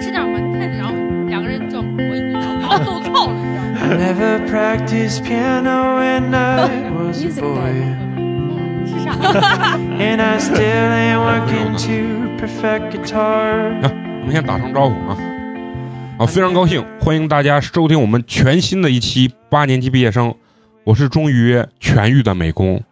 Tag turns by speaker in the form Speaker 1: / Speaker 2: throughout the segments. Speaker 1: 这点嘛，你看你，然后两个人就博弈，然后豆蔻了，你知道吗？
Speaker 2: I never practiced piano when I was a
Speaker 1: Music
Speaker 2: boy.
Speaker 1: 是啥？
Speaker 2: And I still ain't working to perfect guitar.
Speaker 3: 我们先打声招呼啊！啊，非常高兴，欢迎大家收听我们全新的一期八年级毕业生。我是终于痊愈的美工，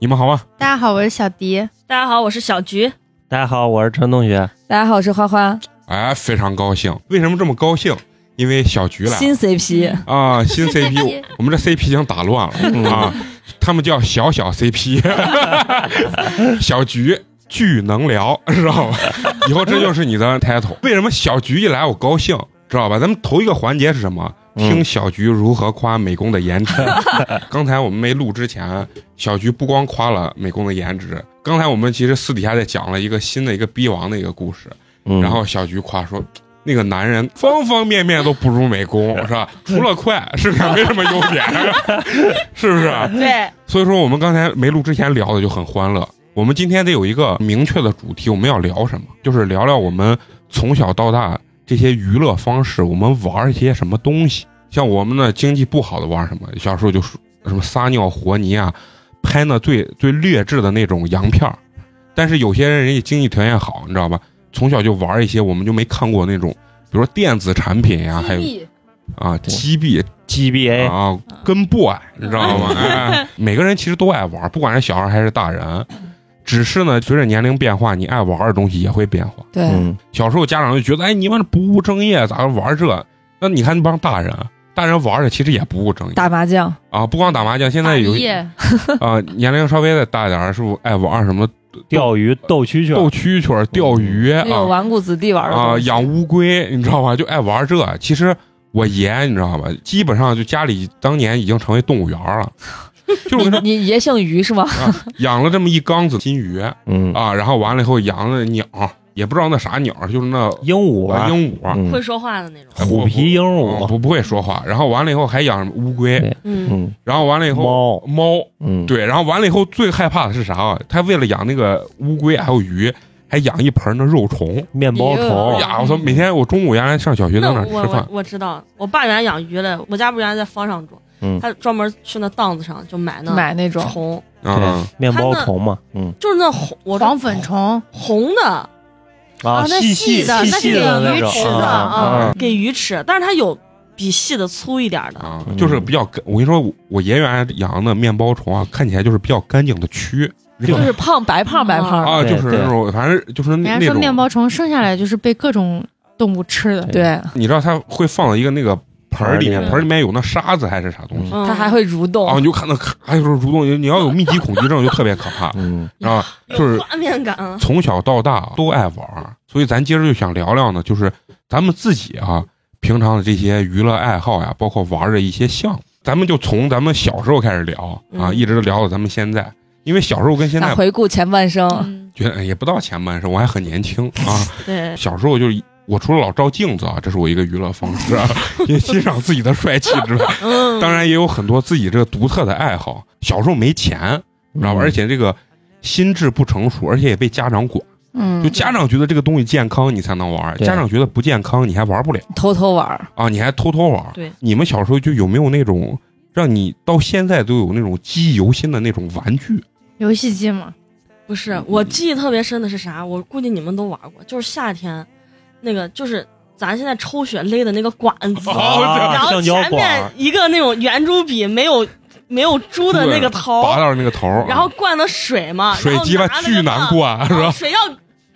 Speaker 3: 你们好啊吗？
Speaker 4: 大家好，我是小迪。
Speaker 5: 大家好，我是小菊。
Speaker 6: 大家好，我是陈同学。
Speaker 7: 大家好，我是花花，
Speaker 3: 哎，非常高兴。为什么这么高兴？因为小菊来了
Speaker 7: 新 CP，
Speaker 3: 啊，新 CP，我们这 CP 已经打乱
Speaker 6: 嗯
Speaker 3: 了啊，他们叫小小 CP，小菊。巨能聊，知道吧？以后这就是你的 title。为什么小菊一来我高兴，知道吧？咱们头一个环节是什么？
Speaker 6: 嗯
Speaker 3: 听小菊如何夸美工的颜值。刚才我们没录之前，小菊不光夸了美工的颜值，刚才我们其实私底下在讲了一个新的一个逼王的一个故事。
Speaker 6: 嗯
Speaker 3: 然后小菊夸说。那个男人方方面面都不如美工，是吧？除了快，是不是没什么优点？是不是？
Speaker 5: 对，
Speaker 3: 所以说我们刚才没录之前聊的就很欢乐。我们今天得有一个明确的主题，我们要聊什么？就是聊聊我们从小到大这些娱乐方式，我们玩一些什么东西。像我们呢，经济不好的玩什么？小时候就说什么撒尿和泥啊，拍那最最劣质的那种洋片儿。但是有些人人家经济条件好，你知道吧？从小就玩一些我们就没看过那种，比如说电子产品呀、还有啊击毙
Speaker 6: GBA，
Speaker 3: 啊，跟 boy，你知道吗？哎，每个人其实都爱玩，不管是小孩还是大人，只是呢，随着年龄变化，你爱玩的东西也会变化。
Speaker 4: 对，
Speaker 6: 嗯，
Speaker 3: 小时候家长就觉得，哎，你们不务正业，咋玩这？那你看那帮大人，大人玩的其实也不务正业
Speaker 7: 打麻将，
Speaker 3: 啊，不光打麻将，现在有
Speaker 8: 打猎
Speaker 3: 啊、年龄稍微再大一点儿，是不是爱玩什么
Speaker 6: 钓鱼、斗蛐蛐
Speaker 3: 斗
Speaker 6: 儿，
Speaker 3: 蛐蛐儿、钓鱼
Speaker 7: 那
Speaker 3: 啊
Speaker 7: 种纨绔子弟玩的
Speaker 3: 啊、
Speaker 7: 东西
Speaker 3: 养乌龟，你知道吧？就爱玩这。其实我爷，你知道吧？基本上就家里当年已经成为动物园儿了。 就是我跟你说，
Speaker 7: 你你爷姓于是吗？
Speaker 3: 啊，养了这么一缸子金鱼
Speaker 6: 嗯，
Speaker 3: 啊，然后完了以后养了鸟，也不知道那啥鸟，就是那
Speaker 6: 鹦鹉
Speaker 3: 啊
Speaker 6: 啊，嗯
Speaker 3: 鹦鹉，
Speaker 6: 鹉
Speaker 5: 会说话的那种。
Speaker 6: 虎皮鹦
Speaker 3: 啊
Speaker 6: 鹉，
Speaker 3: 不不会说话。然后完了以后还养什么乌龟
Speaker 6: 对，
Speaker 4: 嗯，
Speaker 6: 嗯，
Speaker 3: 然后完了以后
Speaker 6: 猫，
Speaker 3: 猫，
Speaker 6: 嗯，，
Speaker 3: 对，然后完了以后最害怕的是啥啊？他为了养那个乌龟还有鱼，还养一盆那肉虫。
Speaker 6: 面包
Speaker 3: 哎
Speaker 6: 虫，
Speaker 3: 呀，我操！每天我中午原来上小学在
Speaker 5: 那
Speaker 3: 那儿
Speaker 5: 我
Speaker 3: 吃
Speaker 5: 我
Speaker 3: 饭，
Speaker 5: 我知道，我爸原来养鱼嘞，我家不原来在方上住，
Speaker 6: 嗯
Speaker 5: 他专门去那档子上就买那
Speaker 7: 买那种
Speaker 5: 虫，
Speaker 3: 啊，
Speaker 6: 面包虫嘛，嗯
Speaker 5: 就是那红我
Speaker 8: 黄粉虫，
Speaker 5: 红的
Speaker 6: 啊，
Speaker 8: 那
Speaker 6: 细
Speaker 8: 细的
Speaker 6: 细
Speaker 8: 那
Speaker 6: 细
Speaker 8: 是
Speaker 6: 的
Speaker 8: 给
Speaker 6: 那
Speaker 8: 鱼
Speaker 6: 种
Speaker 8: 吃的
Speaker 6: 啊，
Speaker 5: 给鱼吃，但是它有比细的粗一点的，
Speaker 3: 啊，
Speaker 6: 嗯
Speaker 3: 就是比较干。我跟你说，我我爷原来养的面包虫啊，看起来就是比较干净的蛆，你知道吗
Speaker 7: 就是胖白胖白胖的，
Speaker 3: 嗯啊，
Speaker 6: 对
Speaker 3: 就是
Speaker 6: 对
Speaker 3: 那种，反正就是那
Speaker 1: 人家
Speaker 3: 那
Speaker 1: 说
Speaker 3: 种
Speaker 1: 面包虫生下来就是被各种动物吃的，
Speaker 7: 对，
Speaker 3: 你知道它会放到一个那个盆儿里面，
Speaker 6: 盆儿里面
Speaker 3: 盆儿里面有那沙子还是啥东西、
Speaker 5: 嗯
Speaker 7: 它还会蠕
Speaker 3: 啊？
Speaker 7: 动
Speaker 3: 你，就看到，哎呦，蠕动，你要有密集恐惧症就特别可 怕
Speaker 6: 嗯
Speaker 3: 啊！就是
Speaker 5: 画面感啊。
Speaker 3: 从小到大都爱玩儿，所以咱今儿就想聊聊呢，就是咱们自己啊，平常的这些娱乐爱好呀，包括玩儿的一些项目，咱们就从咱们小时候开始聊啊，
Speaker 5: 嗯
Speaker 3: 一直聊到咱们现在，因为小时候跟现
Speaker 7: 那
Speaker 3: 在
Speaker 7: 回顾前半生，
Speaker 1: 嗯，
Speaker 3: 觉得哎也不到前半生，我还很年轻啊。
Speaker 5: 对，
Speaker 3: 小时候就是我除了老照镜子啊，这是我一个娱乐方式、 啊，也欣赏自己的帅气之外，
Speaker 5: 嗯，
Speaker 3: 当然也有很多自己这个独特的爱好。小时候没钱，知道吧？而且这个心智不成熟，而且也被家长管。就
Speaker 4: 嗯，
Speaker 3: 家长觉得这个东西健康你才能玩，
Speaker 6: 对
Speaker 3: 家长觉得不健康你还玩不了
Speaker 7: 偷偷玩儿，
Speaker 3: 啊，你还偷偷玩。
Speaker 5: 嗯对，
Speaker 3: 你们小时候就有没有那种让你到现在都有那种记忆犹新的那种玩具？
Speaker 1: 游戏机嘛，
Speaker 5: 不
Speaker 3: 嗯
Speaker 5: 是，我记忆特别深的是啥？我估计你们都玩过，就是夏天，那个就是咱现在抽雪勒的那个管
Speaker 3: 哦
Speaker 5: 子，
Speaker 6: 啊
Speaker 5: 然后
Speaker 6: 橡胶
Speaker 5: 前面
Speaker 6: 管
Speaker 5: 一个那种圆珠笔没有没有珠的那个头
Speaker 3: 拔
Speaker 5: 儿，
Speaker 3: 到那个头儿，
Speaker 5: 哦
Speaker 3: 啊
Speaker 5: 然后灌的水嘛，啊
Speaker 3: 水
Speaker 5: 然后
Speaker 3: 鸡巴
Speaker 5: 拿那个啊
Speaker 3: 巨难
Speaker 5: 棒，
Speaker 3: 灌，是
Speaker 5: 然后
Speaker 3: 吧？
Speaker 5: 水要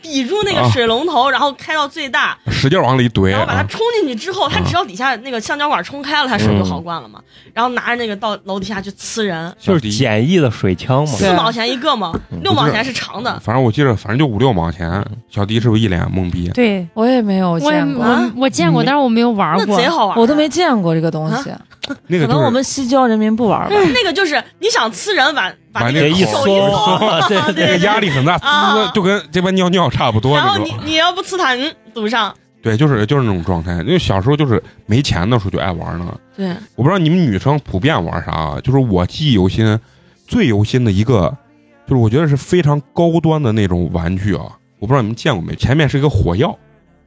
Speaker 5: 抵住那个
Speaker 3: 啊
Speaker 5: 水龙头，然后开到最大，
Speaker 3: 使劲往里怼
Speaker 5: 然后把它
Speaker 3: 啊，嗯
Speaker 5: 冲进去之后，它只要底下那个橡胶管冲开了，它水就好灌了嘛。然后拿着那个到楼底下去呲人，
Speaker 3: 小
Speaker 6: 就
Speaker 3: 迪
Speaker 6: 是简易的水枪嘛。
Speaker 7: 对
Speaker 3: 啊
Speaker 5: 四毛钱一个嘛，
Speaker 3: 嗯
Speaker 5: 六毛钱是长的。
Speaker 3: 反正我记着，反正就五六毛钱。
Speaker 5: 嗯
Speaker 3: 小迪是不是一脸懵逼？
Speaker 7: 对我也没有
Speaker 1: 我也
Speaker 7: 见过，
Speaker 5: 啊
Speaker 1: 我我见过，
Speaker 3: 你
Speaker 1: 但是我没有玩
Speaker 5: 那
Speaker 3: 啊
Speaker 1: 过
Speaker 5: 贼。好玩，
Speaker 7: 我都没。见过这个东西，
Speaker 3: 那啊个就
Speaker 7: 可能我
Speaker 3: 是
Speaker 7: 们西郊人民不玩吧。
Speaker 5: 那个就是你想呲人，把把
Speaker 3: 把那
Speaker 5: 那
Speaker 6: 这
Speaker 5: 个
Speaker 3: 个
Speaker 6: 一
Speaker 5: 手一
Speaker 3: 口
Speaker 6: 缩，这
Speaker 5: 对
Speaker 3: 那个压力很大，
Speaker 5: 啊
Speaker 3: 滋就跟这边尿尿差不多
Speaker 5: 然
Speaker 3: 那
Speaker 5: 后你
Speaker 3: 种。
Speaker 5: 你要不呲它，嗯，堵上。
Speaker 3: 对，就是就是那种状态。因为小时候就是没钱的时候就爱玩呢。
Speaker 5: 对，
Speaker 3: 我不知道你们女生普遍玩啥啊，就是我记忆犹新、最犹新的一个，就是我觉得是非常高端的那种玩具啊。我不知道你们见过没？前面是一个火药，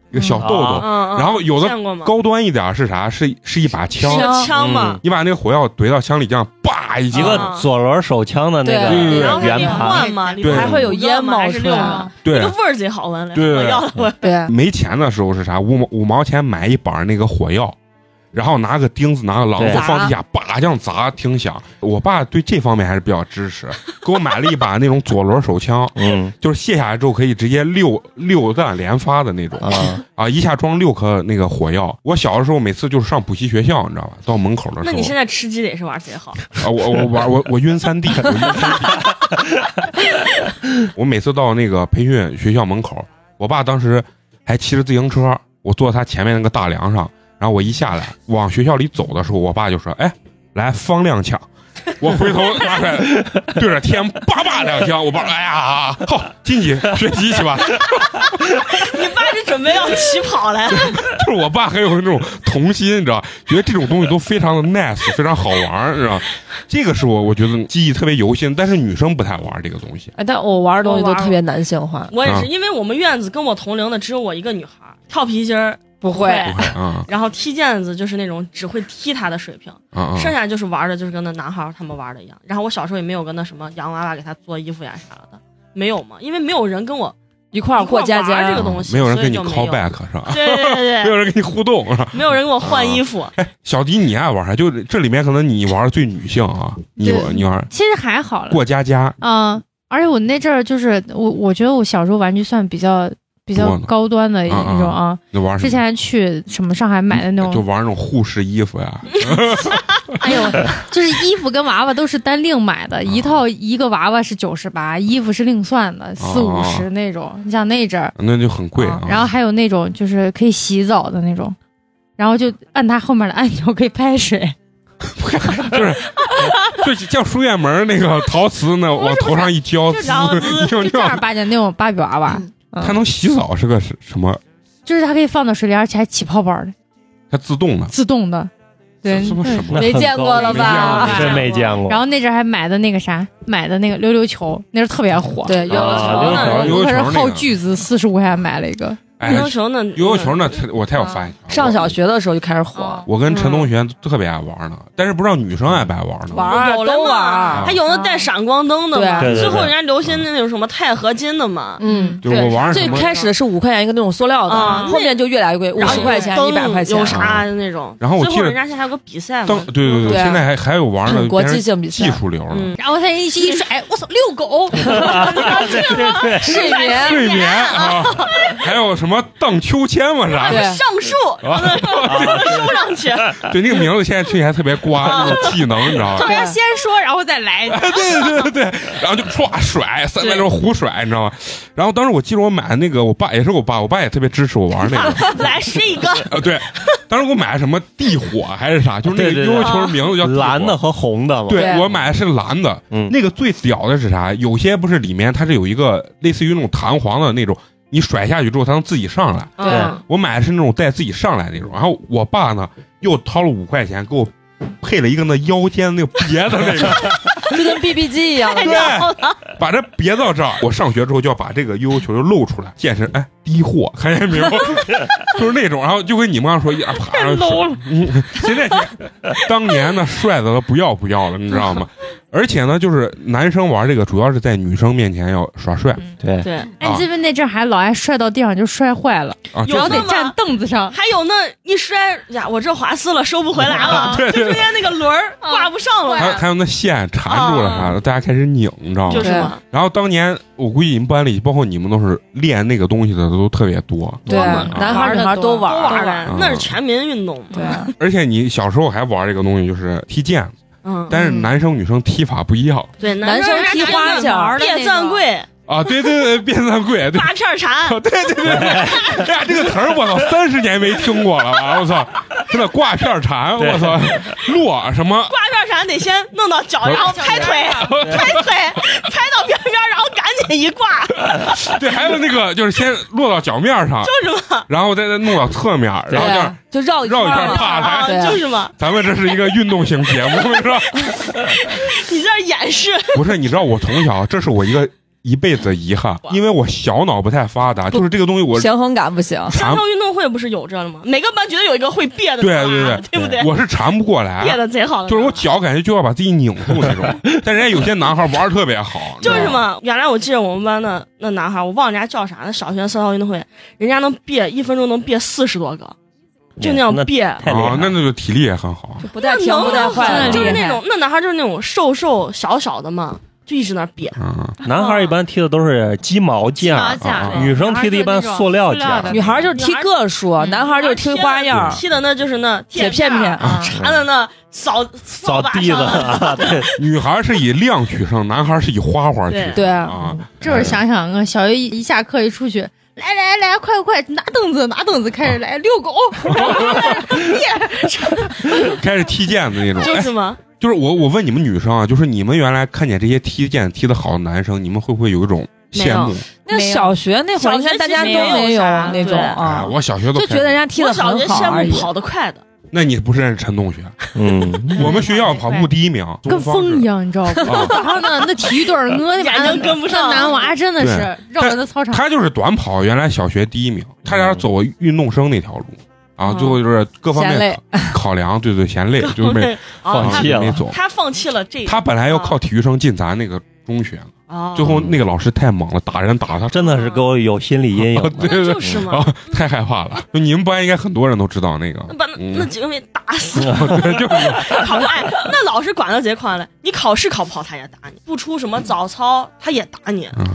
Speaker 3: 一个小豆
Speaker 6: 嗯
Speaker 3: 豆，
Speaker 5: 嗯嗯。
Speaker 3: 然后有的
Speaker 5: 见过吗？
Speaker 3: 高端一点是啥？是是一把枪
Speaker 5: 是，
Speaker 7: 枪
Speaker 5: 个枪嘛
Speaker 6: 嗯，
Speaker 3: 你把那个火药怼到枪里，这样叭一
Speaker 6: 一
Speaker 3: 下，
Speaker 6: 个左轮手枪的那
Speaker 7: 对
Speaker 3: 对
Speaker 6: 个
Speaker 5: 然后它
Speaker 6: 圆
Speaker 5: 给你
Speaker 6: 盘，
Speaker 5: 换嘛，里
Speaker 3: 对
Speaker 5: 头
Speaker 3: 还
Speaker 7: 会有烟冒
Speaker 5: 啊还是
Speaker 7: 出
Speaker 5: 六
Speaker 7: 来
Speaker 4: 啊
Speaker 5: 毛，
Speaker 3: 对
Speaker 5: 那个，味儿贼好闻。
Speaker 3: 对嗯
Speaker 5: 我要了我。
Speaker 7: 对，
Speaker 3: 没钱的时候是啥？五毛五毛钱买一板那个火药，然后拿个钉子，拿个榔
Speaker 6: 对
Speaker 3: 头放地下，叭这样砸，挺响。我爸对这方面还是比较支持，给我买了一把那种左轮手枪，
Speaker 6: 嗯
Speaker 3: 就是卸下来之后可以直接六六弹连发的那种
Speaker 6: 啊，
Speaker 3: 啊，一下装六颗那个火药。我小的时候每次就是上补习学校，你知道吧？到门口的时
Speaker 5: 那
Speaker 3: 候
Speaker 5: 你，现在吃鸡的也是玩贼好，
Speaker 3: 啊，我我玩我我晕三 D，我 晕三 D。我每次到那个培训学校门口，我爸当时还骑着自行车，我坐他前面那个大梁上，然后我一下来往学校里走的时候，我爸就说：“哎，来方亮枪。”我回头拿出来，对着天叭叭两枪，我爸说：“哎呀，好，进去学习去吧。”
Speaker 5: 你爸是准备要起 跑来
Speaker 3: 嗯
Speaker 5: 了。
Speaker 3: 就是我爸很有那种童心，你知道，觉得这种东西都非常的 nice，非常好玩儿，你知道。这个是我我觉得记忆特别犹新，但是女生不太玩儿这个东西。
Speaker 7: 哎，但我玩的东西
Speaker 5: 我
Speaker 7: 都
Speaker 5: 玩
Speaker 7: 特别男性化，
Speaker 5: 我也
Speaker 3: 啊
Speaker 5: 是，因为我们院子跟我同龄的只有我一个女孩儿，跳皮筋儿
Speaker 7: 不
Speaker 5: 不会，
Speaker 3: 啊
Speaker 5: 然后踢毽子就是那种只会踢她的水平，
Speaker 3: 啊啊！
Speaker 5: 剩下就是玩的就是跟那男孩儿他们玩的一样。然后我小时候也没有跟那什么洋娃娃给她做衣服呀啥的，没有嘛，因为没有人跟我
Speaker 7: 一块儿过家
Speaker 5: 一块儿玩这
Speaker 7: 家
Speaker 5: 个。东西
Speaker 3: 没有人跟你
Speaker 5: 所以就没
Speaker 3: call
Speaker 5: 有
Speaker 3: back 是吧？
Speaker 5: 对对
Speaker 3: 没
Speaker 5: 对对，
Speaker 3: 有人跟你互动是吧？
Speaker 5: 没有人给我换衣服，
Speaker 3: 小迪，你爱玩儿啥？就这里面可能你玩儿最女性啊，你
Speaker 4: 对
Speaker 3: 你玩儿
Speaker 4: 其实还好了。
Speaker 3: 过家家，
Speaker 4: 嗯，而且我那阵儿就是我，我觉得我小时候玩具算比较比
Speaker 3: 多
Speaker 4: 较
Speaker 3: 呢
Speaker 4: 高端的一
Speaker 3: 啊啊
Speaker 4: 种啊。
Speaker 3: 你玩儿什么
Speaker 4: 之前去什么上海买的那
Speaker 3: 就
Speaker 4: 种，
Speaker 3: 玩儿那种护士衣服 呀，
Speaker 4: 哎呦，就是衣服跟娃娃都是单另买的，一套一个娃娃是九十八，衣服是另算的，四五十那种。你想那阵儿，
Speaker 3: 那就很贵
Speaker 5: 哦
Speaker 4: 啊
Speaker 3: 啊。
Speaker 4: 然后还有那种就是可以洗澡的那种，然后就按它后面的按钮可以 拍水。
Speaker 3: 就是 就是像书院门儿那个陶瓷呢，往头上一浇，
Speaker 5: 就然 后
Speaker 3: 滋尿
Speaker 4: 就正儿
Speaker 3: 尿。
Speaker 4: 八经那种芭比娃
Speaker 7: 嗯
Speaker 4: 娃，
Speaker 3: 它能洗澡是个什什么？
Speaker 4: 就是它可以放到水里，而且还起泡泡的，
Speaker 3: 它自动的，
Speaker 4: 自动的。对，
Speaker 3: 什么啊
Speaker 4: 对
Speaker 3: 什么？
Speaker 7: 没见过了吧
Speaker 3: 没见过
Speaker 6: 真没见过。
Speaker 4: 然后那阵儿还买的那个啥，买的那个溜溜球，那时候特别火。
Speaker 7: 对，悠悠
Speaker 6: 啊
Speaker 7: 球
Speaker 5: 溜
Speaker 3: 溜球
Speaker 4: 我可是
Speaker 3: 那个
Speaker 4: 耗巨资，四十五块钱买了一个。
Speaker 3: 哎，
Speaker 5: 悠悠球呢？
Speaker 3: 悠悠球呢？太我太有发言了。
Speaker 7: 嗯上小学的时候就开始
Speaker 5: 嗯
Speaker 7: 火，
Speaker 3: 我，我跟陈同学都特别爱玩呢，但是不知道女生爱不爱玩呢。
Speaker 7: 玩儿
Speaker 5: 嗯有了
Speaker 7: 都玩
Speaker 3: 啊
Speaker 5: 嘛
Speaker 7: 儿
Speaker 5: 还，有那带闪光灯的嘛，
Speaker 7: 对
Speaker 6: 对对
Speaker 5: 最后
Speaker 6: 对
Speaker 5: 人家流行那种什么钛合金的嘛，
Speaker 7: 嗯，
Speaker 3: 就是我
Speaker 7: 对。
Speaker 3: 玩
Speaker 7: 最
Speaker 3: 什么？
Speaker 7: 开始的是五块钱一个那种塑料
Speaker 5: 啊
Speaker 7: 的，
Speaker 5: 那
Speaker 7: 后面就越来越贵，五
Speaker 5: 然后
Speaker 7: 十块钱、
Speaker 5: 有
Speaker 7: 一百块钱
Speaker 5: 灯有，啥的那种。
Speaker 3: 然后我记
Speaker 5: 最后
Speaker 3: 得
Speaker 5: 人家现在还有个比赛嘛，
Speaker 3: 当对对
Speaker 7: 对啊
Speaker 3: 现在还还有玩呢，
Speaker 7: 国
Speaker 3: 变成
Speaker 7: 际性比赛
Speaker 3: 技术流呢。
Speaker 5: 嗯，
Speaker 4: 然后他一一甩，我操，遛狗！
Speaker 7: 睡眠
Speaker 3: 睡眠啊，还有什么荡秋千嘛啥的，
Speaker 7: 对
Speaker 5: 上树，
Speaker 3: 啊
Speaker 5: 树上去，
Speaker 3: 对那个名字现在听起来特别瓜，那种技能你知道吧？
Speaker 4: 要先说，然后 再来。
Speaker 3: 啊对对对，然后就歘甩三百六胡甩，你知道吗？然后当时我记得我买的那个，我爸也是我爸，我爸也特别支持我玩那 个。
Speaker 5: 来睡一个，
Speaker 3: 啊，对，当时给我买的什么地火还是啥，就是那个
Speaker 6: 对对
Speaker 3: 悠
Speaker 6: 对
Speaker 3: 悠球名字叫地火
Speaker 6: 蓝的。和红的嘛，
Speaker 3: 对
Speaker 7: 对
Speaker 3: 我买的是蓝的，
Speaker 6: 嗯
Speaker 3: 那个最屌的是啥？有些不是里面它是有一个类似于那种弹簧的那种，你甩下去之后它能自己上来。
Speaker 7: 对
Speaker 5: 嗯
Speaker 3: 我买的是那种带自己上来那种。然后我爸呢又掏了五块钱给我配了一个那腰间那个别的那个，
Speaker 7: 就 跟 BB 机一样的，
Speaker 3: 对，把这别到这儿。我上学之后就要把这个悠悠球就露出来，健身哎，低货，看见没有？ 就是那种，然后就跟你们刚说一样，啪，然后
Speaker 5: low 了
Speaker 3: 嗯，现在当年呢，帅的都不要不要了，你知道吗？而且呢，就是男生玩这个主要是在女生面前要耍帅
Speaker 4: 嗯
Speaker 6: 对，
Speaker 5: 对，
Speaker 4: 哎，你记不记得那阵儿还老爱摔到地上就摔坏了，
Speaker 3: 啊，
Speaker 4: 主要
Speaker 3: 这
Speaker 4: 得站凳子上。
Speaker 5: 还有那一摔呀，我这滑丝了，收不回来 了，
Speaker 3: 对哎
Speaker 5: 就
Speaker 3: 对
Speaker 5: 中间那个轮儿
Speaker 4: 啊
Speaker 5: 挂不上
Speaker 3: 还有
Speaker 5: 了，
Speaker 3: 还有那线缠住了啥的，大家开始拧，你知道吗
Speaker 5: 哦就？是嘛，
Speaker 3: 然后当年我估计你们班里，包括你们都是练那个东西的都特别多，
Speaker 7: 对，
Speaker 5: 多嘛
Speaker 7: 男孩儿女孩儿都
Speaker 5: 都
Speaker 7: 玩儿，
Speaker 5: 玩
Speaker 7: 儿。
Speaker 5: 呗
Speaker 3: 嗯，
Speaker 5: 那是全民运动嘛。
Speaker 7: 对，
Speaker 4: 啊
Speaker 3: 而且你小时候还玩这个东西，就是踢毽，
Speaker 5: 嗯，
Speaker 3: 但是男生女生踢法不一样
Speaker 5: 对，
Speaker 7: 男
Speaker 5: 生
Speaker 7: 生踢
Speaker 5: 拿
Speaker 7: 花
Speaker 5: 那
Speaker 7: 脚
Speaker 5: 个
Speaker 7: 儿的
Speaker 5: 电
Speaker 7: 那
Speaker 5: 钻
Speaker 7: 个
Speaker 5: 柜、
Speaker 3: 啊！对对对，变三跪， 对
Speaker 5: 八片蝉，
Speaker 3: 对对对对，哎呀，这个词儿我操，三十年没听过了吧？我操，真的挂片儿蝉，我操，落什么？
Speaker 5: 八片蝉得先弄到脚，
Speaker 3: 对
Speaker 5: 然后拍腿， 拍腿，拍到边边，然后赶紧一挂， 就
Speaker 3: 对，还有那个就是先落到脚面上，
Speaker 5: 是嘛，
Speaker 3: 然后再再弄到侧面， 然后这样。
Speaker 7: 啊就绕一
Speaker 3: 绕一
Speaker 7: 圈
Speaker 3: 圈
Speaker 7: 嘛
Speaker 3: 啪来，
Speaker 5: 啊，
Speaker 7: 对
Speaker 5: 就是嘛，
Speaker 3: 咱们这是一个运动型节目，是吧？
Speaker 5: 你这儿演示，
Speaker 3: 不是，你知道我从小，这是我一个一辈子的遗憾，因为我小脑不太发达，就是这个东西我
Speaker 7: 平衡感不行。
Speaker 3: 缠
Speaker 5: 乡，村运动会不是有这了吗？每个班绝对有一个会别的，
Speaker 3: 对
Speaker 5: 对
Speaker 3: 对
Speaker 5: 对不对？
Speaker 3: 我是缠不过
Speaker 5: 别
Speaker 3: 来，
Speaker 5: 的哦贼好的，
Speaker 3: 就是我脚感觉就要把自己拧住那种。但人家有些男孩玩儿特别好，你知
Speaker 5: 就
Speaker 3: 道
Speaker 5: 是
Speaker 3: 吗？
Speaker 5: 嘛，原来我记得我们班的那男孩，我忘了人家叫啥，那小学三校运动会，人家能憋一分钟能憋四十多个，就那样
Speaker 6: 那
Speaker 5: 憋，
Speaker 6: 太厉害
Speaker 3: 啊
Speaker 6: 了，
Speaker 3: 那那就体力也很好，
Speaker 7: 不带
Speaker 5: 那
Speaker 7: 停，不带
Speaker 5: 能啊
Speaker 7: 坏
Speaker 4: 真
Speaker 7: 了，
Speaker 4: 的
Speaker 5: 就是
Speaker 4: 厉
Speaker 5: 那
Speaker 4: 害
Speaker 5: 种那男孩就是那种瘦瘦小小的嘛，就一直那儿憋，
Speaker 3: 嗯，
Speaker 6: 男孩一般踢的都是鸡毛毽
Speaker 4: 毛
Speaker 6: 儿，
Speaker 4: 毽
Speaker 3: 儿
Speaker 6: 啊女生踢的一般塑料毽
Speaker 4: 塑料的
Speaker 6: 儿。
Speaker 7: 女孩儿就是踢个数，
Speaker 4: 嗯
Speaker 7: 男孩儿就是踢花样儿、
Speaker 5: 踢的那就是那
Speaker 7: 铁片片。啊。
Speaker 3: 嗯
Speaker 5: 缠的那扫
Speaker 6: 扫
Speaker 5: 扫把
Speaker 6: 地
Speaker 5: 上
Speaker 6: 的，啊，对，
Speaker 3: 女孩是以量取胜，男孩是以花花取胜。
Speaker 7: 对
Speaker 3: 啊，
Speaker 4: 这会儿想想啊，小学一下课一出去，来来来，快快拿凳子拿凳子，开始来 遛狗，
Speaker 3: 开始踢毽子那种。
Speaker 5: 就
Speaker 3: 哎
Speaker 5: 是嘛，
Speaker 3: 就是我，我问你们女生啊，就是你们原来看见这些踢毽踢得好的男生，你们会不会有一种羡慕？
Speaker 7: 那
Speaker 4: 没有
Speaker 7: 小学那会儿，
Speaker 5: 小
Speaker 7: 应该
Speaker 5: 学
Speaker 7: 大
Speaker 5: 其
Speaker 7: 家
Speaker 5: 实
Speaker 7: 都
Speaker 5: 没有
Speaker 7: 没有
Speaker 5: 啥
Speaker 7: 那种
Speaker 5: 对
Speaker 3: 哎，
Speaker 7: 啊，
Speaker 3: 我小学都
Speaker 7: 就觉得人家踢
Speaker 5: 我
Speaker 7: 得
Speaker 5: 小学
Speaker 7: 很
Speaker 5: 羡
Speaker 7: 好而
Speaker 5: 慕
Speaker 7: 已。
Speaker 5: 跑得快的，
Speaker 3: 那你不是认识陈同学？
Speaker 6: 嗯，
Speaker 3: 我们学校跑步第一名，
Speaker 4: 跟风一样，你知道吗？
Speaker 3: 啊。
Speaker 4: 早上呢，那体育队儿，我的妈，
Speaker 5: 眼睛跟不上
Speaker 4: 那男娃真的是绕着那操场，
Speaker 3: 他就是短跑，原来小学第一名，差点走我运动生那条路啊。
Speaker 5: 嗯
Speaker 3: 最后就是各方
Speaker 7: 嫌
Speaker 3: 面
Speaker 7: 累
Speaker 3: 考量，对对， 嫌累，就是没
Speaker 5: 啊
Speaker 6: 放
Speaker 3: 啊
Speaker 6: 弃了
Speaker 3: 没走。
Speaker 5: 他放弃了这个
Speaker 3: 他本来要靠体育生进咱那个中学，
Speaker 7: 嗯
Speaker 5: 啊，
Speaker 3: 最后那个老师太猛了，打人打他
Speaker 6: 真的是给我有心理阴影
Speaker 3: 啊
Speaker 6: 了。
Speaker 3: 对对
Speaker 5: 就
Speaker 3: 对，
Speaker 5: 是嘛
Speaker 3: 啊，，太害怕了。就你们班应该很多人都知道那个，
Speaker 5: 把那那几个给打死。
Speaker 3: 对， 就是
Speaker 5: 考哎，那老师管的贼宽了，你考试考不好他也打你，不出什么早操他也打 你，
Speaker 3: 嗯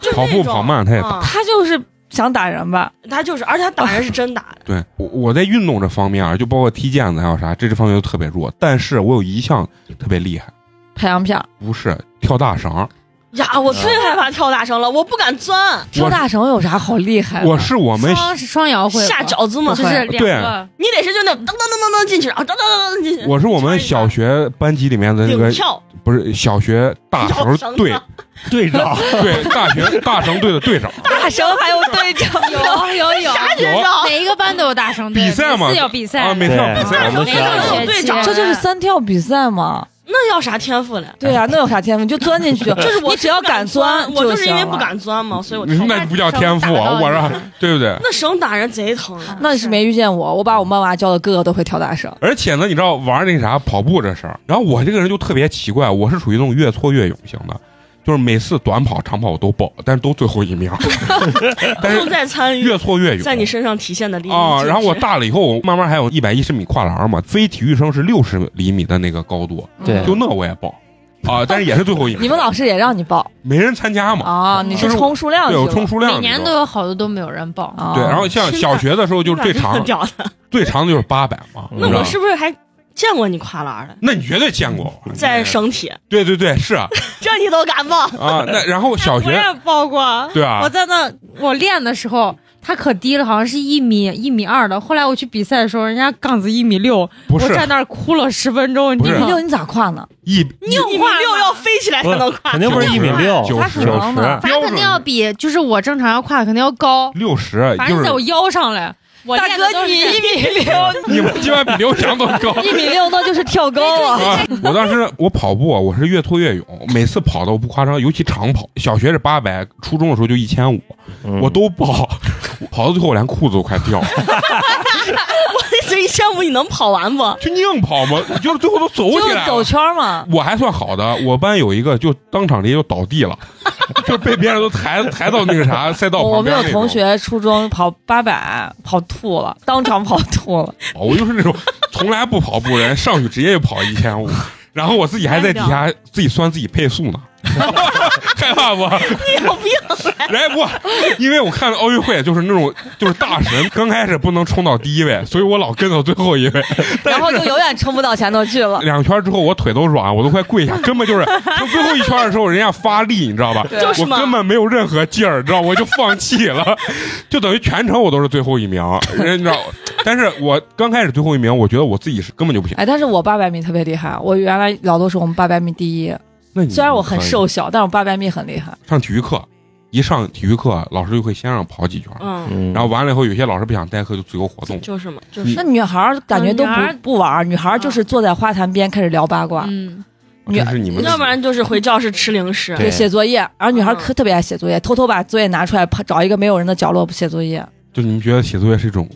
Speaker 5: 就是
Speaker 3: 跑步
Speaker 5: 那种
Speaker 3: 跑慢他也打。
Speaker 5: 啊
Speaker 7: 他就是想打人吧？
Speaker 5: 他就是，而且他打人是真打的，
Speaker 3: 对我我在运动这方面啊，就包括踢毽子还有啥，这这方面都特别弱。但是我有一项特别厉害，
Speaker 7: 拍洋片儿、
Speaker 3: 不是跳大绳，
Speaker 5: 呀，我最害怕跳大绳了，我不敢钻，
Speaker 7: 跳大绳有啥好厉害的？
Speaker 3: 我是我们
Speaker 4: 双双摇会吧
Speaker 5: 下饺子嘛，
Speaker 4: 就
Speaker 7: 会
Speaker 4: 是两个
Speaker 5: 你得是就那噔噔噔噔噔进去，然后噔噔噔噔进去，
Speaker 3: 我是我们小学班级里面的那
Speaker 5: 顶
Speaker 3: 个，
Speaker 5: 跳，
Speaker 3: 不是小学大
Speaker 5: 摇
Speaker 3: 绳
Speaker 5: 绳
Speaker 3: 队，
Speaker 5: 啊
Speaker 6: 队长，
Speaker 3: 对大学大绳队的队长，
Speaker 7: 大绳还有队长，
Speaker 4: 有有 有，
Speaker 3: 有
Speaker 4: 啊每一个班都有大绳队
Speaker 3: 比赛嘛
Speaker 4: 每次要比赛
Speaker 3: 啊，每次要比赛，
Speaker 6: 对
Speaker 3: 我们啊
Speaker 6: 每次要
Speaker 4: 每
Speaker 5: 有
Speaker 4: 个
Speaker 5: 队
Speaker 4: 学期
Speaker 5: 长
Speaker 7: 这就是三跳比赛嘛？
Speaker 5: 那要啥天赋嘞？
Speaker 7: 对呀、啊那有啥天赋？你就钻进去，
Speaker 5: 就是我
Speaker 7: 你只要敢钻
Speaker 5: 钻，我就是
Speaker 7: 行
Speaker 5: 因为
Speaker 7: 了
Speaker 5: 不。敢钻嘛，所以我
Speaker 3: 你
Speaker 5: 跳
Speaker 3: 说
Speaker 5: 不
Speaker 3: 那
Speaker 5: 了。
Speaker 3: 不叫天赋啊，我说对不对？
Speaker 5: 那绳打人贼疼啊，
Speaker 7: 那你是没遇见我，我把我妈妈教的个个都会跳大绳。
Speaker 3: 而且呢，你知道玩那啥跑步这事儿，然后我这个人就特别奇怪，我是属于那种越挫越勇型的，就是每次短跑、长跑我都报，但是都最后一名，但
Speaker 5: 重
Speaker 3: 是
Speaker 5: 在参与，
Speaker 3: 越挫越勇。
Speaker 5: 在你身上体现的淋漓
Speaker 3: 啊，
Speaker 5: 尽
Speaker 3: 然后我
Speaker 5: 致
Speaker 3: 大了以后，我慢慢还有一百一十米跨栏嘛，非体育生是六十厘米的那个高度，
Speaker 6: 对
Speaker 3: 就那我也报啊，但是也是最后一名。
Speaker 7: 你们老师也让你报
Speaker 3: 没人参加嘛？
Speaker 7: 啊？你是冲数量
Speaker 3: 对，
Speaker 7: 去
Speaker 3: 有
Speaker 7: 了
Speaker 3: 充数量
Speaker 4: 每
Speaker 3: 的时候，
Speaker 4: 年都有好多都没有人报，
Speaker 7: 啊？
Speaker 3: 对。然后像小学的时候，就是最长
Speaker 5: 掉的。
Speaker 3: 最长的就是八百嘛。
Speaker 6: 嗯
Speaker 3: 你
Speaker 5: 那
Speaker 3: 知道
Speaker 5: 我
Speaker 3: 吗
Speaker 5: 是不是还见过你跨栏的？
Speaker 3: 那你绝对见过我
Speaker 5: 在省体，
Speaker 3: 对对对，是啊，
Speaker 5: 这你都敢报？
Speaker 3: 啊那然后小
Speaker 4: 我
Speaker 3: 学
Speaker 4: 也报过。
Speaker 3: 对啊
Speaker 4: 我，在那我练的时候，他可低了，好像是一米一米二的。后来我去比赛的时候，人家杠子一米六，
Speaker 3: 不
Speaker 4: 我
Speaker 3: 是
Speaker 4: 站那儿哭了十分钟，你
Speaker 3: 不
Speaker 4: 知
Speaker 3: 是
Speaker 4: 道
Speaker 7: 你
Speaker 4: 吗
Speaker 7: 六？你咋跨呢？
Speaker 3: 一
Speaker 5: 你一米六要飞起来才能跨，
Speaker 6: 肯定不是一米六，
Speaker 3: 九
Speaker 7: 他
Speaker 3: 十
Speaker 7: 很
Speaker 3: 九
Speaker 7: 忙
Speaker 3: 十
Speaker 7: 呢
Speaker 4: 他肯定要比就是我正常要跨肯定要高，
Speaker 3: 六十，嗯
Speaker 4: 反
Speaker 3: 哎就
Speaker 4: 正
Speaker 3: 是
Speaker 4: 在我腰上嘞。我
Speaker 7: 大
Speaker 4: 练的
Speaker 7: 哥，
Speaker 4: 都是
Speaker 7: 你一米
Speaker 6: 啊
Speaker 7: 六，
Speaker 3: 你们基本比刘翔都高
Speaker 7: 一米六那就是跳高 啊！
Speaker 3: 啊！我当时我跑步，啊我是越挫越勇，每次跑的我不夸张，尤其长跑，小学是八百，初中的时候就一千五，
Speaker 6: 嗯
Speaker 3: 我都报，跑到最后我连裤子都快掉了，
Speaker 5: 这一千五你能跑完不？
Speaker 3: 就硬跑嘛，就是最后都走起
Speaker 7: 就
Speaker 3: 来了
Speaker 7: 走。圈嘛。
Speaker 3: 我还算好的，我班有一个就当场直接就倒地 了，就被别人都抬抬到那个啥赛道
Speaker 7: 我
Speaker 3: 旁
Speaker 7: 们
Speaker 3: 边
Speaker 7: 有
Speaker 3: 那种
Speaker 7: 同学初中跑八百跑吐了，当场跑吐了。
Speaker 3: 我就是那种从来不跑步人，上去直接就跑一千 五，然后我自己还在底下自己算自己配速呢，害怕不？
Speaker 5: 你有病！
Speaker 7: 啊
Speaker 3: 人家不，因为我看奥运会就是那种就是大神刚开始不能冲到第一位，所以我老跟到最后一位，
Speaker 7: 然后就永远冲不到前头去了。
Speaker 3: 两圈之后我腿都软，我都快跪下，根本就是就最后一圈的时候人家发力，你知道吧？
Speaker 7: 对
Speaker 5: 就是
Speaker 3: 我
Speaker 5: 嘛
Speaker 3: 根本没有任何劲儿，你知道，我就放弃了， 就等于全程我都是最后一名，人家你知道，但是我刚开始最后一名，我觉得我自己是根本就不行。
Speaker 7: 哎，但是我八百米特别厉害，我原来老都说我们八百米第一，
Speaker 3: 那你
Speaker 7: 虽然我很
Speaker 3: 嗯可以嗯
Speaker 7: 瘦小，但我八百米很厉害。
Speaker 3: 上体育课，一上体育课，老师就会先让跑几圈，
Speaker 5: 嗯，
Speaker 6: 嗯
Speaker 3: 然后完了以后，有些老师不想代课，就自由活动。
Speaker 5: 就是嘛，就是
Speaker 7: 那女孩儿感觉都
Speaker 5: 嗯女孩儿
Speaker 7: 不不玩儿，女孩儿就是坐在花坛边开始聊八卦，
Speaker 4: 嗯，
Speaker 7: 女
Speaker 3: 这是你们
Speaker 5: 要不然就是回教室吃零食。
Speaker 6: 对
Speaker 7: 对，写作业。然后女孩儿
Speaker 5: 嗯
Speaker 7: 可特别爱写作业，偷偷把作业拿出来，跑找一个没有人的角落不写作业，
Speaker 3: 就你们觉得写作业是一种，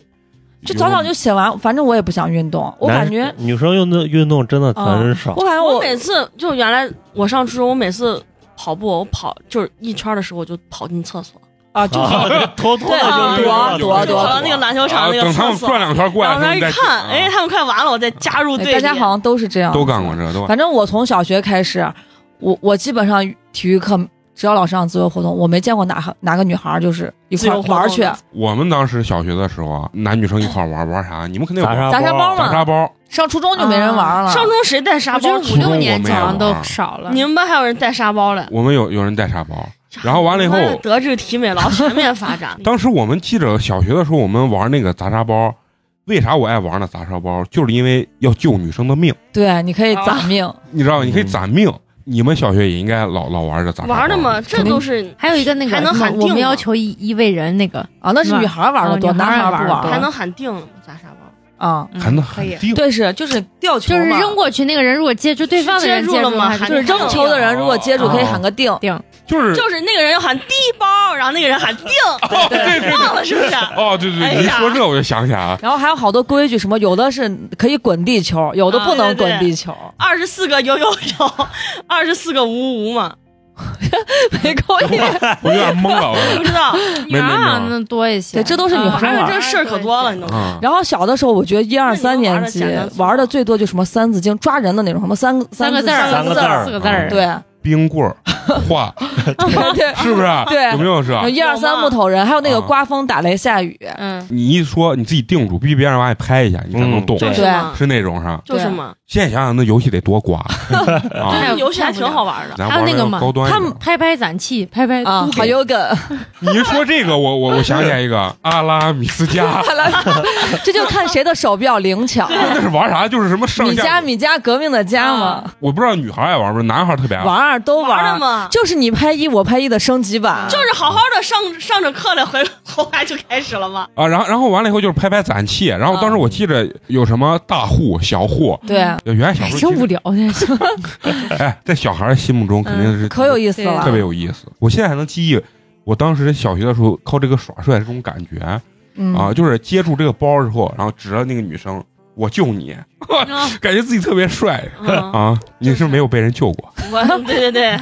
Speaker 7: 就早早就写完。反正我也不想运动，我感觉嗯
Speaker 6: 男，女生运动运动真的很少啊
Speaker 7: 我，感觉
Speaker 5: 哎我
Speaker 7: 我
Speaker 5: 每次就原来我上初中，我每次跑步，我跑就是一圈的时候，我就跑进厕所，
Speaker 7: 啊，就是
Speaker 6: 偷偷
Speaker 7: 对
Speaker 5: 啊
Speaker 7: 躲躲
Speaker 5: 就跑到
Speaker 7: 躲
Speaker 5: 那个篮球
Speaker 3: 啊
Speaker 5: 场那个
Speaker 3: 等他
Speaker 5: 厕
Speaker 3: 们转
Speaker 5: 所，
Speaker 3: 两圈过来
Speaker 5: 然后
Speaker 3: 的时候
Speaker 5: 那
Speaker 3: 你
Speaker 5: 一
Speaker 3: 再去，
Speaker 5: 看，
Speaker 3: 啊
Speaker 5: 哎，他们快完了，我再加入队
Speaker 7: 哎
Speaker 5: 里。
Speaker 7: 大家好像都是这样，
Speaker 3: 都干过。这，都干
Speaker 7: 反正我从小学开始，我我基本上体育课只要老师让自由活动，我没见过哪哪个女孩儿就是一
Speaker 5: 自
Speaker 7: 块
Speaker 5: 由
Speaker 7: 儿
Speaker 5: 活动
Speaker 7: 玩儿去
Speaker 5: 的
Speaker 3: 我们当时小学的时候啊，男女生一块儿玩玩啥？你们肯定有
Speaker 6: 砸沙
Speaker 7: 砸沙包嘛
Speaker 3: 砸沙包，
Speaker 7: 上初中就没人玩儿了，
Speaker 5: 啊上中谁带沙
Speaker 4: 我觉
Speaker 5: 包
Speaker 4: 得五
Speaker 5: 出去？
Speaker 4: 六年
Speaker 3: 初中我没
Speaker 4: 好
Speaker 3: 有啊
Speaker 4: 像都
Speaker 3: 玩儿
Speaker 4: 少了。
Speaker 5: 你们班还有人带沙包嘞？
Speaker 3: 我们有有人带沙包。
Speaker 6: 嗯
Speaker 3: 然后完了以后
Speaker 5: 我 们德智体美劳全面发
Speaker 3: 。
Speaker 5: 展
Speaker 3: 当时我们记着小学的时候，我们玩那个砸沙包。为啥我爱玩那砸沙包？就是因为要救女生的命，
Speaker 7: 对，你可以攒命。
Speaker 3: 你知道吗？
Speaker 6: 嗯
Speaker 3: 你可以攒命。你们小学也应该老老玩这砸沙包。
Speaker 5: 玩的嘛，这
Speaker 7: 肯定
Speaker 5: 都是
Speaker 4: 还有一个那个
Speaker 5: 还能
Speaker 4: 什么
Speaker 5: 喊
Speaker 4: 我
Speaker 5: 定
Speaker 4: 们要
Speaker 5: 吗
Speaker 4: 求一一位人那个，
Speaker 7: 啊，那是女孩儿玩的多，
Speaker 4: 哦女孩
Speaker 7: 男
Speaker 4: 儿
Speaker 7: 孩儿不
Speaker 4: 玩儿
Speaker 7: 玩
Speaker 4: 多
Speaker 7: 儿
Speaker 5: 还能喊定了吗？砸沙包？
Speaker 7: 啊。
Speaker 6: 嗯
Speaker 3: 还能
Speaker 4: 可
Speaker 3: 很
Speaker 4: 以
Speaker 3: 定。
Speaker 7: 对，是就是吊球
Speaker 4: 就
Speaker 7: 嘛，
Speaker 4: 是扔过去那个人如果接住对方的人
Speaker 5: 接住了吗
Speaker 4: 他就
Speaker 7: 就是扔球的人，如果接住可以喊个定。
Speaker 3: 就是
Speaker 5: 就是那个人要喊地包，然后那个人喊 定，
Speaker 3: 哦，对对对，
Speaker 5: 忘了是不 是？
Speaker 3: 哦，对对
Speaker 5: 哎
Speaker 3: 对，
Speaker 5: 呀
Speaker 3: 你一说这我就想起来了。
Speaker 7: 然后还有好多规矩，什么有的是可以滚地球，有的不能滚地球。
Speaker 5: 二十四个有有有，二十四个无无嘛，
Speaker 7: 没够意。
Speaker 3: 我有点懵了，
Speaker 5: 不
Speaker 3: 我
Speaker 5: 知道。
Speaker 3: 没没
Speaker 4: 女孩
Speaker 3: 没
Speaker 4: 儿好像能啊多一些。
Speaker 7: 对，这都是女
Speaker 4: 啊
Speaker 7: 孩
Speaker 5: 反
Speaker 7: 儿玩
Speaker 5: 正
Speaker 4: 这
Speaker 7: 儿。
Speaker 5: 哦这事儿可多了，你懂吗？
Speaker 3: 啊，
Speaker 7: 然后小的时候，我觉得一二三
Speaker 5: 那你们
Speaker 7: 年
Speaker 5: 玩的
Speaker 7: 级
Speaker 5: 简单粗暴
Speaker 7: 玩的最多就什么三字经抓人的那种，什么三
Speaker 4: 三个
Speaker 7: 字
Speaker 4: 字儿，
Speaker 6: 三个字儿
Speaker 4: 四个字儿，
Speaker 7: 对啊
Speaker 3: 冰棍儿、画，
Speaker 7: 对对
Speaker 3: 是不是？
Speaker 7: 对
Speaker 3: 有没有是？
Speaker 7: 有一二三木头人，还有那个
Speaker 3: 啊哎
Speaker 7: 刮风打雷下雨，
Speaker 4: 嗯，
Speaker 3: 你一说你自己定住，必须别让人往外拍一下，你才能
Speaker 6: 嗯
Speaker 3: 动。
Speaker 5: 就是
Speaker 7: 对
Speaker 5: 嘛，
Speaker 3: 是那种是吧？
Speaker 5: 就是嘛。
Speaker 3: 现在想想那游戏得多 瓜啊！
Speaker 4: 哎
Speaker 5: 这游戏还挺好玩的。
Speaker 3: 咱
Speaker 4: 还有
Speaker 3: 玩
Speaker 4: 那个嘛
Speaker 3: 高端一点
Speaker 4: 他们拍拍攒气，拍拍
Speaker 7: 啊
Speaker 4: 嘟，
Speaker 7: 好有梗，
Speaker 3: 你一说这个，我我我想起来一个阿拉米斯加，
Speaker 7: 这就看谁的手比较灵巧。啊
Speaker 3: 那是玩啥？就是什么上
Speaker 7: 米
Speaker 3: 下
Speaker 7: 家，米家革命的家嘛，
Speaker 3: 我不知道女孩爱玩不，男孩特别爱
Speaker 7: 玩。儿都玩
Speaker 5: 玩
Speaker 7: 儿
Speaker 5: 的，嘛，
Speaker 7: 就是你拍一我拍一的升级版，
Speaker 5: 就是好好的上上着课了，回后来就开始了嘛。
Speaker 3: 啊，然后然后完了以后就是拍拍攒气，然后当时我记着有什么大户、小户，
Speaker 7: 嗯对，啊哎
Speaker 3: 原来小时候
Speaker 4: 挺
Speaker 3: 其实
Speaker 4: 无聊的。
Speaker 3: 哎，在小孩心目中肯定是
Speaker 7: 嗯可有意思
Speaker 4: 对
Speaker 7: 了，
Speaker 3: 特别有意思。我现在还能记忆，我当时小学的时候靠这个耍帅这种感觉
Speaker 7: 嗯
Speaker 3: 啊，就是接住这个包之后，然后指着那个女生，我救你，感觉自己特别帅
Speaker 5: 嗯，
Speaker 3: 啊！你是不是没有被人救过，
Speaker 5: 我 对对对，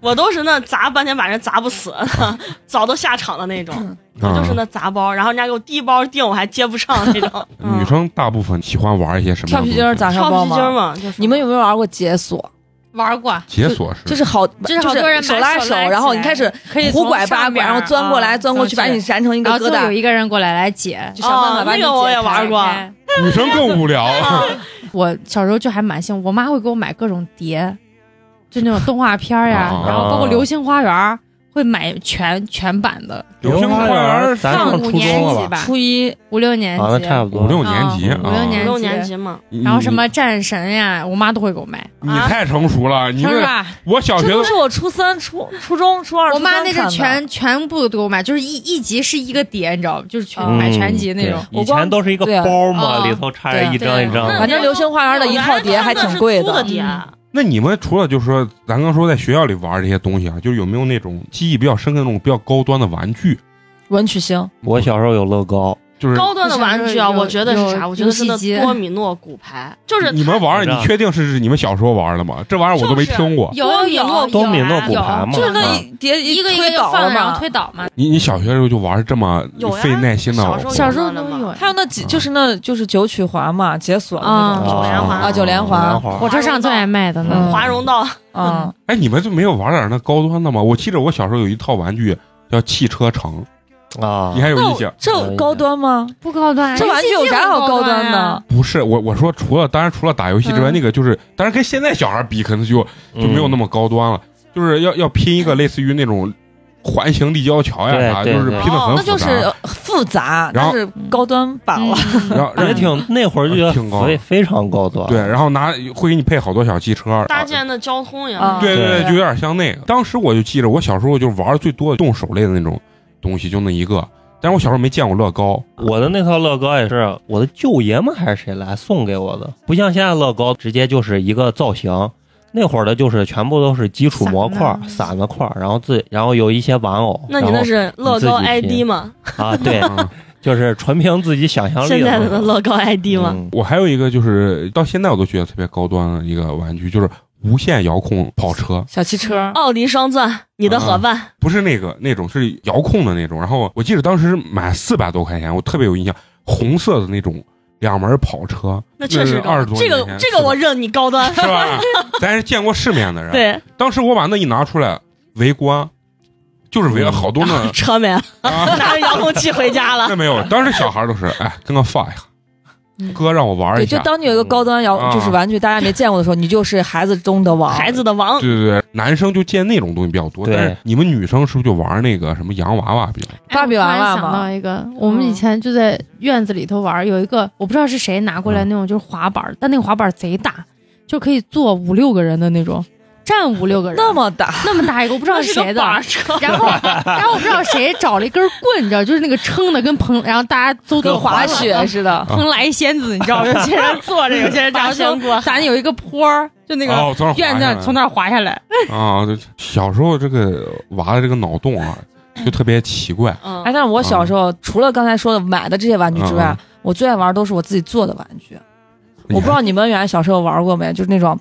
Speaker 5: 我都是那砸半天把人砸不死， 早都下场的那种。我
Speaker 3: 啊
Speaker 5: 就是那砸包，然后人家给我递包定，我还接不上那 种。嗯
Speaker 3: 女生大部分喜欢玩一些什么
Speaker 7: 跳
Speaker 3: 样的东西？
Speaker 7: 皮筋儿砸沙
Speaker 5: 跳
Speaker 7: 包
Speaker 5: 皮筋儿
Speaker 7: 嘛。
Speaker 5: 嘛，就是
Speaker 7: 你们有没有玩过解锁？
Speaker 3: 嗯
Speaker 4: 玩过，
Speaker 3: 解锁是
Speaker 7: 就是好，
Speaker 4: 就是好多人
Speaker 7: 手
Speaker 4: 把
Speaker 7: 拉
Speaker 4: 手
Speaker 7: 手，
Speaker 4: 拉起
Speaker 7: 然后
Speaker 4: 来
Speaker 7: 你开始
Speaker 4: 可以
Speaker 7: 虎
Speaker 4: 从
Speaker 7: 拐八
Speaker 4: 上
Speaker 7: 拐，
Speaker 4: 边
Speaker 7: 然后
Speaker 4: 儿
Speaker 7: 钻过来
Speaker 4: 啊
Speaker 7: 钻过去，把
Speaker 4: 钻
Speaker 7: 你燃成一个
Speaker 4: 然后
Speaker 7: 疙
Speaker 4: 最后有
Speaker 7: 瘩，
Speaker 4: 一个人过来来解。
Speaker 7: 就想办法把
Speaker 5: 哦
Speaker 7: 你
Speaker 5: 那个我
Speaker 7: 解
Speaker 5: 也
Speaker 7: 开
Speaker 5: 玩过
Speaker 4: 哎
Speaker 3: 女生更无聊。
Speaker 4: 我小时候就还蛮幸福，我妈会给我买各种碟，就那种动画片儿呀，
Speaker 3: 啊
Speaker 4: 然后包括《流星花园》会买全全版的，
Speaker 3: 流星花园
Speaker 6: 咱上
Speaker 4: 上
Speaker 6: 初
Speaker 4: 五
Speaker 6: 中
Speaker 4: 年
Speaker 6: 了
Speaker 4: 级
Speaker 6: 吧？
Speaker 4: 吧，
Speaker 7: 初一
Speaker 4: 五六年
Speaker 6: 啊，那
Speaker 4: 级，
Speaker 6: 差不多
Speaker 3: 五六年级
Speaker 4: 啊
Speaker 3: 啊，
Speaker 4: 五六年级
Speaker 5: 六年级嘛，
Speaker 3: 你
Speaker 4: 然后什么战神呀，我妈都会给我买，
Speaker 3: 你你太成熟了，你
Speaker 4: 是不
Speaker 3: 这
Speaker 4: 是啊？
Speaker 3: 我小
Speaker 7: 这
Speaker 3: 学
Speaker 7: 都
Speaker 3: 的
Speaker 7: 是我初三、初初中、初二、
Speaker 4: 我妈
Speaker 7: 初
Speaker 4: 那是
Speaker 7: 三看的
Speaker 4: 全全部都给我买，就是一一集是一个碟，你知道吗？就是全
Speaker 6: 嗯
Speaker 4: 买全集那种。
Speaker 6: 对以
Speaker 7: 我光
Speaker 6: 前都是一个
Speaker 7: 对
Speaker 6: 包嘛，
Speaker 4: 啊
Speaker 6: 里头插着一张一张
Speaker 5: 对
Speaker 7: 反
Speaker 6: 的。
Speaker 7: 正《流星花园》的一套碟还挺贵
Speaker 5: 租的
Speaker 7: 的，嗯
Speaker 5: 碟，
Speaker 3: 那你们除了就是说，咱刚说在学校里玩这些东西啊，就是有没有那种记忆比较深刻的那种比较高端的玩具？
Speaker 7: 文曲星，
Speaker 6: 嗯我小时候有乐高，
Speaker 3: 就是
Speaker 5: 高端的玩具啊，
Speaker 4: 有
Speaker 5: 我觉得是啥？
Speaker 4: 有
Speaker 5: 我觉得是
Speaker 4: 游戏机
Speaker 5: 那多米诺骨牌，就是
Speaker 3: 你们玩儿，你确定是你们小时候玩儿的吗？这玩意儿我都没听过。
Speaker 4: 有啊
Speaker 5: 多
Speaker 4: 有
Speaker 5: 米
Speaker 4: 有
Speaker 5: 诺
Speaker 4: 有
Speaker 6: 多米诺骨
Speaker 4: 哎有
Speaker 6: 牌嘛，
Speaker 7: 就是那
Speaker 6: 啊
Speaker 7: 一叠
Speaker 4: 嗯一个一
Speaker 7: 推
Speaker 4: 个
Speaker 7: 倒
Speaker 4: 放
Speaker 7: 了
Speaker 4: 着然后
Speaker 7: 嘛。
Speaker 4: 推倒嘛，
Speaker 3: 你你小学的时候就玩儿这么
Speaker 5: 有呀
Speaker 3: 费耐心的
Speaker 5: 小时候
Speaker 3: 活
Speaker 4: 小时候
Speaker 5: 有
Speaker 4: 都
Speaker 5: 那么
Speaker 4: 有。啊
Speaker 7: 还有那几就是那就是九曲环嘛，解锁的那
Speaker 4: 啊
Speaker 7: 种
Speaker 5: 九连环
Speaker 7: 啊，九连环
Speaker 6: 九连环
Speaker 4: 火车上最爱卖的
Speaker 7: 嗯
Speaker 4: 呢。
Speaker 5: 华容道，
Speaker 7: 啊，
Speaker 3: 哎，你们就没有玩点儿那高端的吗？我记着我小时候有一套玩具叫汽车城，
Speaker 6: 啊
Speaker 3: 你，还有
Speaker 7: 那
Speaker 3: 印
Speaker 7: 我
Speaker 3: 象？
Speaker 7: 这高端吗？
Speaker 4: 不高端，啊
Speaker 7: 这玩具有啥好高端
Speaker 4: 的？
Speaker 7: 的？
Speaker 3: 不是我我说除了当然除了打游戏之外，
Speaker 7: 嗯
Speaker 3: 那个就是当然跟现在小孩儿比，可能就就没有那
Speaker 6: 么
Speaker 3: 么高端了，就是要要拼一个类似于那种环形立交桥呀
Speaker 6: 对
Speaker 3: 啥，就
Speaker 6: 对
Speaker 3: 是
Speaker 6: 对
Speaker 3: 拼的
Speaker 4: 哎
Speaker 3: 很
Speaker 7: 那
Speaker 3: 复
Speaker 7: 就是
Speaker 3: 杂。
Speaker 7: 呃复杂，
Speaker 3: 然
Speaker 7: 但
Speaker 3: 后
Speaker 7: 是高端版
Speaker 4: 嗯
Speaker 7: 了。
Speaker 3: 然后然
Speaker 6: 也
Speaker 3: 后
Speaker 6: 嗯挺那会儿就觉
Speaker 3: 啊挺
Speaker 6: 得
Speaker 3: 高
Speaker 6: 非非常高端，
Speaker 3: 对，然后拿会给你配好多小汽车，啊
Speaker 5: 搭建的交通也
Speaker 7: 啊
Speaker 3: 对对
Speaker 6: 对
Speaker 3: 对，就有点像那个。当时我就记着，我小时候就玩最多的动手类的那种东西，就那一个。但是我小时候没见过乐高，
Speaker 6: 我的那套乐高也是我的舅爷们还是谁来送给我的，不像现在乐高直接就是一个造型，那会儿的就是全部都是基础模块儿、散的块儿，然后自己然后有一些玩偶。
Speaker 5: 那你
Speaker 6: 然
Speaker 5: 那
Speaker 6: 后
Speaker 5: 是乐高
Speaker 6: 你自己
Speaker 5: ID
Speaker 6: 拼
Speaker 5: 吗？
Speaker 6: 啊？对，
Speaker 3: 嗯
Speaker 6: 就是纯凭自己想象力。
Speaker 5: 现在的乐高 ID 吗？
Speaker 6: 嗯
Speaker 3: 我还有一个就是到现在我都觉得特别高端的一个玩具，就是无线遥控跑车，
Speaker 7: 小汽车，
Speaker 5: 奥迪双钻，你
Speaker 3: 啊
Speaker 5: 的伙伴，
Speaker 3: 不是那个那种，是遥控的那种。然后我记得当时买四百多块钱，我特别有印象，红色的那种两门跑车，
Speaker 5: 那确实
Speaker 3: 是
Speaker 5: 高
Speaker 3: 二十多
Speaker 5: 这
Speaker 3: 年
Speaker 5: 个
Speaker 3: 前
Speaker 5: 这个我
Speaker 3: 是
Speaker 5: 认你高 端。
Speaker 3: 吧是 吧？咱是见过世面的人。，
Speaker 5: 对，
Speaker 3: 当时我把那一拿出来围观，就是围了好多 那
Speaker 5: 车没了，
Speaker 3: 啊，
Speaker 5: 拿着遥控器回家了
Speaker 3: 那。没有，当时小孩都是哎，跟个放一下，哥让我玩
Speaker 7: 嗯对，
Speaker 3: 一
Speaker 7: 就
Speaker 3: 下，
Speaker 7: 当你有一个高端摇
Speaker 3: 啊
Speaker 7: 就是玩具，大家没见过的时候，你就是孩子中的王。
Speaker 5: 孩子的王，
Speaker 3: 对对对，男生就见那种东西比较多，
Speaker 6: 对
Speaker 3: 但是你们女生是不是就玩那个什么洋娃娃比较？
Speaker 4: 哎
Speaker 7: 芭比娃
Speaker 4: 我
Speaker 7: 嗯娃
Speaker 4: 突然想
Speaker 7: 嘛
Speaker 4: 到一个，我们以前就在院子里头玩，有一个我不知道是谁拿过
Speaker 6: 嗯
Speaker 4: 来那种就是滑板，但那个滑板贼大，就可以坐五六个人的那种，站五六个人，
Speaker 7: 那么大，
Speaker 4: 那么大一个，我不知道
Speaker 5: 那
Speaker 4: 是
Speaker 5: 是个
Speaker 4: 谁的。
Speaker 5: 板儿车，
Speaker 4: 然后，然后我不知道谁找了一根棍，你知道，就是那个撑的跟蓬，然后大家都
Speaker 7: 跟
Speaker 4: 坐
Speaker 7: 滑雪似的。
Speaker 4: 蓬莱仙子，你知道吗？有些人坐着，有些人站着。
Speaker 5: 香锅，
Speaker 4: 咱有一个坡儿，就那个
Speaker 3: 哦，从那儿滑
Speaker 4: 院
Speaker 3: 下
Speaker 4: 子
Speaker 3: 来
Speaker 4: 从那儿滑下来，
Speaker 3: 啊，对小时候这个娃的这个脑洞啊，就特别奇怪。
Speaker 5: 嗯
Speaker 7: 哎，但是我小时候除了刚才说的买的这些玩具之外
Speaker 3: 嗯，
Speaker 7: 我最爱玩都是我自己做的玩具。我不知道你们原来小时候玩过没，就是那种。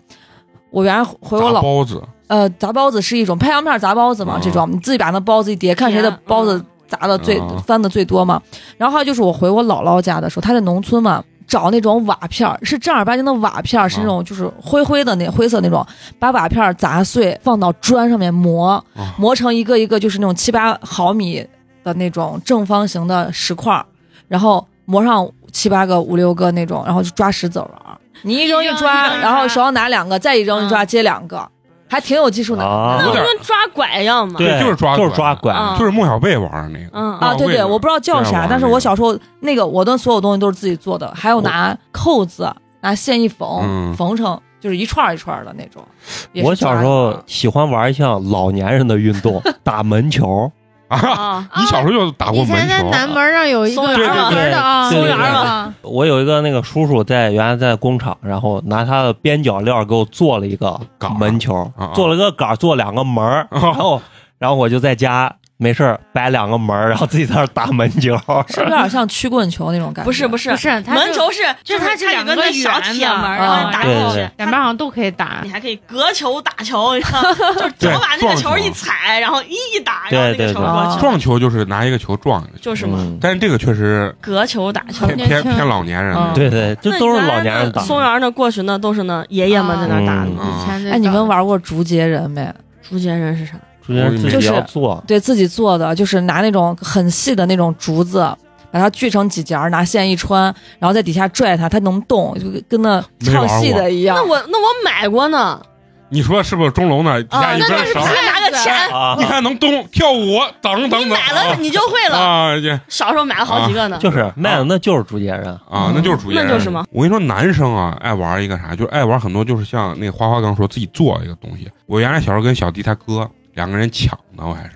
Speaker 7: 我原来回我
Speaker 3: 砸
Speaker 7: 老
Speaker 3: 包子，
Speaker 7: 呃砸包子是一种拍洋片砸包子嘛，
Speaker 3: 嗯
Speaker 7: 这种你自己把那包子一叠，看谁的
Speaker 5: 嗯
Speaker 7: 包子砸的最
Speaker 3: 嗯
Speaker 7: 翻的最多嘛。然后还有就是我回我姥姥家的时候，她在农村嘛，找那种瓦片儿，是正儿八经的瓦片儿，是那种就是灰灰的那灰色那种，把瓦片儿砸碎，放到砖上面磨
Speaker 3: 哦，
Speaker 7: 磨成一个一个就是那种七八毫米的那种正方形的石块儿，然后磨上七八个五六个那种，然后就抓石子儿玩儿。你一扔一
Speaker 5: 一
Speaker 7: 抓，
Speaker 5: 扔一抓
Speaker 7: 然后手上拿两个，嗯再一扔一抓，接两个，还挺有技术难。
Speaker 6: 啊
Speaker 5: 那
Speaker 3: 有
Speaker 5: 不
Speaker 3: 点
Speaker 5: 跟抓拐一样吗？
Speaker 6: 对，
Speaker 3: 就是抓
Speaker 6: 就是
Speaker 3: 拐
Speaker 6: 抓拐，
Speaker 5: 啊
Speaker 3: 就是孟小贝玩的那个
Speaker 5: 嗯
Speaker 7: 啊，对对，我不知道叫
Speaker 3: 对我
Speaker 7: 啥
Speaker 3: 玩，
Speaker 7: 但是
Speaker 3: 那个
Speaker 7: 我小时候那个我的所有东西都是自己做的，还有拿扣子、拿线一
Speaker 3: 嗯
Speaker 7: 缝，缝成就是一串儿一串儿的那种。也是
Speaker 6: 我小时
Speaker 7: 抓啊
Speaker 6: 候
Speaker 7: 的
Speaker 6: 喜欢玩一项老年人的运动，打门球。
Speaker 3: 啊。
Speaker 5: 啊，
Speaker 3: 你小时候就打过
Speaker 4: 以
Speaker 3: 门
Speaker 4: 前在
Speaker 3: 球
Speaker 4: 南门上有一个
Speaker 5: 松园
Speaker 6: 儿嘛
Speaker 4: 门的啊，
Speaker 6: 对
Speaker 5: 对对松园儿
Speaker 4: 嘛，
Speaker 6: 我有一个那个叔叔在原来在工厂，然后拿他的边角料给我做了一个
Speaker 3: 杆儿
Speaker 6: 门球
Speaker 3: 啊啊，
Speaker 6: 做了个杆儿，做两个门儿，然后 然后我就在家没事儿摆两个门儿，然后自己在那儿打门球。
Speaker 7: 是不是有点像曲棍球那种感觉？
Speaker 5: 嗯不是不是
Speaker 4: 不，是它
Speaker 5: 门球是，
Speaker 4: 就是它是
Speaker 5: 它有
Speaker 4: 两个
Speaker 5: 个那小
Speaker 4: 圆
Speaker 5: 铁
Speaker 4: 的
Speaker 5: 门
Speaker 7: 啊
Speaker 5: 儿，然后打
Speaker 6: 对
Speaker 5: 进
Speaker 6: 对
Speaker 5: 去
Speaker 6: 对。
Speaker 4: 两边好像都可以打
Speaker 5: 你，还可以隔球打球，你知道吗就是只要把那个球一踩，然后一一打，然后那
Speaker 6: 对对
Speaker 5: 个球
Speaker 6: 对
Speaker 5: 过去，
Speaker 3: 撞球就是拿一个球撞一个球，
Speaker 5: 就是嘛，
Speaker 6: 嗯，
Speaker 3: 但是这个确实
Speaker 5: 隔球打球。
Speaker 3: 偏偏偏老年人
Speaker 7: 嗯
Speaker 3: 了。
Speaker 6: 对对， 这都是老年人打
Speaker 5: 那原来那松园那过去那都是那爷爷们在那儿打的
Speaker 6: 嗯。
Speaker 4: 以前这
Speaker 7: 哎，你们玩过竹节人没？
Speaker 5: 竹节人是啥？
Speaker 6: 中间自
Speaker 3: 就是
Speaker 6: 己要 做。
Speaker 7: 对自己做的，就是拿那种很细的那种竹子，把它锯成几节儿，拿线一穿，然后在底下拽它，它能动，就跟那
Speaker 3: 没玩
Speaker 7: 唱
Speaker 3: 过
Speaker 7: 戏的一样
Speaker 5: 那。我那我买过呢，
Speaker 3: 你说是不是钟楼那底下
Speaker 5: 啊，
Speaker 3: 一
Speaker 5: 那
Speaker 3: 根
Speaker 5: 是
Speaker 3: 绳
Speaker 5: 他
Speaker 3: 儿？
Speaker 5: 拿个钱，
Speaker 6: 啊
Speaker 3: 你，看能动跳舞，等
Speaker 5: 你
Speaker 3: 等等
Speaker 5: 买了
Speaker 3: 啊
Speaker 5: 你就会了。
Speaker 3: 啊也
Speaker 5: 小时候买了好几个呢，
Speaker 6: 啊就是卖的那就是竹节人，
Speaker 3: 啊，那就是主业。
Speaker 5: 那就是嘛。
Speaker 3: 我跟你说，男生啊，爱玩一个啥，就是爱玩很多，就是像那花花刚说自己做一个东西。我原来小时候跟小弟他哥两个人抢的，我还是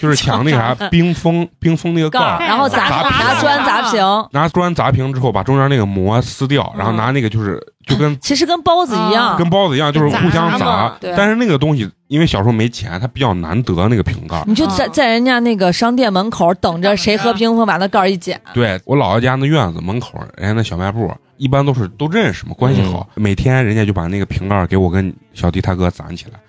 Speaker 3: 就是抢那啥冰封冰封那个盖
Speaker 7: 杠，
Speaker 3: 儿，
Speaker 7: 然后砸
Speaker 3: 砸
Speaker 7: 拿砖砸平，
Speaker 3: 拿砖砸平之后，把中间那个膜撕掉，然后拿那个就是就跟
Speaker 7: 其实跟包子一样，
Speaker 5: 嗯
Speaker 3: 跟包子一样，就是互相
Speaker 5: 砸
Speaker 3: 砸
Speaker 5: 嘛。
Speaker 7: 嗯对
Speaker 3: 但是那个东西，因为小时候没钱，它比较难得那个瓶盖儿。
Speaker 7: 你就
Speaker 4: 啊
Speaker 7: 在在人家那个商店门口等着谁喝冰峰把那盖儿一剪，嗯
Speaker 3: 对我姥姥家那院子门口，人家那小卖部一般都是都认识嘛，关系好。每天人家就把那个瓶盖给我跟小弟他哥攒起来，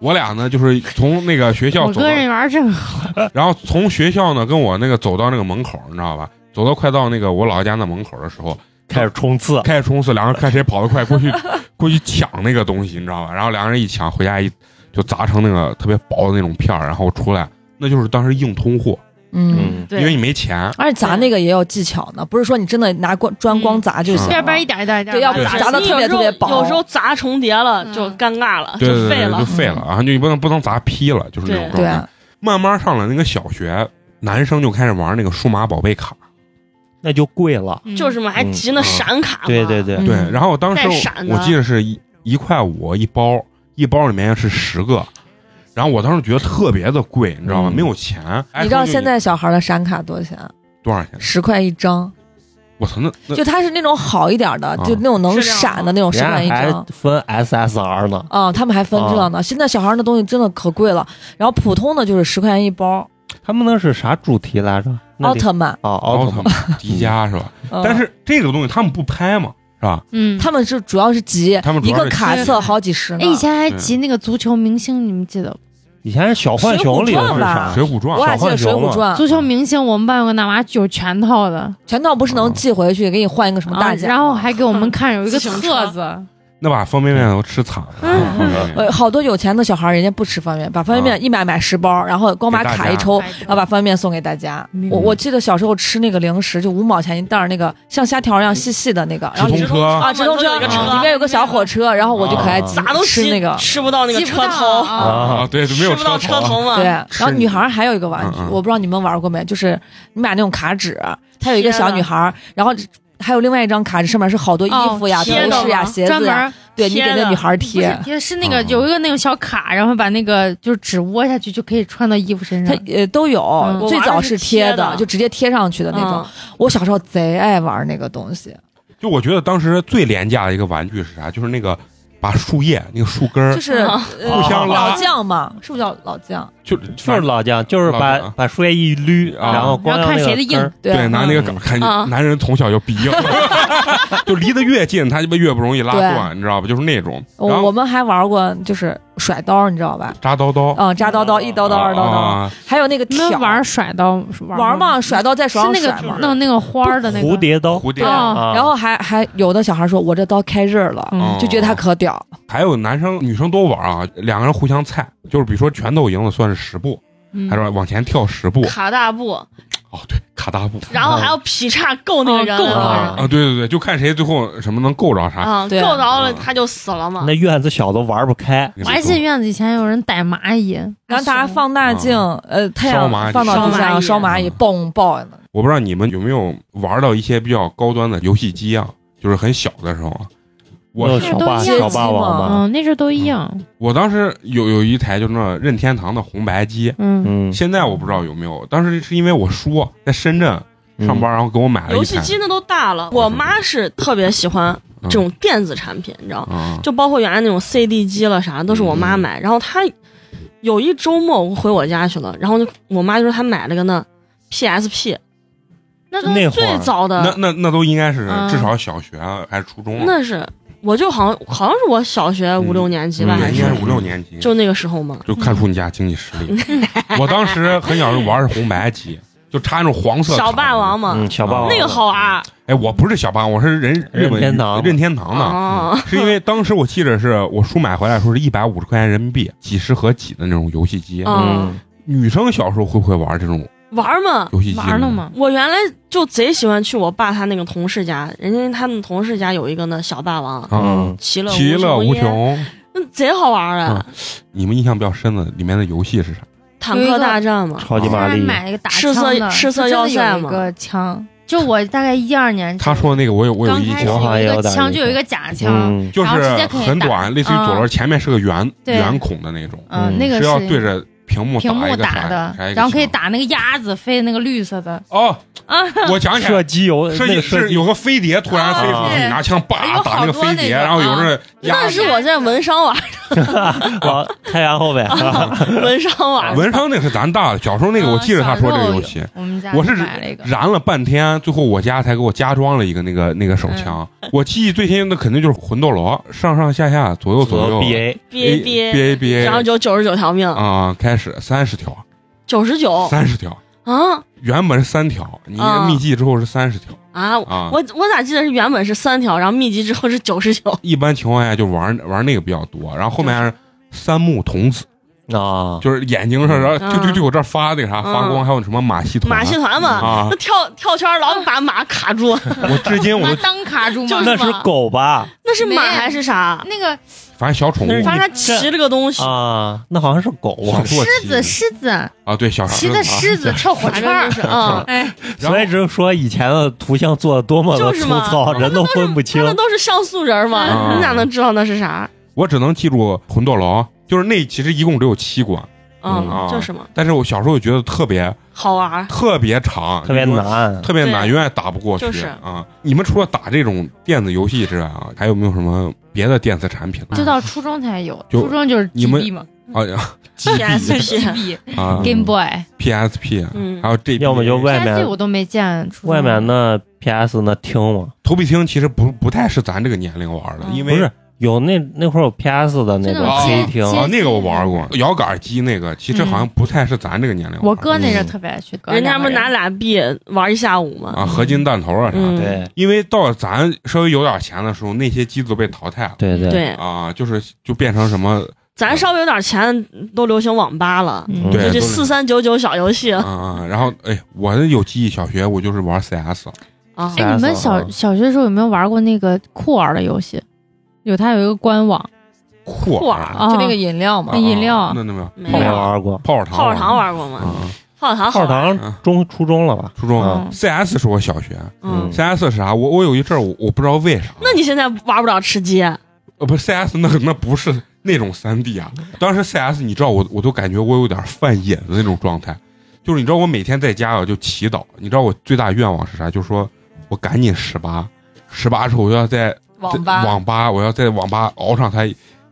Speaker 3: 我俩呢就是从那个学校
Speaker 4: 我
Speaker 3: 走
Speaker 4: 哥
Speaker 3: 到，
Speaker 4: 人缘真好，
Speaker 3: 然后从学校呢跟我那个走到那个门口，你知道吧？走到快到那个我姥姥家那门口的时候，
Speaker 6: 开始冲刺，
Speaker 3: 开始冲刺，两个人看谁跑得快，过去过去抢那个东西，你知道吧？然后两个人一抢，回家一就砸成那个特别薄的那种片儿，然后出来，那就是当时硬通货，
Speaker 7: 嗯。
Speaker 6: 嗯，
Speaker 3: 因为你没钱。
Speaker 7: 而且砸那个也有技巧呢，不是说你真的拿光砖光砸就行
Speaker 4: 嗯
Speaker 7: 了。
Speaker 4: 边边一点一点一点，
Speaker 7: 对要不
Speaker 3: 对
Speaker 7: 砸得
Speaker 5: 你
Speaker 7: 特别
Speaker 5: 有时
Speaker 7: 特
Speaker 5: 候
Speaker 7: 别薄
Speaker 5: 有时候砸重叠了
Speaker 4: 嗯
Speaker 5: 就尴尬了，
Speaker 3: 对对
Speaker 5: 就
Speaker 3: 对
Speaker 5: 废
Speaker 3: 对，
Speaker 5: 了
Speaker 3: 就。废了，然后就不能不能砸劈了，就是那种状
Speaker 7: 嗯
Speaker 5: 对
Speaker 7: 对
Speaker 3: 态。
Speaker 7: 啊，
Speaker 3: 慢慢上了那个小学，男生就开始玩那个数码宝贝卡。
Speaker 6: 那就贵了。
Speaker 5: 就是嘛，
Speaker 3: 嗯
Speaker 5: 还集
Speaker 3: 啊
Speaker 5: 那闪卡嘛，
Speaker 6: 对对对，
Speaker 7: 嗯
Speaker 3: 对，然后当时
Speaker 5: 带闪的
Speaker 3: 我记得是一一块五一包，一包里面是十个。然后我当时觉得特别的贵，你知道吗？
Speaker 6: 嗯
Speaker 3: 没有钱。
Speaker 7: 你知道
Speaker 3: iPhone 就
Speaker 7: 现在小孩的闪卡多少钱？啊
Speaker 3: 多少钱？
Speaker 7: 十块一张，
Speaker 3: 我操，那那
Speaker 7: 就它是那种好一点的，
Speaker 3: 啊
Speaker 7: 就那种能
Speaker 5: 质量好
Speaker 7: 闪的那种，十块
Speaker 6: 人
Speaker 7: 一
Speaker 6: 家还
Speaker 7: 张。
Speaker 6: 分 SSR 呢，
Speaker 7: 啊，他们还分这呢。现在小孩那东西真的可贵了，然后普通的就是十块钱一包，
Speaker 6: 他们那是啥主题来着？那
Speaker 7: 奥
Speaker 6: 里
Speaker 7: 特曼。
Speaker 6: 哦，
Speaker 3: 奥
Speaker 6: 奥特
Speaker 3: 特
Speaker 6: 曼，
Speaker 3: 曼迪迦是吧？
Speaker 7: 嗯
Speaker 3: 但是这个东西他们不拍嘛，是吧？
Speaker 4: 嗯，
Speaker 7: 他们是主要是集，
Speaker 3: 他们主
Speaker 7: 一
Speaker 3: 要是
Speaker 7: 个卡
Speaker 3: 集
Speaker 7: 册好几十呢，
Speaker 4: 哎，。以前还集那个足球明星，你们记得不？
Speaker 6: 以前小浣熊里头是啥
Speaker 3: 《水浒传
Speaker 7: 嗯我》
Speaker 6: 哇
Speaker 7: 俩记得《水浒传》，
Speaker 4: 足球明星，我们班有个男娃有全套的，
Speaker 7: 全套不是
Speaker 3: 嗯
Speaker 7: 能寄回去，给你换一个什么大
Speaker 4: 啊
Speaker 7: 奖，
Speaker 4: 然后还给我们看有一个
Speaker 5: 自行车
Speaker 4: 册子，
Speaker 3: 那把方便面都吃惨了。
Speaker 4: 嗯
Speaker 3: 方便面
Speaker 7: 呃，好多有钱的小孩儿人家不吃方便面，把方便面一买买十包，然后光把
Speaker 3: 啊给大家
Speaker 7: 卡一抽，
Speaker 4: 哎
Speaker 7: 然啊后把方便面送给大家
Speaker 4: 嗯。
Speaker 7: 我我记得小时候吃那个零食，就五毛钱一袋儿那个像虾条一样细细的那个，
Speaker 3: 直
Speaker 7: 然后
Speaker 3: 通
Speaker 7: 你
Speaker 3: 车
Speaker 7: 啊，直通
Speaker 5: 有一个
Speaker 7: 车
Speaker 5: 车
Speaker 7: 里面有个小火车，然后我就可爱
Speaker 6: 啊
Speaker 5: 砸都
Speaker 7: 吃
Speaker 5: 吸
Speaker 7: 那个，
Speaker 5: 吃不到那个
Speaker 4: 记不
Speaker 5: 车
Speaker 4: 到
Speaker 5: 头，
Speaker 4: 啊，
Speaker 3: 啊，
Speaker 6: 啊，
Speaker 3: 对，就没
Speaker 5: 吃
Speaker 3: 有
Speaker 5: 不到车
Speaker 3: 头。
Speaker 5: 头嘛。
Speaker 7: 对，然
Speaker 3: 吃
Speaker 7: 后
Speaker 3: 那
Speaker 7: 女
Speaker 3: 个
Speaker 7: 孩儿还有一个玩具
Speaker 3: 嗯，嗯
Speaker 7: 我不知道你们玩过没，就是你买那种卡纸，它有一个
Speaker 5: 贴
Speaker 7: 小
Speaker 5: 的
Speaker 7: 女孩儿，然后还有另外一张卡纸，上面是好多衣
Speaker 4: 哦
Speaker 7: 服呀、头
Speaker 5: 贴的
Speaker 7: 饰呀、
Speaker 5: 吗
Speaker 7: 鞋
Speaker 4: 专
Speaker 7: 子
Speaker 4: 门
Speaker 7: 呀，
Speaker 4: 儿
Speaker 7: 对你给
Speaker 5: 贴
Speaker 7: 那
Speaker 5: 的
Speaker 7: 女孩儿
Speaker 4: 不
Speaker 7: 贴
Speaker 4: 是。贴，是那个
Speaker 3: 嗯
Speaker 4: 有一个那种小卡，然后把那个就是纸窝下去就可以穿到衣服身
Speaker 7: 它
Speaker 4: 上。
Speaker 7: 呃都有，
Speaker 4: 嗯
Speaker 7: 最
Speaker 5: 我玩
Speaker 7: 早
Speaker 5: 的是
Speaker 7: 贴
Speaker 5: 贴的
Speaker 7: 就直接贴上去的那种。
Speaker 5: 嗯
Speaker 7: 我小时候贼爱玩那个东西，
Speaker 3: 就我觉得当时最廉价的一个玩具是啥？就是那个把树叶那个树根儿
Speaker 4: 嗯
Speaker 7: 就是
Speaker 5: 啊
Speaker 7: 呃
Speaker 4: 哦
Speaker 3: 互相拉
Speaker 7: 老将嘛，是不是叫老将？
Speaker 3: 就
Speaker 6: 就是老姜，就是
Speaker 3: 老
Speaker 6: 把
Speaker 3: 姜啊
Speaker 6: 把树叶一捋，
Speaker 3: 啊
Speaker 6: 然后光
Speaker 4: 然后
Speaker 6: 让
Speaker 4: 看
Speaker 6: 那个
Speaker 4: 谁的
Speaker 6: 根儿
Speaker 4: 硬，
Speaker 7: 对
Speaker 3: 对，拿那个
Speaker 6: 嗯
Speaker 3: 杆，看
Speaker 5: 啊
Speaker 3: 男人从小就比硬，就离得越近，他就越不容易拉
Speaker 7: 对哦
Speaker 3: 断，你知道吧？就是那种，然
Speaker 7: 呃我我
Speaker 3: 后
Speaker 7: 们还玩过，就是甩刀，你知道吧？
Speaker 3: 扎刀刀，
Speaker 7: 嗯，扎刀刀，一刀刀，二刀刀，
Speaker 3: 啊，
Speaker 7: 还有那个
Speaker 4: 你
Speaker 7: 挑
Speaker 4: 们玩甩刀玩
Speaker 7: 玩
Speaker 4: 吗？
Speaker 7: 嘛，甩刀在手
Speaker 4: 是
Speaker 7: 上
Speaker 4: 那个
Speaker 7: 甩嘛。
Speaker 4: 弄那个花儿的那个哦
Speaker 6: 蝴蝶刀，
Speaker 3: 蝴蝶。
Speaker 4: 啊
Speaker 6: 啊
Speaker 7: 然后还还有的小孩说，我这刀开刃了，
Speaker 4: 嗯
Speaker 7: 就觉得他可屌。
Speaker 3: 还有男生女生都玩啊，两个人互相菜，就是比如说拳头赢了算是十步，
Speaker 4: 嗯
Speaker 3: 还是往前跳十步，
Speaker 5: 卡大步，
Speaker 3: 哦对，卡大步
Speaker 5: 然后还要劈叉够那个
Speaker 4: 哦
Speaker 5: 人
Speaker 4: 够
Speaker 6: 那个人
Speaker 3: 啊，对对对，就看谁最后什么能够着啥。
Speaker 5: 啊，
Speaker 7: 对
Speaker 5: 够着了
Speaker 3: 嗯
Speaker 5: 他就死了嘛
Speaker 6: 那。院子小的玩不开，
Speaker 4: 我还记得院子以前有人逮蚂蚁，
Speaker 7: 然后大家放大镜，呃，太
Speaker 3: 嗯烧
Speaker 7: 阳
Speaker 3: 蚂蚁
Speaker 7: 放到地
Speaker 5: 烧蚂
Speaker 7: 下
Speaker 5: 蚁
Speaker 7: 烧蚂蚁，
Speaker 3: 嗯
Speaker 7: 嘣爆呢。
Speaker 3: 我不知道你们有没有玩到一些比较高端的游戏机啊，就是很小的时候啊。
Speaker 6: 那
Speaker 3: 我
Speaker 6: 个小霸
Speaker 4: 那都一
Speaker 6: 小
Speaker 7: 样
Speaker 6: 霸王嘛，
Speaker 4: 嗯，那阵儿都一样，
Speaker 3: 我当时有有一台就是那任天堂的红白机，
Speaker 4: 嗯，
Speaker 6: 嗯，
Speaker 3: 现在我不知道有没有。当时是因为我叔在深圳
Speaker 6: 嗯
Speaker 3: 上班，然后给我买了
Speaker 5: 游
Speaker 3: 一
Speaker 5: 戏
Speaker 3: 台。
Speaker 5: 机那都大了，我妈是特别喜欢这
Speaker 3: 嗯
Speaker 5: 种电子产品，你知道吗。
Speaker 3: 啊，
Speaker 5: 就包括原来那种 CD 机了啥，都是我
Speaker 3: 嗯
Speaker 5: 妈买。然后她有一周末我回我家去了，然后就我妈就说她买了个那 PSP，那都
Speaker 6: 那
Speaker 5: 是
Speaker 6: 会儿
Speaker 5: 最早
Speaker 3: 那
Speaker 5: 的，
Speaker 3: 那那都应该是
Speaker 4: 嗯
Speaker 3: 至少小学啊还是初中了，
Speaker 5: 那是我就好像好像是我小学五六年级吧，
Speaker 3: 嗯
Speaker 5: 还
Speaker 3: 应该
Speaker 5: 是
Speaker 3: 是五六年级，
Speaker 5: 就那个时候嘛。
Speaker 3: 就看出你家经济实力。
Speaker 5: 嗯
Speaker 3: 我当时很小就玩的是红白机，就插那种黄色
Speaker 5: 小霸
Speaker 3: 卡
Speaker 5: 王嘛，
Speaker 6: 嗯，小霸王
Speaker 5: 那个好玩儿
Speaker 3: 哎，我不是小霸王，我是人日本
Speaker 6: 任天堂
Speaker 3: 任天堂的。
Speaker 5: 啊！
Speaker 3: 是因为当时我记着是我叔买回来的时候是一百五十块钱人民币，几十合几的那种游戏机。
Speaker 5: 嗯
Speaker 6: 嗯，
Speaker 3: 女生小时候会不会玩这种
Speaker 5: 玩儿嘛。
Speaker 3: 游戏机？
Speaker 4: 玩了？吗？
Speaker 5: 我原来就贼喜欢去我爸他那个同事家，人家他们同事家有一个那小霸王，
Speaker 6: 嗯
Speaker 3: 啊，
Speaker 5: 其乐
Speaker 3: 其乐无
Speaker 5: 无烟，
Speaker 3: 穷。
Speaker 5: 那贼好玩儿
Speaker 3: 嗯
Speaker 5: 的，
Speaker 3: 你们印象比较深的里面的游戏是啥？
Speaker 5: 坦
Speaker 4: 有一
Speaker 5: 克
Speaker 4: 个
Speaker 5: 大战嘛。
Speaker 6: 超级
Speaker 4: 我
Speaker 6: 玛
Speaker 4: 还
Speaker 6: 丽，
Speaker 4: 买了个打
Speaker 5: 赤色
Speaker 4: 枪的，
Speaker 5: 赤色
Speaker 4: 就真的
Speaker 5: 要塞
Speaker 4: 有一
Speaker 5: 嘛
Speaker 4: 个枪，就我大概一二年级，
Speaker 3: 他说那个我有我有
Speaker 4: 刚
Speaker 3: 印
Speaker 4: 开始
Speaker 3: 象，
Speaker 6: 我好像
Speaker 4: 有
Speaker 6: 也
Speaker 4: 一
Speaker 6: 有
Speaker 4: 个
Speaker 6: 点
Speaker 4: 枪，
Speaker 6: 印
Speaker 4: 就有一个假枪，
Speaker 6: 嗯，
Speaker 3: 就
Speaker 4: 然后
Speaker 3: 是
Speaker 4: 直接可以
Speaker 3: 很
Speaker 4: 打嗯
Speaker 3: 短，类似于左轮，前面是个圆
Speaker 4: 对
Speaker 3: 圆孔的那种，
Speaker 4: 嗯，
Speaker 6: 嗯
Speaker 4: 那个
Speaker 3: 是要
Speaker 4: 是
Speaker 3: 对着屏幕
Speaker 4: 屏幕
Speaker 3: 一个啥
Speaker 4: 打的
Speaker 3: 啥一，个
Speaker 4: 然后可以
Speaker 3: 墙
Speaker 4: 打那啊个鸭子飞的那个绿色的
Speaker 3: 哦，我讲起来
Speaker 6: 射
Speaker 3: 了。
Speaker 6: 击游
Speaker 3: 设
Speaker 6: 那
Speaker 3: 计
Speaker 6: 个射
Speaker 3: 是
Speaker 6: 击
Speaker 3: 有个飞碟突然飞出去，
Speaker 4: 啊
Speaker 3: 你拿枪
Speaker 4: 哎
Speaker 3: 叭
Speaker 4: 有
Speaker 3: 打那
Speaker 4: 好
Speaker 3: 个
Speaker 4: 多
Speaker 3: 飞
Speaker 4: 那
Speaker 3: 碟，
Speaker 4: 种
Speaker 3: 然后有
Speaker 4: 啊
Speaker 3: 人压
Speaker 5: 那是我在文商玩，
Speaker 3: 啊
Speaker 6: 往太阳后面，啊
Speaker 5: 文商玩，
Speaker 3: 文商那个是咱大的，小时候那个我记着他说这个游戏，
Speaker 4: 我们家
Speaker 3: 我是
Speaker 4: 买了一个，
Speaker 3: 燃了半天，最后我家才给我加装了一个那个那个手枪。我记忆最深的肯定就是魂斗罗，上上下下左右左 右
Speaker 6: B A
Speaker 5: B A
Speaker 3: B
Speaker 5: B
Speaker 3: A
Speaker 5: A，
Speaker 3: B A B
Speaker 5: 然后
Speaker 3: A
Speaker 5: 就九十九条命，
Speaker 3: 啊，开始三十条，
Speaker 5: 九十九
Speaker 3: 三十条，
Speaker 5: 啊
Speaker 3: 原本是三条，你
Speaker 5: 哦啊
Speaker 3: 秘籍之后是三十条
Speaker 5: 啊！
Speaker 3: 啊。
Speaker 5: 我我咋记得是原本是三条，然后秘籍之后是九十 九，
Speaker 3: 一般情况下就玩玩那个比较多，然后后面是三木童子，
Speaker 6: 啊，
Speaker 3: 就是眼睛上，然后
Speaker 5: 嗯
Speaker 3: 就就就我这儿发那个啥发光，
Speaker 5: 嗯
Speaker 3: 还有什么马戏团，
Speaker 5: 马戏团嘛，
Speaker 3: 啊
Speaker 5: 那，跳跳圈儿老把马卡住，
Speaker 3: 我至今 我
Speaker 4: 把
Speaker 3: 都
Speaker 4: 裆卡住吗？
Speaker 6: 那是狗吧？
Speaker 5: 那是马
Speaker 4: 没
Speaker 5: 还是啥？
Speaker 4: 那个
Speaker 3: 反正小宠
Speaker 6: 那是
Speaker 3: 物
Speaker 6: 你
Speaker 5: 反正他骑着个东西，
Speaker 6: 啊，那好像是狗，
Speaker 3: 小 坐
Speaker 4: 狮子，狮子
Speaker 3: 啊，对小
Speaker 4: 骑
Speaker 3: 孩
Speaker 4: 的
Speaker 3: 子啊
Speaker 4: 狮子跳火
Speaker 5: 反
Speaker 4: 圈
Speaker 5: 正
Speaker 4: 儿
Speaker 5: 就，是 啊，
Speaker 4: 哎，
Speaker 3: 然后
Speaker 6: 所以只是说以前的图像做的多么的
Speaker 5: 就是
Speaker 6: 粗
Speaker 5: 嘛
Speaker 6: 糙，人都分不清
Speaker 5: 他。们都是像素人嘛，
Speaker 3: 啊
Speaker 5: 你咋能知道那是啥？
Speaker 3: 我只能记住魂斗罗，就是那其实一共只有七关，
Speaker 5: 嗯，
Speaker 3: 啊
Speaker 5: 就是嘛，
Speaker 3: 但是我小时候觉得特别
Speaker 5: 好玩 儿。
Speaker 3: 特别长，
Speaker 6: 特别
Speaker 3: 就是
Speaker 5: 嗯
Speaker 6: 难，
Speaker 3: 特别难，
Speaker 5: 对
Speaker 3: 永远打不过去、
Speaker 5: 就是
Speaker 3: 啊！你们除了打这种电子游戏之外啊，还有没有什么别的电子产品？
Speaker 4: 就到初中才有，
Speaker 3: 就
Speaker 4: 初中就是
Speaker 3: 你们
Speaker 4: GB 嘛
Speaker 3: 啊呀
Speaker 5: PSP，
Speaker 4: ，GB
Speaker 3: 啊
Speaker 4: Game Boy、
Speaker 3: PSP，
Speaker 5: 嗯
Speaker 3: 啊还，有这，
Speaker 6: 要么就外
Speaker 4: PSP
Speaker 6: 面
Speaker 4: 我都没见，初中
Speaker 6: 外面那 PS 那厅嘛，
Speaker 3: 投币厅，其实不不太是咱这个年龄玩的，
Speaker 4: 嗯
Speaker 3: 因
Speaker 6: 不
Speaker 3: 为
Speaker 6: 是有那那会儿有 PS 的那
Speaker 4: 真
Speaker 6: 种
Speaker 4: 的
Speaker 3: 吗
Speaker 6: 黑厅，
Speaker 4: 其
Speaker 3: 啊
Speaker 5: 哦
Speaker 4: 实，
Speaker 3: 那个我玩过，摇杆机那个，其实好像不太是咱这个年龄玩的。
Speaker 4: 嗯我哥
Speaker 3: 嗯
Speaker 4: 那阵特别爱去，哥
Speaker 5: 人家
Speaker 4: 两
Speaker 5: 不
Speaker 4: 个
Speaker 5: 是拿俩币玩一下午嘛？
Speaker 3: 啊，合金弹头啊啥的，
Speaker 5: 嗯，
Speaker 6: 对
Speaker 3: 因为到了咱稍微有点钱的时候，那些机子被淘汰了
Speaker 6: 对对，
Speaker 5: 对，
Speaker 3: 啊，就是就变成什么
Speaker 5: 咱稍微有点钱都流行网吧了，
Speaker 4: 嗯
Speaker 3: 对
Speaker 5: 就这
Speaker 3: 都
Speaker 5: 四三九九小游戏
Speaker 3: 啊啊，然后哎，我的有记忆，小学我就是玩 CS
Speaker 5: 啊，
Speaker 4: 哎，你们
Speaker 6: CS
Speaker 4: 小
Speaker 6: 啊
Speaker 4: 小学的时候有没有玩过那个酷玩的游戏？有，它有一个官网
Speaker 3: 酷
Speaker 5: 酷
Speaker 3: 玩
Speaker 5: 玩
Speaker 4: 啊，
Speaker 7: 就哦那个饮料嘛
Speaker 3: 啊，
Speaker 4: 饮料
Speaker 3: 啊那那没有
Speaker 5: 没
Speaker 6: 没
Speaker 5: 有
Speaker 6: 玩过。
Speaker 3: 泡泡糖
Speaker 5: 泡泡糖玩过
Speaker 3: 啊
Speaker 5: 吗？
Speaker 3: 啊，
Speaker 5: 泡泡糖好
Speaker 6: 泡
Speaker 5: 玩，
Speaker 3: 啊
Speaker 6: 糖中初中了吧？
Speaker 3: 初中啊
Speaker 4: 嗯
Speaker 3: CS 是我小学
Speaker 5: 嗯
Speaker 6: 嗯，
Speaker 3: ，CS 是啥？我我有一阵儿我我不知道为啥，
Speaker 5: 那你现在玩不了吃鸡，
Speaker 3: 呃不是 CS 那那不是那种三 D 啊，当时 CS 你知道我我都感觉我有点犯瘾的那种状态，就是你知道我每天在家啊就祈祷，你知道我最大愿望是啥？就是说我赶紧十八，十八之后我要在
Speaker 7: 网吧
Speaker 3: 在网吧，我要在网吧熬上它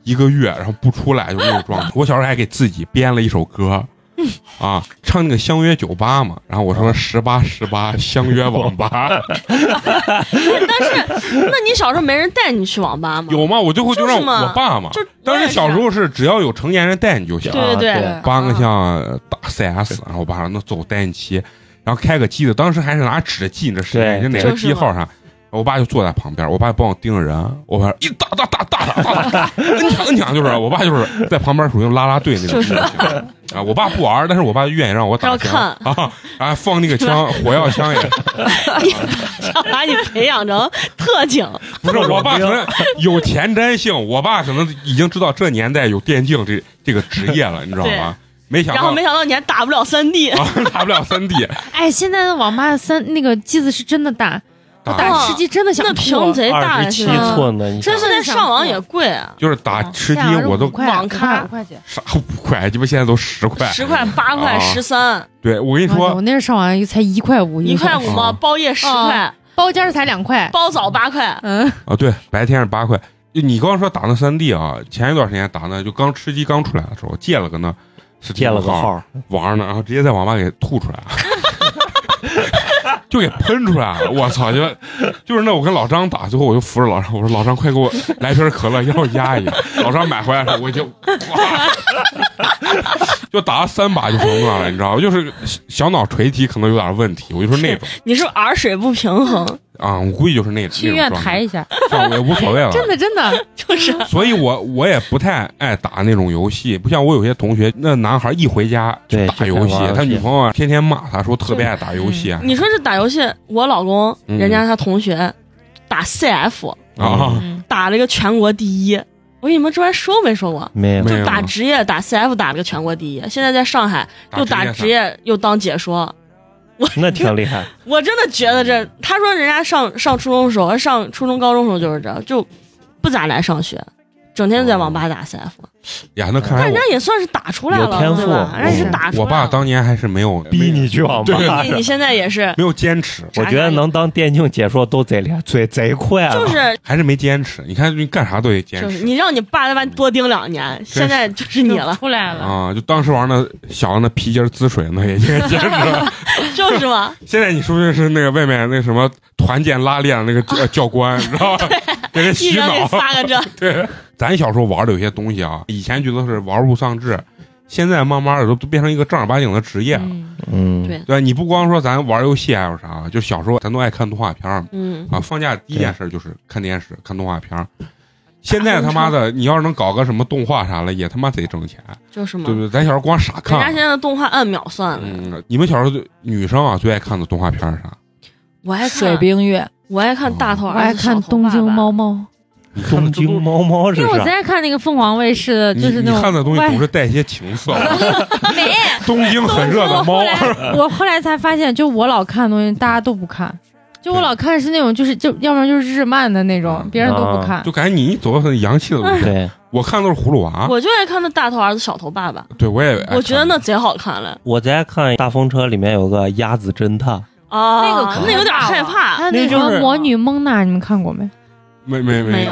Speaker 3: 一个月，然后不出来，就那种状态。我小时候还给自己编了一首歌，啊，唱那个《相约酒吧》嘛，然后我说十八十八相约网吧
Speaker 5: 那你小时候没人带你去网吧吗？
Speaker 3: 有吗？我最后就让我爸嘛，
Speaker 5: 就我
Speaker 3: 当
Speaker 5: 也
Speaker 3: 时
Speaker 5: 是
Speaker 3: 小时候是只要有成年人带你就行，
Speaker 5: 对嗯对
Speaker 6: 啊
Speaker 3: 搬个像打 CS，然后我爸说那走带你骑，然后开个机子，当时还是拿纸记着时间，
Speaker 6: 对
Speaker 3: 就哪个
Speaker 5: 就是
Speaker 3: 机号上。我爸就坐在旁边，我爸帮我盯着人，我爸一打打打打打打 打，摁抢摁抢就是，我爸就是在旁边属于拉拉队那种
Speaker 5: 就是
Speaker 3: 啊。我爸不玩，但是我爸愿意让我打
Speaker 5: 让
Speaker 3: 枪
Speaker 5: 看
Speaker 3: 啊啊，放那个枪火药枪也
Speaker 5: 哎把你培养成特警，
Speaker 3: 不是，我爸可能有前瞻性，我爸可能已经知道这年代有电竞这这个职业了，你知道吗？没想
Speaker 5: 然后
Speaker 3: 到
Speaker 5: 没想到你还打不了三 D，
Speaker 3: 啊，打不了三 D，
Speaker 4: 哎，现在的网吧三那个机子是真的大，
Speaker 3: 啊
Speaker 4: 我打吃鸡真的想
Speaker 5: 那
Speaker 4: 吐啊
Speaker 5: 屏贼哎大
Speaker 6: 二
Speaker 5: 呀，
Speaker 6: 十七
Speaker 5: 现在
Speaker 6: 寸的，你想
Speaker 5: 真是在上网也贵啊，
Speaker 3: 就是打吃鸡
Speaker 4: 下午
Speaker 3: 我都
Speaker 4: 五块
Speaker 5: 网咖
Speaker 4: 五块钱。
Speaker 3: 啥五块，鸡巴现在都十块。
Speaker 5: 十块、八块、
Speaker 3: 啊
Speaker 5: 十三、
Speaker 3: 对我跟你
Speaker 4: 哇塞
Speaker 3: 说
Speaker 4: 我，那时候上网才一块五，
Speaker 5: 一块
Speaker 4: 小时
Speaker 5: 五嘛，
Speaker 3: 啊
Speaker 5: 包夜十
Speaker 4: 啊
Speaker 5: 块，
Speaker 4: 包间儿才两块。
Speaker 5: 包早八块，
Speaker 4: 嗯，
Speaker 3: 啊，对，白天是八块。就你刚刚说打那三 D 啊，前一段时间打那就刚吃鸡刚出来的时候，借了个那 Steam
Speaker 6: 借了个
Speaker 3: 号，
Speaker 6: 号，
Speaker 3: 玩呢，然后直接在网吧给吐出来了， 就给喷出来了。我操！就就是那我跟老张打，最后我就扶着老张，我说老张快给我来瓶可乐，要压一压。老张买回来的时候我就哇， 就打了三把就红了，你知道吗？就是小脑垂体可能有点问题，我就说那种
Speaker 5: 你是不是耳水不平衡？
Speaker 3: 啊，我估计就是那那种
Speaker 4: 去医院
Speaker 3: 状
Speaker 4: 抬
Speaker 3: 态，啊
Speaker 4: 一下，
Speaker 3: 算我也无所 谓了。
Speaker 4: 真的真的，
Speaker 5: 就是
Speaker 3: 所以我我也不太爱打那种游戏，不像我有些同学，那男孩一回家就
Speaker 6: 对
Speaker 3: 打
Speaker 6: 就
Speaker 3: 游戏
Speaker 6: 在玩游，戏
Speaker 3: 他女朋友啊天天骂他，说特别爱打游戏啊
Speaker 5: 你说这打游戏，我老公
Speaker 3: 嗯
Speaker 5: 人家他同学打 CF
Speaker 3: 啊，
Speaker 5: 打了一个全国第一，我给你们之前说没说过？
Speaker 6: 没有
Speaker 3: 没有
Speaker 5: 打职业打 CF 打了个全国第一，现在在上海又打职
Speaker 3: 业
Speaker 5: 业又当解说，
Speaker 6: 那挺厉害。
Speaker 5: 我真的觉得这，他说人家上上初中的时候，上初中高中的时候就是这，就不咋来上学，整天就在网
Speaker 3: 哦
Speaker 5: 吧打 CF，
Speaker 3: 哎呀，那看
Speaker 5: 但
Speaker 3: 来
Speaker 5: 人家
Speaker 3: 我
Speaker 5: 也算是打出来
Speaker 6: 有
Speaker 5: 了，
Speaker 6: 天
Speaker 5: 对
Speaker 6: 赋
Speaker 5: 吧？人家是
Speaker 6: 嗯
Speaker 5: 打出来了。
Speaker 3: 我爸当年还是 没有
Speaker 6: 逼你去网吧
Speaker 3: 对。
Speaker 5: 你你现在也 是，
Speaker 3: 没有坚持，
Speaker 6: 我觉得能当电竞解说都贼厉害，嘴贼快了。
Speaker 5: 就是
Speaker 3: 还是没坚持。你看，你干啥都得坚
Speaker 5: 就是
Speaker 3: 持
Speaker 5: 你让你爸他妈多盯两年，
Speaker 3: 是
Speaker 5: 现在嗯就是你了，
Speaker 1: 出来了，
Speaker 3: 啊！就当时玩那小的那皮筋儿滋水那也坚持 了。
Speaker 5: 就是 嘛。
Speaker 3: 现在你说的是那个外面那什么团建拉练的那个教教官，你知道 吧？给人
Speaker 5: 一
Speaker 3: 洗
Speaker 5: 人给
Speaker 3: 脑。
Speaker 5: 发个这，
Speaker 3: 对， 咱小时候玩的有些东西啊，以前觉得是玩物丧志，现在慢慢的都都变成一个正儿八经的职业了。
Speaker 1: 嗯，
Speaker 6: 嗯，
Speaker 5: 对
Speaker 3: 对，你不光说咱玩游戏啊还有啥，就小时候咱都爱看动画片儿嘛。
Speaker 5: 嗯，
Speaker 3: 啊，放假第一件事就是看电视、看动画片儿。现在他妈的，你要是能搞个什么动画啥了，也他妈贼挣钱，
Speaker 5: 就是嘛
Speaker 3: 对。不对？咱小时候光傻
Speaker 5: 人家现
Speaker 3: 看。啊
Speaker 5: 在的动画按秒算了，
Speaker 3: 嗯，你们小时候最女生啊最爱看的动画片儿是啥？
Speaker 5: 我
Speaker 4: 哎
Speaker 5: 爱
Speaker 7: 水
Speaker 5: 看，
Speaker 7: 冰月，
Speaker 5: 我爱看大头
Speaker 4: 哦我
Speaker 5: 儿
Speaker 4: 爱
Speaker 5: 子小
Speaker 4: 看
Speaker 5: 头爸爸，
Speaker 4: 《东京猫猫》，
Speaker 3: 你看的
Speaker 6: 东
Speaker 3: 这
Speaker 6: 京
Speaker 3: 都，
Speaker 6: 猫猫是
Speaker 4: 因为我贼
Speaker 6: 啥？
Speaker 4: 爱看那个凤凰卫视的，
Speaker 3: 啊你
Speaker 4: 就
Speaker 3: 你
Speaker 4: 是那种
Speaker 3: 看的东西
Speaker 4: 外
Speaker 3: 总是带一些情色。
Speaker 1: 没
Speaker 3: 东京很热的猫
Speaker 4: 后，
Speaker 7: 啊
Speaker 4: 来我后来才发现，就我老看的东西，大家都不看。就我老看是那种，就是就要不然就是日漫的那种
Speaker 3: 嗯，
Speaker 4: 别人都不看。
Speaker 3: 就感觉你一走到很洋气的路线。
Speaker 6: 对，
Speaker 3: 我看的都是葫芦娃，
Speaker 5: 我就爱看那大头儿子小头爸爸，
Speaker 3: 对啊我也爱看。
Speaker 5: 我觉得那贼好看嘞
Speaker 6: 我贼爱看《大风车》里面有个鸭子侦探，
Speaker 5: 啊，
Speaker 4: 那个可
Speaker 5: 那有点
Speaker 4: 怕了还
Speaker 5: 害怕，
Speaker 4: 有
Speaker 6: 那
Speaker 4: 那
Speaker 6: 就
Speaker 4: 什么
Speaker 6: 是
Speaker 4: 《魔女蒙娜》，你们看过没？
Speaker 3: 没没
Speaker 5: 没有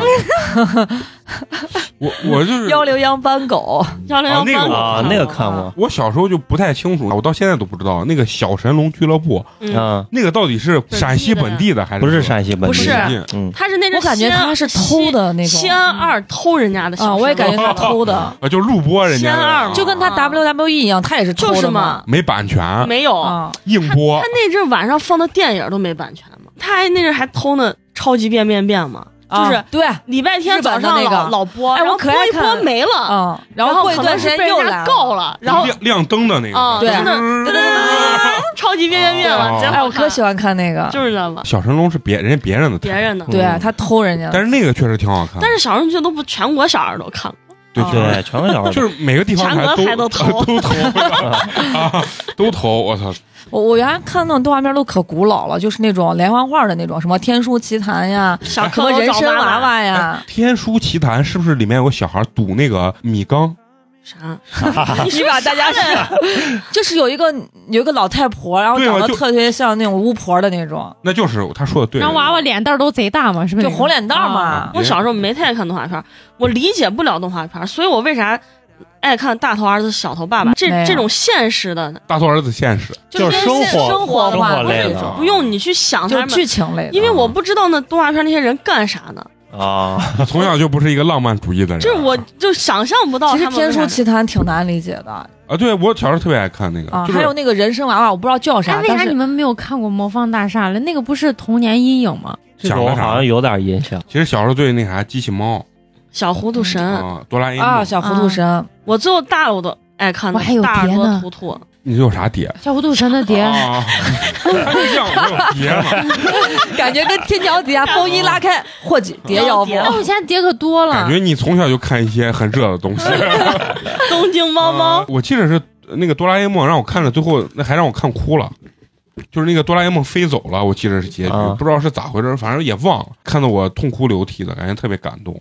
Speaker 3: 我我 就是
Speaker 7: 幺零幺斑狗，
Speaker 5: 幺零幺
Speaker 3: 那个
Speaker 5: 八
Speaker 3: 我
Speaker 6: 啊，那个看过，
Speaker 3: 我小时候就不太清楚，我到现在都不知道啊那个小神龙俱乐部
Speaker 5: 嗯，
Speaker 6: 啊，
Speaker 3: 那个到底是陕西本地的还是
Speaker 6: 不是陕西本
Speaker 5: 不
Speaker 6: 地，
Speaker 5: 是
Speaker 3: 西？
Speaker 6: 嗯，
Speaker 5: 他是那阵
Speaker 7: 我感觉
Speaker 5: 西安
Speaker 7: 他是偷的那
Speaker 5: 西
Speaker 7: 种
Speaker 5: 安二偷人家的小
Speaker 7: 啊，
Speaker 5: 神
Speaker 7: 我也感觉他
Speaker 5: 龙
Speaker 7: 偷 的，
Speaker 3: 啊，就录播人家
Speaker 5: 仙二
Speaker 3: 的啊
Speaker 5: 嘛，
Speaker 7: 就跟他 WWE 一样，他也是偷
Speaker 5: 哦就是
Speaker 7: 的
Speaker 5: 嘛，，
Speaker 3: 没版权，
Speaker 5: 没有，
Speaker 7: 啊，
Speaker 3: 硬播
Speaker 5: 他那阵晚上放的电影都没版权嘛，他还那阵还偷那超级变变变嘛，
Speaker 7: 啊
Speaker 5: 就是
Speaker 7: 对
Speaker 5: 礼拜天早上
Speaker 7: 日本的那
Speaker 5: 老
Speaker 7: 个
Speaker 5: 老播，
Speaker 7: 哎
Speaker 5: 然后
Speaker 7: 我可爱
Speaker 5: 播一
Speaker 7: 看
Speaker 5: 播没了，
Speaker 7: 啊，
Speaker 5: 哦嗯然
Speaker 7: 后过一
Speaker 5: 可
Speaker 7: 段
Speaker 5: 能
Speaker 7: 时间
Speaker 5: 是被
Speaker 7: 又
Speaker 5: 人
Speaker 7: 来
Speaker 5: 家告了，然后
Speaker 3: 亮亮灯的那
Speaker 5: 啊
Speaker 3: 个，嗯
Speaker 7: 对
Speaker 6: 嗯
Speaker 3: 对，
Speaker 5: 超级变变变
Speaker 3: 哦
Speaker 5: 了，贼
Speaker 7: 哎，
Speaker 5: 好
Speaker 7: 我可
Speaker 5: 看，
Speaker 7: 喜欢看那个，
Speaker 5: 就是那嘛，
Speaker 3: 小神龙是别人家别人的，
Speaker 5: 别人的。
Speaker 6: 嗯
Speaker 7: 对啊他偷人家的，
Speaker 3: 但是那个确实挺好看的，
Speaker 5: 但是小时候就都不全国小孩儿都看过，
Speaker 3: 对
Speaker 7: 啊
Speaker 3: 确实
Speaker 6: 对，全个小时候
Speaker 3: 就是每个地方台
Speaker 5: 全
Speaker 3: 都
Speaker 5: 国台都 投
Speaker 3: 都投啊，都投，我操，
Speaker 7: 我我原来看那种动画片都可古老了，就是那种连环画的那种，什么《天书奇谭》呀，
Speaker 5: 小
Speaker 7: 什
Speaker 5: 蝌
Speaker 7: 么
Speaker 5: 蚪
Speaker 7: 人
Speaker 5: 找
Speaker 7: 参
Speaker 5: 妈
Speaker 7: 娃
Speaker 5: 妈
Speaker 7: 娃呀，
Speaker 3: 天书奇谭是不是里面有个小孩赌那个米缸？
Speaker 5: 啥？
Speaker 7: 你把大家是，就是有一个有一个老太婆，然后
Speaker 5: 啊
Speaker 3: 对
Speaker 7: 长
Speaker 3: 我
Speaker 7: 得
Speaker 3: 就
Speaker 7: 特别像那种巫婆的那种，
Speaker 3: 那就是他说的对，
Speaker 4: 然后娃娃脸蛋儿都贼大嘛，是不是那
Speaker 7: 就
Speaker 4: 个？
Speaker 7: 红脸蛋儿
Speaker 3: 啊
Speaker 7: 嘛。
Speaker 5: 我小时候没太爱看动画片儿，我理解不了动画片儿，所以我为啥爱看《大头儿子小头爸爸》这
Speaker 7: 没有
Speaker 5: 这种现实的，
Speaker 3: 大头儿子现实，
Speaker 6: 就是生活
Speaker 7: 生活
Speaker 6: 生
Speaker 7: 化
Speaker 6: 活类
Speaker 7: 那
Speaker 6: 的啊
Speaker 7: 种
Speaker 5: 不用你去想
Speaker 7: 就
Speaker 5: 他
Speaker 7: 是
Speaker 5: 们，
Speaker 7: 剧情类的
Speaker 5: 因为我不知道那动画片那些人干啥呢，
Speaker 6: 啊，
Speaker 3: 从小就不是一个浪漫主义的人。
Speaker 5: 这我就想象不到
Speaker 7: 其
Speaker 5: 他
Speaker 7: 实
Speaker 5: 们
Speaker 7: 《
Speaker 5: 为啥。
Speaker 7: 天书奇谭》挺难理解的
Speaker 3: 啊，对我小时候特别爱看那个，
Speaker 7: 啊，
Speaker 3: 就是
Speaker 7: 还有那个人参娃娃，我不知道叫
Speaker 4: 哎，
Speaker 7: 啥，
Speaker 4: 为
Speaker 7: 但
Speaker 4: 啥你
Speaker 7: 是
Speaker 4: 们没有看过《魔方大厦》了？那个不是童年阴影吗？
Speaker 6: 这
Speaker 3: 讲的
Speaker 6: 种
Speaker 3: 啥
Speaker 6: 好像有点印象。
Speaker 3: 其实小时候对那啥机器猫
Speaker 5: 小糊涂神，
Speaker 3: 啊，哆啦 A
Speaker 7: 啊，
Speaker 3: 梦，
Speaker 7: 小糊涂神，
Speaker 5: 我最后大了我都爱看
Speaker 4: 我还有
Speaker 5: 那大耳
Speaker 4: 碟呢
Speaker 5: 朵图图，
Speaker 3: 你有啥碟？
Speaker 4: 小糊涂神的碟，
Speaker 3: 啊，还有这样我没有碟呢，
Speaker 7: 感觉跟天桥底下风一拉开，或几叠
Speaker 5: 要
Speaker 7: 要
Speaker 5: 碟
Speaker 4: 哎，我
Speaker 7: 不？
Speaker 4: 现在碟可多了
Speaker 3: 感觉。你从小就看一些很热的东西。
Speaker 5: 东京猫猫，
Speaker 3: 我记得是那个哆啦 A 梦让我看了，最后那还让我看哭了。就是那个哆啦 A 梦飞走了，我记得是结局，
Speaker 6: 啊
Speaker 3: 不知道是咋回事，反正也忘了，看得我痛哭流涕的感觉，特别感动。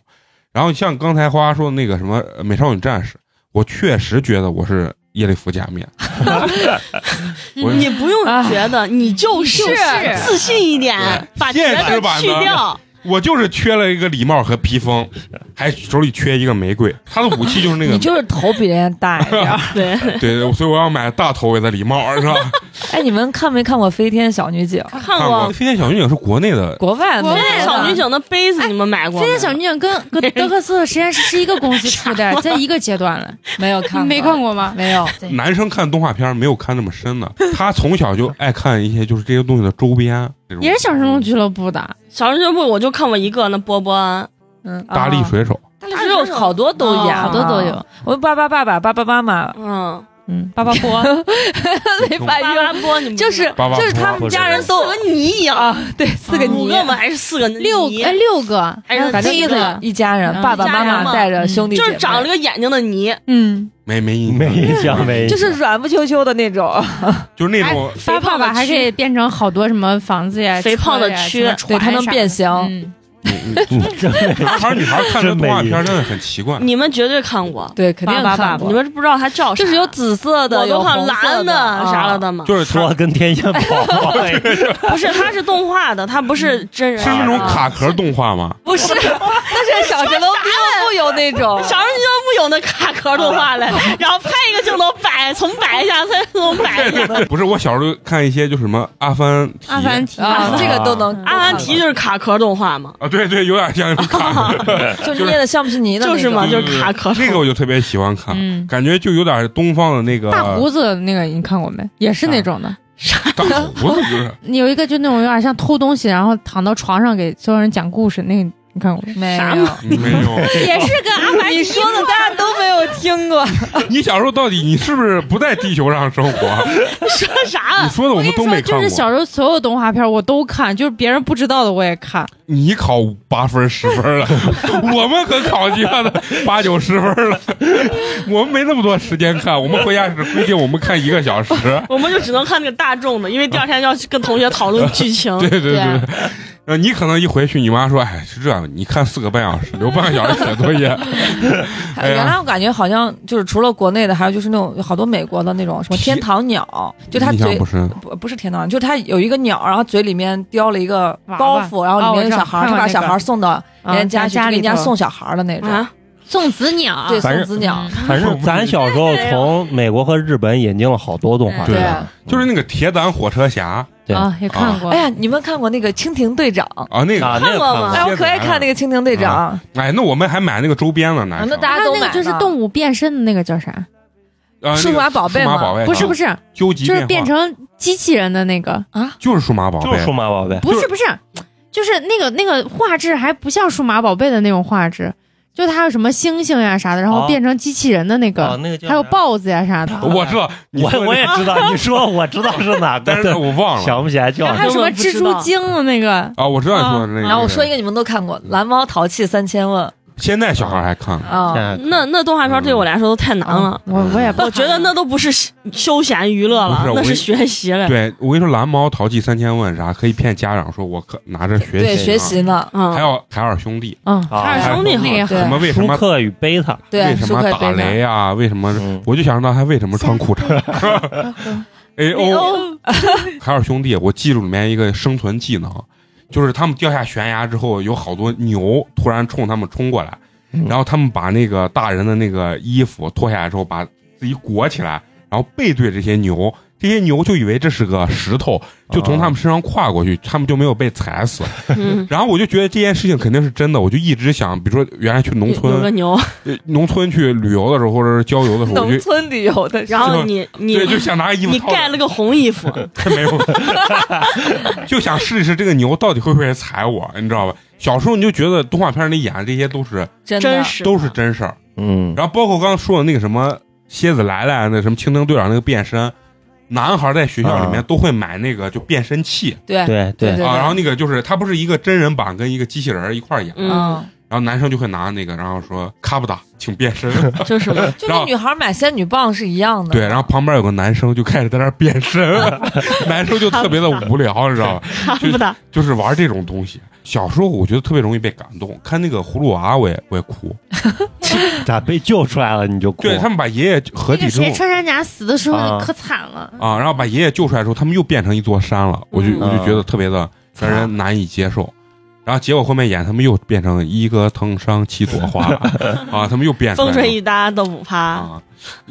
Speaker 3: 然后像刚才花花说的那个什么呃美少女战士，我确实觉得我是夜里服假面，我
Speaker 5: 你不用觉得，你就是
Speaker 1: 就是
Speaker 5: 自信一点
Speaker 3: 对，
Speaker 5: 把别
Speaker 3: 现实版的
Speaker 5: 去掉。
Speaker 3: 我就是缺了一个礼帽和披风，还手里缺一个玫瑰。他的武器就是那
Speaker 7: 你
Speaker 3: 个，
Speaker 7: 就是头比人家大 一点儿。
Speaker 5: 对，
Speaker 3: 对，所以我要买大头围的礼帽， 是吧？
Speaker 7: 哎，你们看没看过《飞天小女警》？
Speaker 5: 看
Speaker 3: 看过
Speaker 5: 过
Speaker 3: 《飞天小女警》是国内的，
Speaker 7: 国外
Speaker 4: 国
Speaker 7: 没
Speaker 4: 外
Speaker 7: 有
Speaker 5: 《
Speaker 7: 的
Speaker 5: 小女警》的杯子，你们买过
Speaker 4: 飞
Speaker 5: 吗？
Speaker 4: 天小女警跟 跟德克斯的实验室是一个公司出的，在一个阶段了，
Speaker 7: 没有看
Speaker 4: 你
Speaker 7: 过，
Speaker 4: 没看过吗？
Speaker 7: 没有。
Speaker 3: 男生看动画片没有看那么深的，他从小就爱看一些就是这些东西的周边，这种嗯
Speaker 4: 也是小神龙俱乐部的，
Speaker 5: 小人俱乐部我就看过一个，那波波安，
Speaker 7: 嗯，啊
Speaker 3: 大力，水手，
Speaker 7: 大力水手嗯好多都
Speaker 5: 哦
Speaker 7: 演，啊
Speaker 4: 好多都有。。
Speaker 7: 我们爸爸爸爸爸爸妈妈，
Speaker 5: 嗯，
Speaker 4: 嗯，巴巴波，
Speaker 7: 没
Speaker 3: 懂
Speaker 7: 反
Speaker 5: 八
Speaker 7: 应，
Speaker 5: 八波，你们
Speaker 7: 就是
Speaker 3: 八八
Speaker 7: 就是
Speaker 3: 波
Speaker 7: 他们家人都
Speaker 5: 四个泥一样，
Speaker 7: 啊，对，四个你
Speaker 5: 五个嘛还是四个泥？
Speaker 4: 六哎六个，
Speaker 5: 还是
Speaker 7: 反正
Speaker 4: 黑
Speaker 7: 一
Speaker 4: 的，
Speaker 7: 一家人，
Speaker 4: 嗯
Speaker 7: 爸爸
Speaker 5: 一家
Speaker 7: 妈
Speaker 5: 人
Speaker 7: 妈
Speaker 5: 嘛
Speaker 7: 带着兄弟姐
Speaker 5: 就
Speaker 7: 妹，
Speaker 5: 是长了个眼睛的泥，
Speaker 4: 嗯，
Speaker 3: 没没印
Speaker 6: 没印象，
Speaker 3: 哎
Speaker 6: 没印象
Speaker 7: 就是软不丘丘的那种，
Speaker 3: 就是那种
Speaker 4: 发
Speaker 5: 肥
Speaker 4: 爸
Speaker 5: 胖的
Speaker 4: 爸还可以变成好多什么房子呀、
Speaker 5: 肥胖的
Speaker 4: 车呀
Speaker 5: 蛆
Speaker 4: 什么船
Speaker 7: 对，它能
Speaker 4: 啥的
Speaker 7: 变形。
Speaker 4: 嗯
Speaker 3: 你你
Speaker 6: 真没
Speaker 3: 男孩儿女孩儿看这
Speaker 6: 真
Speaker 3: 动画
Speaker 6: 没
Speaker 3: 片儿真的很奇怪。
Speaker 5: 你们绝对看过，
Speaker 7: 对，肯定
Speaker 5: 爸爸
Speaker 7: 看
Speaker 5: 爸
Speaker 7: 过
Speaker 5: 你。们不知道它叫啥，
Speaker 7: 就是有紫色的，
Speaker 5: 我
Speaker 7: 有
Speaker 5: 都
Speaker 7: 红
Speaker 5: 看
Speaker 7: 色
Speaker 5: 蓝
Speaker 7: 的
Speaker 5: 啥了
Speaker 7: 啊
Speaker 5: 的嘛。
Speaker 3: 就是
Speaker 6: 说
Speaker 3: 它
Speaker 6: 得跟天线宝 宝一样
Speaker 5: 不是，它是动画的，它不是真人。啊
Speaker 3: 是那种卡壳动画吗？
Speaker 7: 不是，那是小学楼俱乐部有那种
Speaker 5: 小人俱乐部有那卡壳动画嘞，然后拍一个镜头摆，重摆一下，再重摆一 下。
Speaker 3: 不是，我小时候看一些就什么阿凡提
Speaker 4: 阿凡提
Speaker 7: 啊，这个都能。
Speaker 5: 阿凡提就是卡壳动画嘛，
Speaker 3: 啊，对对，有点像那种卡壳，
Speaker 7: 就是捏的橡皮泥的那
Speaker 5: 就
Speaker 7: 种，
Speaker 5: 是嘛，
Speaker 3: 对
Speaker 5: 就是卡壳。
Speaker 3: 那个我就特别喜欢看，
Speaker 4: 嗯，
Speaker 3: 感觉就有点东方的那个
Speaker 4: 大胡子那个你看过没？也
Speaker 3: 啊
Speaker 4: 是那种的。
Speaker 3: 大胡子就是
Speaker 4: 你有一个就那种有点像偷东西，然后躺到床上给所有人讲故事，那个你看过没？
Speaker 7: 没
Speaker 5: 啥
Speaker 7: 有。
Speaker 3: 没有。
Speaker 4: 也是跟阿凡
Speaker 7: 你说的大家都没有听过，
Speaker 3: 你小时候到底你是不是不在地球上生活？
Speaker 5: 说
Speaker 3: 你
Speaker 5: 啥？
Speaker 3: 说的我们都没看
Speaker 4: 就是小
Speaker 3: 过。
Speaker 4: 时候所有动画片我都看，就是别人不知道的我也看。
Speaker 3: 你考八分十分了，我们可考级了八九十分了。我们没那么多时间看，我们回家只规定我们看一个小时。
Speaker 5: 我们就只能看那个大众的，因为第二天要去跟同学讨论剧情。
Speaker 3: 对对对
Speaker 7: 对啊
Speaker 3: 对，呃，你可能一回去，你妈说：“哎，是这样，你看四个半小时，留半个小时写作业。哎呀
Speaker 7: 原来我感觉好像就是除了国内的，还有就是那种好多美国的那种什么
Speaker 3: 皮
Speaker 7: 天堂鸟，”就它
Speaker 3: 印象
Speaker 7: 嘴
Speaker 3: 不深，
Speaker 7: 不不是天堂，就是它有一个鸟，然后嘴里面叼了一个
Speaker 4: 娃娃
Speaker 7: 包袱，然后里
Speaker 4: 哦我
Speaker 7: 面
Speaker 4: 知
Speaker 7: 有
Speaker 4: 道
Speaker 7: 小孩儿，
Speaker 4: 看
Speaker 7: 他
Speaker 4: 过
Speaker 7: 把
Speaker 4: 那
Speaker 7: 小
Speaker 4: 个
Speaker 7: 孩儿送到人家家去，
Speaker 4: 家
Speaker 7: 给
Speaker 4: 里
Speaker 7: 人家
Speaker 4: 头
Speaker 7: 送小孩儿的那种，
Speaker 5: 啊，
Speaker 1: 送子鸟，
Speaker 7: 对，
Speaker 6: 反正
Speaker 7: 送子鸟。
Speaker 6: 反正咱小时候从美国和日本引进了好多动画
Speaker 3: 对
Speaker 6: 片，
Speaker 7: 啊
Speaker 3: 就是那个铁胆火车侠
Speaker 6: 对
Speaker 4: 啊，也看过。
Speaker 7: 哎呀，你们看过那个蜻蜓队长？
Speaker 3: 啊，那个
Speaker 6: 啊，那
Speaker 5: 看
Speaker 6: 个
Speaker 5: 过吗
Speaker 7: 哎，我可爱看那个蜻蜓队
Speaker 6: 啊
Speaker 7: 长，
Speaker 3: 哎，那我们还买那个周边了呢。
Speaker 7: 啊那大
Speaker 4: 他
Speaker 7: 家都
Speaker 4: 那
Speaker 7: 买
Speaker 4: 个就是
Speaker 7: 呢
Speaker 4: 动物变身的那个叫啥？
Speaker 3: 啊，
Speaker 7: 数码宝贝
Speaker 3: 数码
Speaker 7: 嘛
Speaker 3: 宝贝
Speaker 4: 不是
Speaker 3: 啊
Speaker 4: 不是，
Speaker 3: 究极
Speaker 4: 就是
Speaker 3: 变
Speaker 4: 变
Speaker 3: 化
Speaker 4: 成机器人的那个，
Speaker 3: 就是数码宝
Speaker 6: 就是
Speaker 3: 贝
Speaker 6: 数，码宝贝，
Speaker 4: 不
Speaker 3: 就是
Speaker 4: 不是，就是那个那个画质还不像数码宝贝的那种画质，就它有什么星星呀啥的，然后
Speaker 6: 啊
Speaker 4: 变成机器人的那个，
Speaker 6: 啊，那个叫
Speaker 4: 还有
Speaker 6: 啥
Speaker 4: 豹子呀啥的，
Speaker 3: 我知道，你
Speaker 6: 我
Speaker 3: 说的
Speaker 6: 我也知道，你说我知道是哪
Speaker 3: 但
Speaker 6: 个，
Speaker 3: 是
Speaker 6: 对
Speaker 3: 我忘
Speaker 6: 想
Speaker 3: 了
Speaker 6: 不起来叫
Speaker 4: 然
Speaker 6: 啥
Speaker 4: 后还有什么
Speaker 5: 根本不知
Speaker 4: 蜘蛛
Speaker 5: 道
Speaker 4: 精的那个，
Speaker 3: 啊，我知道你说的那个。
Speaker 7: 然后我说一个你们都看过《蓝猫淘气三千问
Speaker 3: 现在小孩还看，》
Speaker 7: 啊，
Speaker 6: 现在
Speaker 5: 那那动画片对我来说都太难嗯了，
Speaker 4: 嗯我我也不
Speaker 5: 我觉得那都不是休闲娱乐了，
Speaker 3: 不是
Speaker 5: 那
Speaker 3: 我
Speaker 5: 是学习嘞。
Speaker 3: 对我跟你说，蓝猫淘气三千问啥，可以骗家长说我可拿着学习，啊
Speaker 7: 对，学习，呢，
Speaker 3: 还
Speaker 5: 嗯，
Speaker 3: 有海尔兄弟，
Speaker 4: 嗯，
Speaker 6: 啊
Speaker 5: 海尔兄弟好
Speaker 4: 那个
Speaker 7: 对
Speaker 3: 什么为什
Speaker 6: 舒
Speaker 3: 么
Speaker 6: 克与贝塔，
Speaker 3: 为
Speaker 7: 对，
Speaker 3: 什
Speaker 7: 舒
Speaker 3: 么
Speaker 7: 克
Speaker 3: 打
Speaker 7: 贝
Speaker 3: 雷
Speaker 7: 呢？
Speaker 3: 啊？为什么
Speaker 6: 嗯？
Speaker 3: 我就想知道他为什么穿裤 衩。A
Speaker 5: 哎
Speaker 3: O 哎哦 海尔兄弟，我记住里面一个生存技能，就是他们掉下悬崖之后，有好多牛突然冲他们冲过来，
Speaker 6: 嗯
Speaker 3: 然后他们把那个大人的那个衣服脱下来之后，把自己裹起来，然后背对这些牛。这些牛就以为这是个石头，就从他们身上跨过去，他们就没有被踩死。
Speaker 5: 嗯，
Speaker 3: 然后我就觉得这件事情肯定是真的，我就一直想，比如说原来去农
Speaker 5: 有有个
Speaker 3: 村，
Speaker 5: 牛，
Speaker 3: 呃农村去旅游的时候，或者是郊游的时候，我
Speaker 7: 农
Speaker 3: 就
Speaker 7: 村旅游 的时
Speaker 5: 然
Speaker 7: 候，
Speaker 5: 后你你
Speaker 3: 对就想拿衣服
Speaker 5: 你
Speaker 3: 套着
Speaker 5: 盖了个红衣服，
Speaker 3: 没有，就想试一试这个牛到底会不会踩我，你知道吧？小时候你就觉得动画片里演的这些都是
Speaker 7: 真的
Speaker 5: 真实
Speaker 3: 都是真事儿，
Speaker 6: 嗯，
Speaker 3: 然后包括刚刚说的那个什么蝎子来了，那什么蜻蜓队长那个变身，男孩在学校里面
Speaker 6: 啊
Speaker 3: 都会买那个就变身器
Speaker 7: 对
Speaker 6: 对
Speaker 7: 对
Speaker 6: 对，
Speaker 3: 啊，然后那个就是他不是一个真人版跟一个机器人儿一块儿演，
Speaker 5: 嗯，
Speaker 7: 嗯，
Speaker 3: 然后男生就会拿那个，然后说咔不打，请变身，
Speaker 5: 就是嘛，
Speaker 3: 然
Speaker 7: 就跟
Speaker 3: 后
Speaker 7: 女孩买仙女棒是一样的。
Speaker 3: 对，然后旁边有个男生就开始在那儿变身，男生就特别的无聊，你知道吧？
Speaker 5: 看不到。
Speaker 3: 就是玩这种东西。小时候我觉得特别容易被感动，看那个葫芦娃我也我也哭。
Speaker 6: 咋被救出来了你就哭？
Speaker 3: 对他们把爷爷合
Speaker 4: 那
Speaker 3: 体
Speaker 4: 个
Speaker 3: 之后
Speaker 4: 谁穿山甲死的时候
Speaker 6: 啊
Speaker 4: 可惨了，
Speaker 3: 啊，然后把爷爷救出来之后，他们又变成一座山了，我就
Speaker 5: 嗯
Speaker 3: 我就觉得特别的
Speaker 4: 嗯
Speaker 3: 让人难以接受。然后结果后面演他们又变成一个藤上七朵花 啊，他们又变出
Speaker 5: 风
Speaker 3: 来
Speaker 5: 吹
Speaker 3: 了
Speaker 5: 雨打都不怕。
Speaker 3: 啊！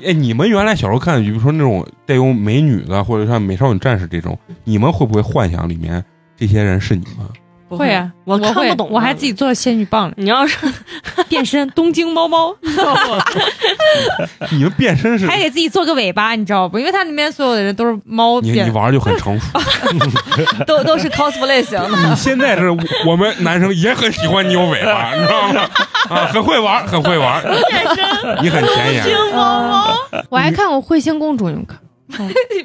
Speaker 3: 哎，你们原来小时候看，比如说那种带有美女的，或者像美少女战士这种，你们会不会幻想里面这些人是你们？
Speaker 5: 不
Speaker 4: 会啊，
Speaker 5: 我看
Speaker 4: 会
Speaker 5: 不懂，
Speaker 4: 我还自己。做仙女棒呢，
Speaker 5: 你要是
Speaker 4: 变身东京猫猫，
Speaker 3: 你们变身是
Speaker 4: 还给自己做个尾巴，你知道不？因为它里面所有的人都是猫
Speaker 3: 你你
Speaker 4: 变，
Speaker 3: 玩儿就很成熟。
Speaker 7: 都都是 cosplay 型 的。
Speaker 3: 你现在是我们男生也很喜欢你有尾巴，你知道吗？啊，很会玩，很会玩， 你很显 眼。
Speaker 4: 我还看过《彗星公主》，你们看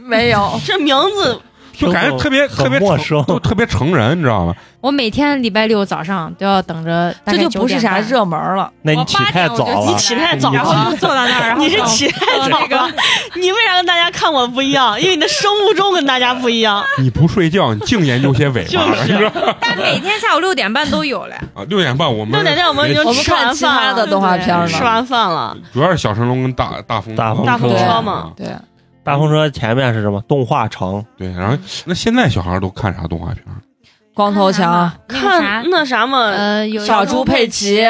Speaker 7: 没有，
Speaker 5: 这名字
Speaker 3: 就感觉特别
Speaker 6: 很
Speaker 3: 特别
Speaker 6: 陌
Speaker 3: 成
Speaker 6: 生
Speaker 3: 都特别成人，你知道吗？
Speaker 4: 我每天礼拜六早上都要等着，
Speaker 7: 这就不是啥。热门了。
Speaker 6: 那你
Speaker 4: 我
Speaker 6: 起
Speaker 4: 八
Speaker 6: 太
Speaker 4: 点我
Speaker 6: 早
Speaker 4: 就
Speaker 6: 了，
Speaker 5: 你起太早
Speaker 6: 你
Speaker 5: 了，坐在那儿，然后
Speaker 4: 你
Speaker 5: 你
Speaker 4: 是
Speaker 5: 是起太早了。你为啥跟大家看我不一样？因为你的生物钟跟大家不一样。
Speaker 3: 你不睡觉，你净研究些尾巴，
Speaker 5: 就是
Speaker 3: 你知道吗
Speaker 1: 但每天下午六点半都有嘞。
Speaker 3: 啊？六点半我们
Speaker 5: 六点半我们就
Speaker 7: 我们
Speaker 5: 吃完
Speaker 7: 看其
Speaker 5: 饭
Speaker 7: 他的
Speaker 5: 了，
Speaker 7: 动画片
Speaker 4: 对
Speaker 5: 吃
Speaker 7: 了，
Speaker 5: 完饭了，
Speaker 3: 主要是小神龙跟大大风
Speaker 6: 大风
Speaker 5: 大风
Speaker 6: 车
Speaker 5: 车
Speaker 3: 嘛
Speaker 5: 嘛，
Speaker 7: 对，
Speaker 6: 大风车前面是什么？动画城，
Speaker 3: 对，然后那现在小孩都看啥动画片儿
Speaker 7: 光头强，啊
Speaker 5: 看那啥嘛，
Speaker 4: 呃，有
Speaker 7: 小猪佩奇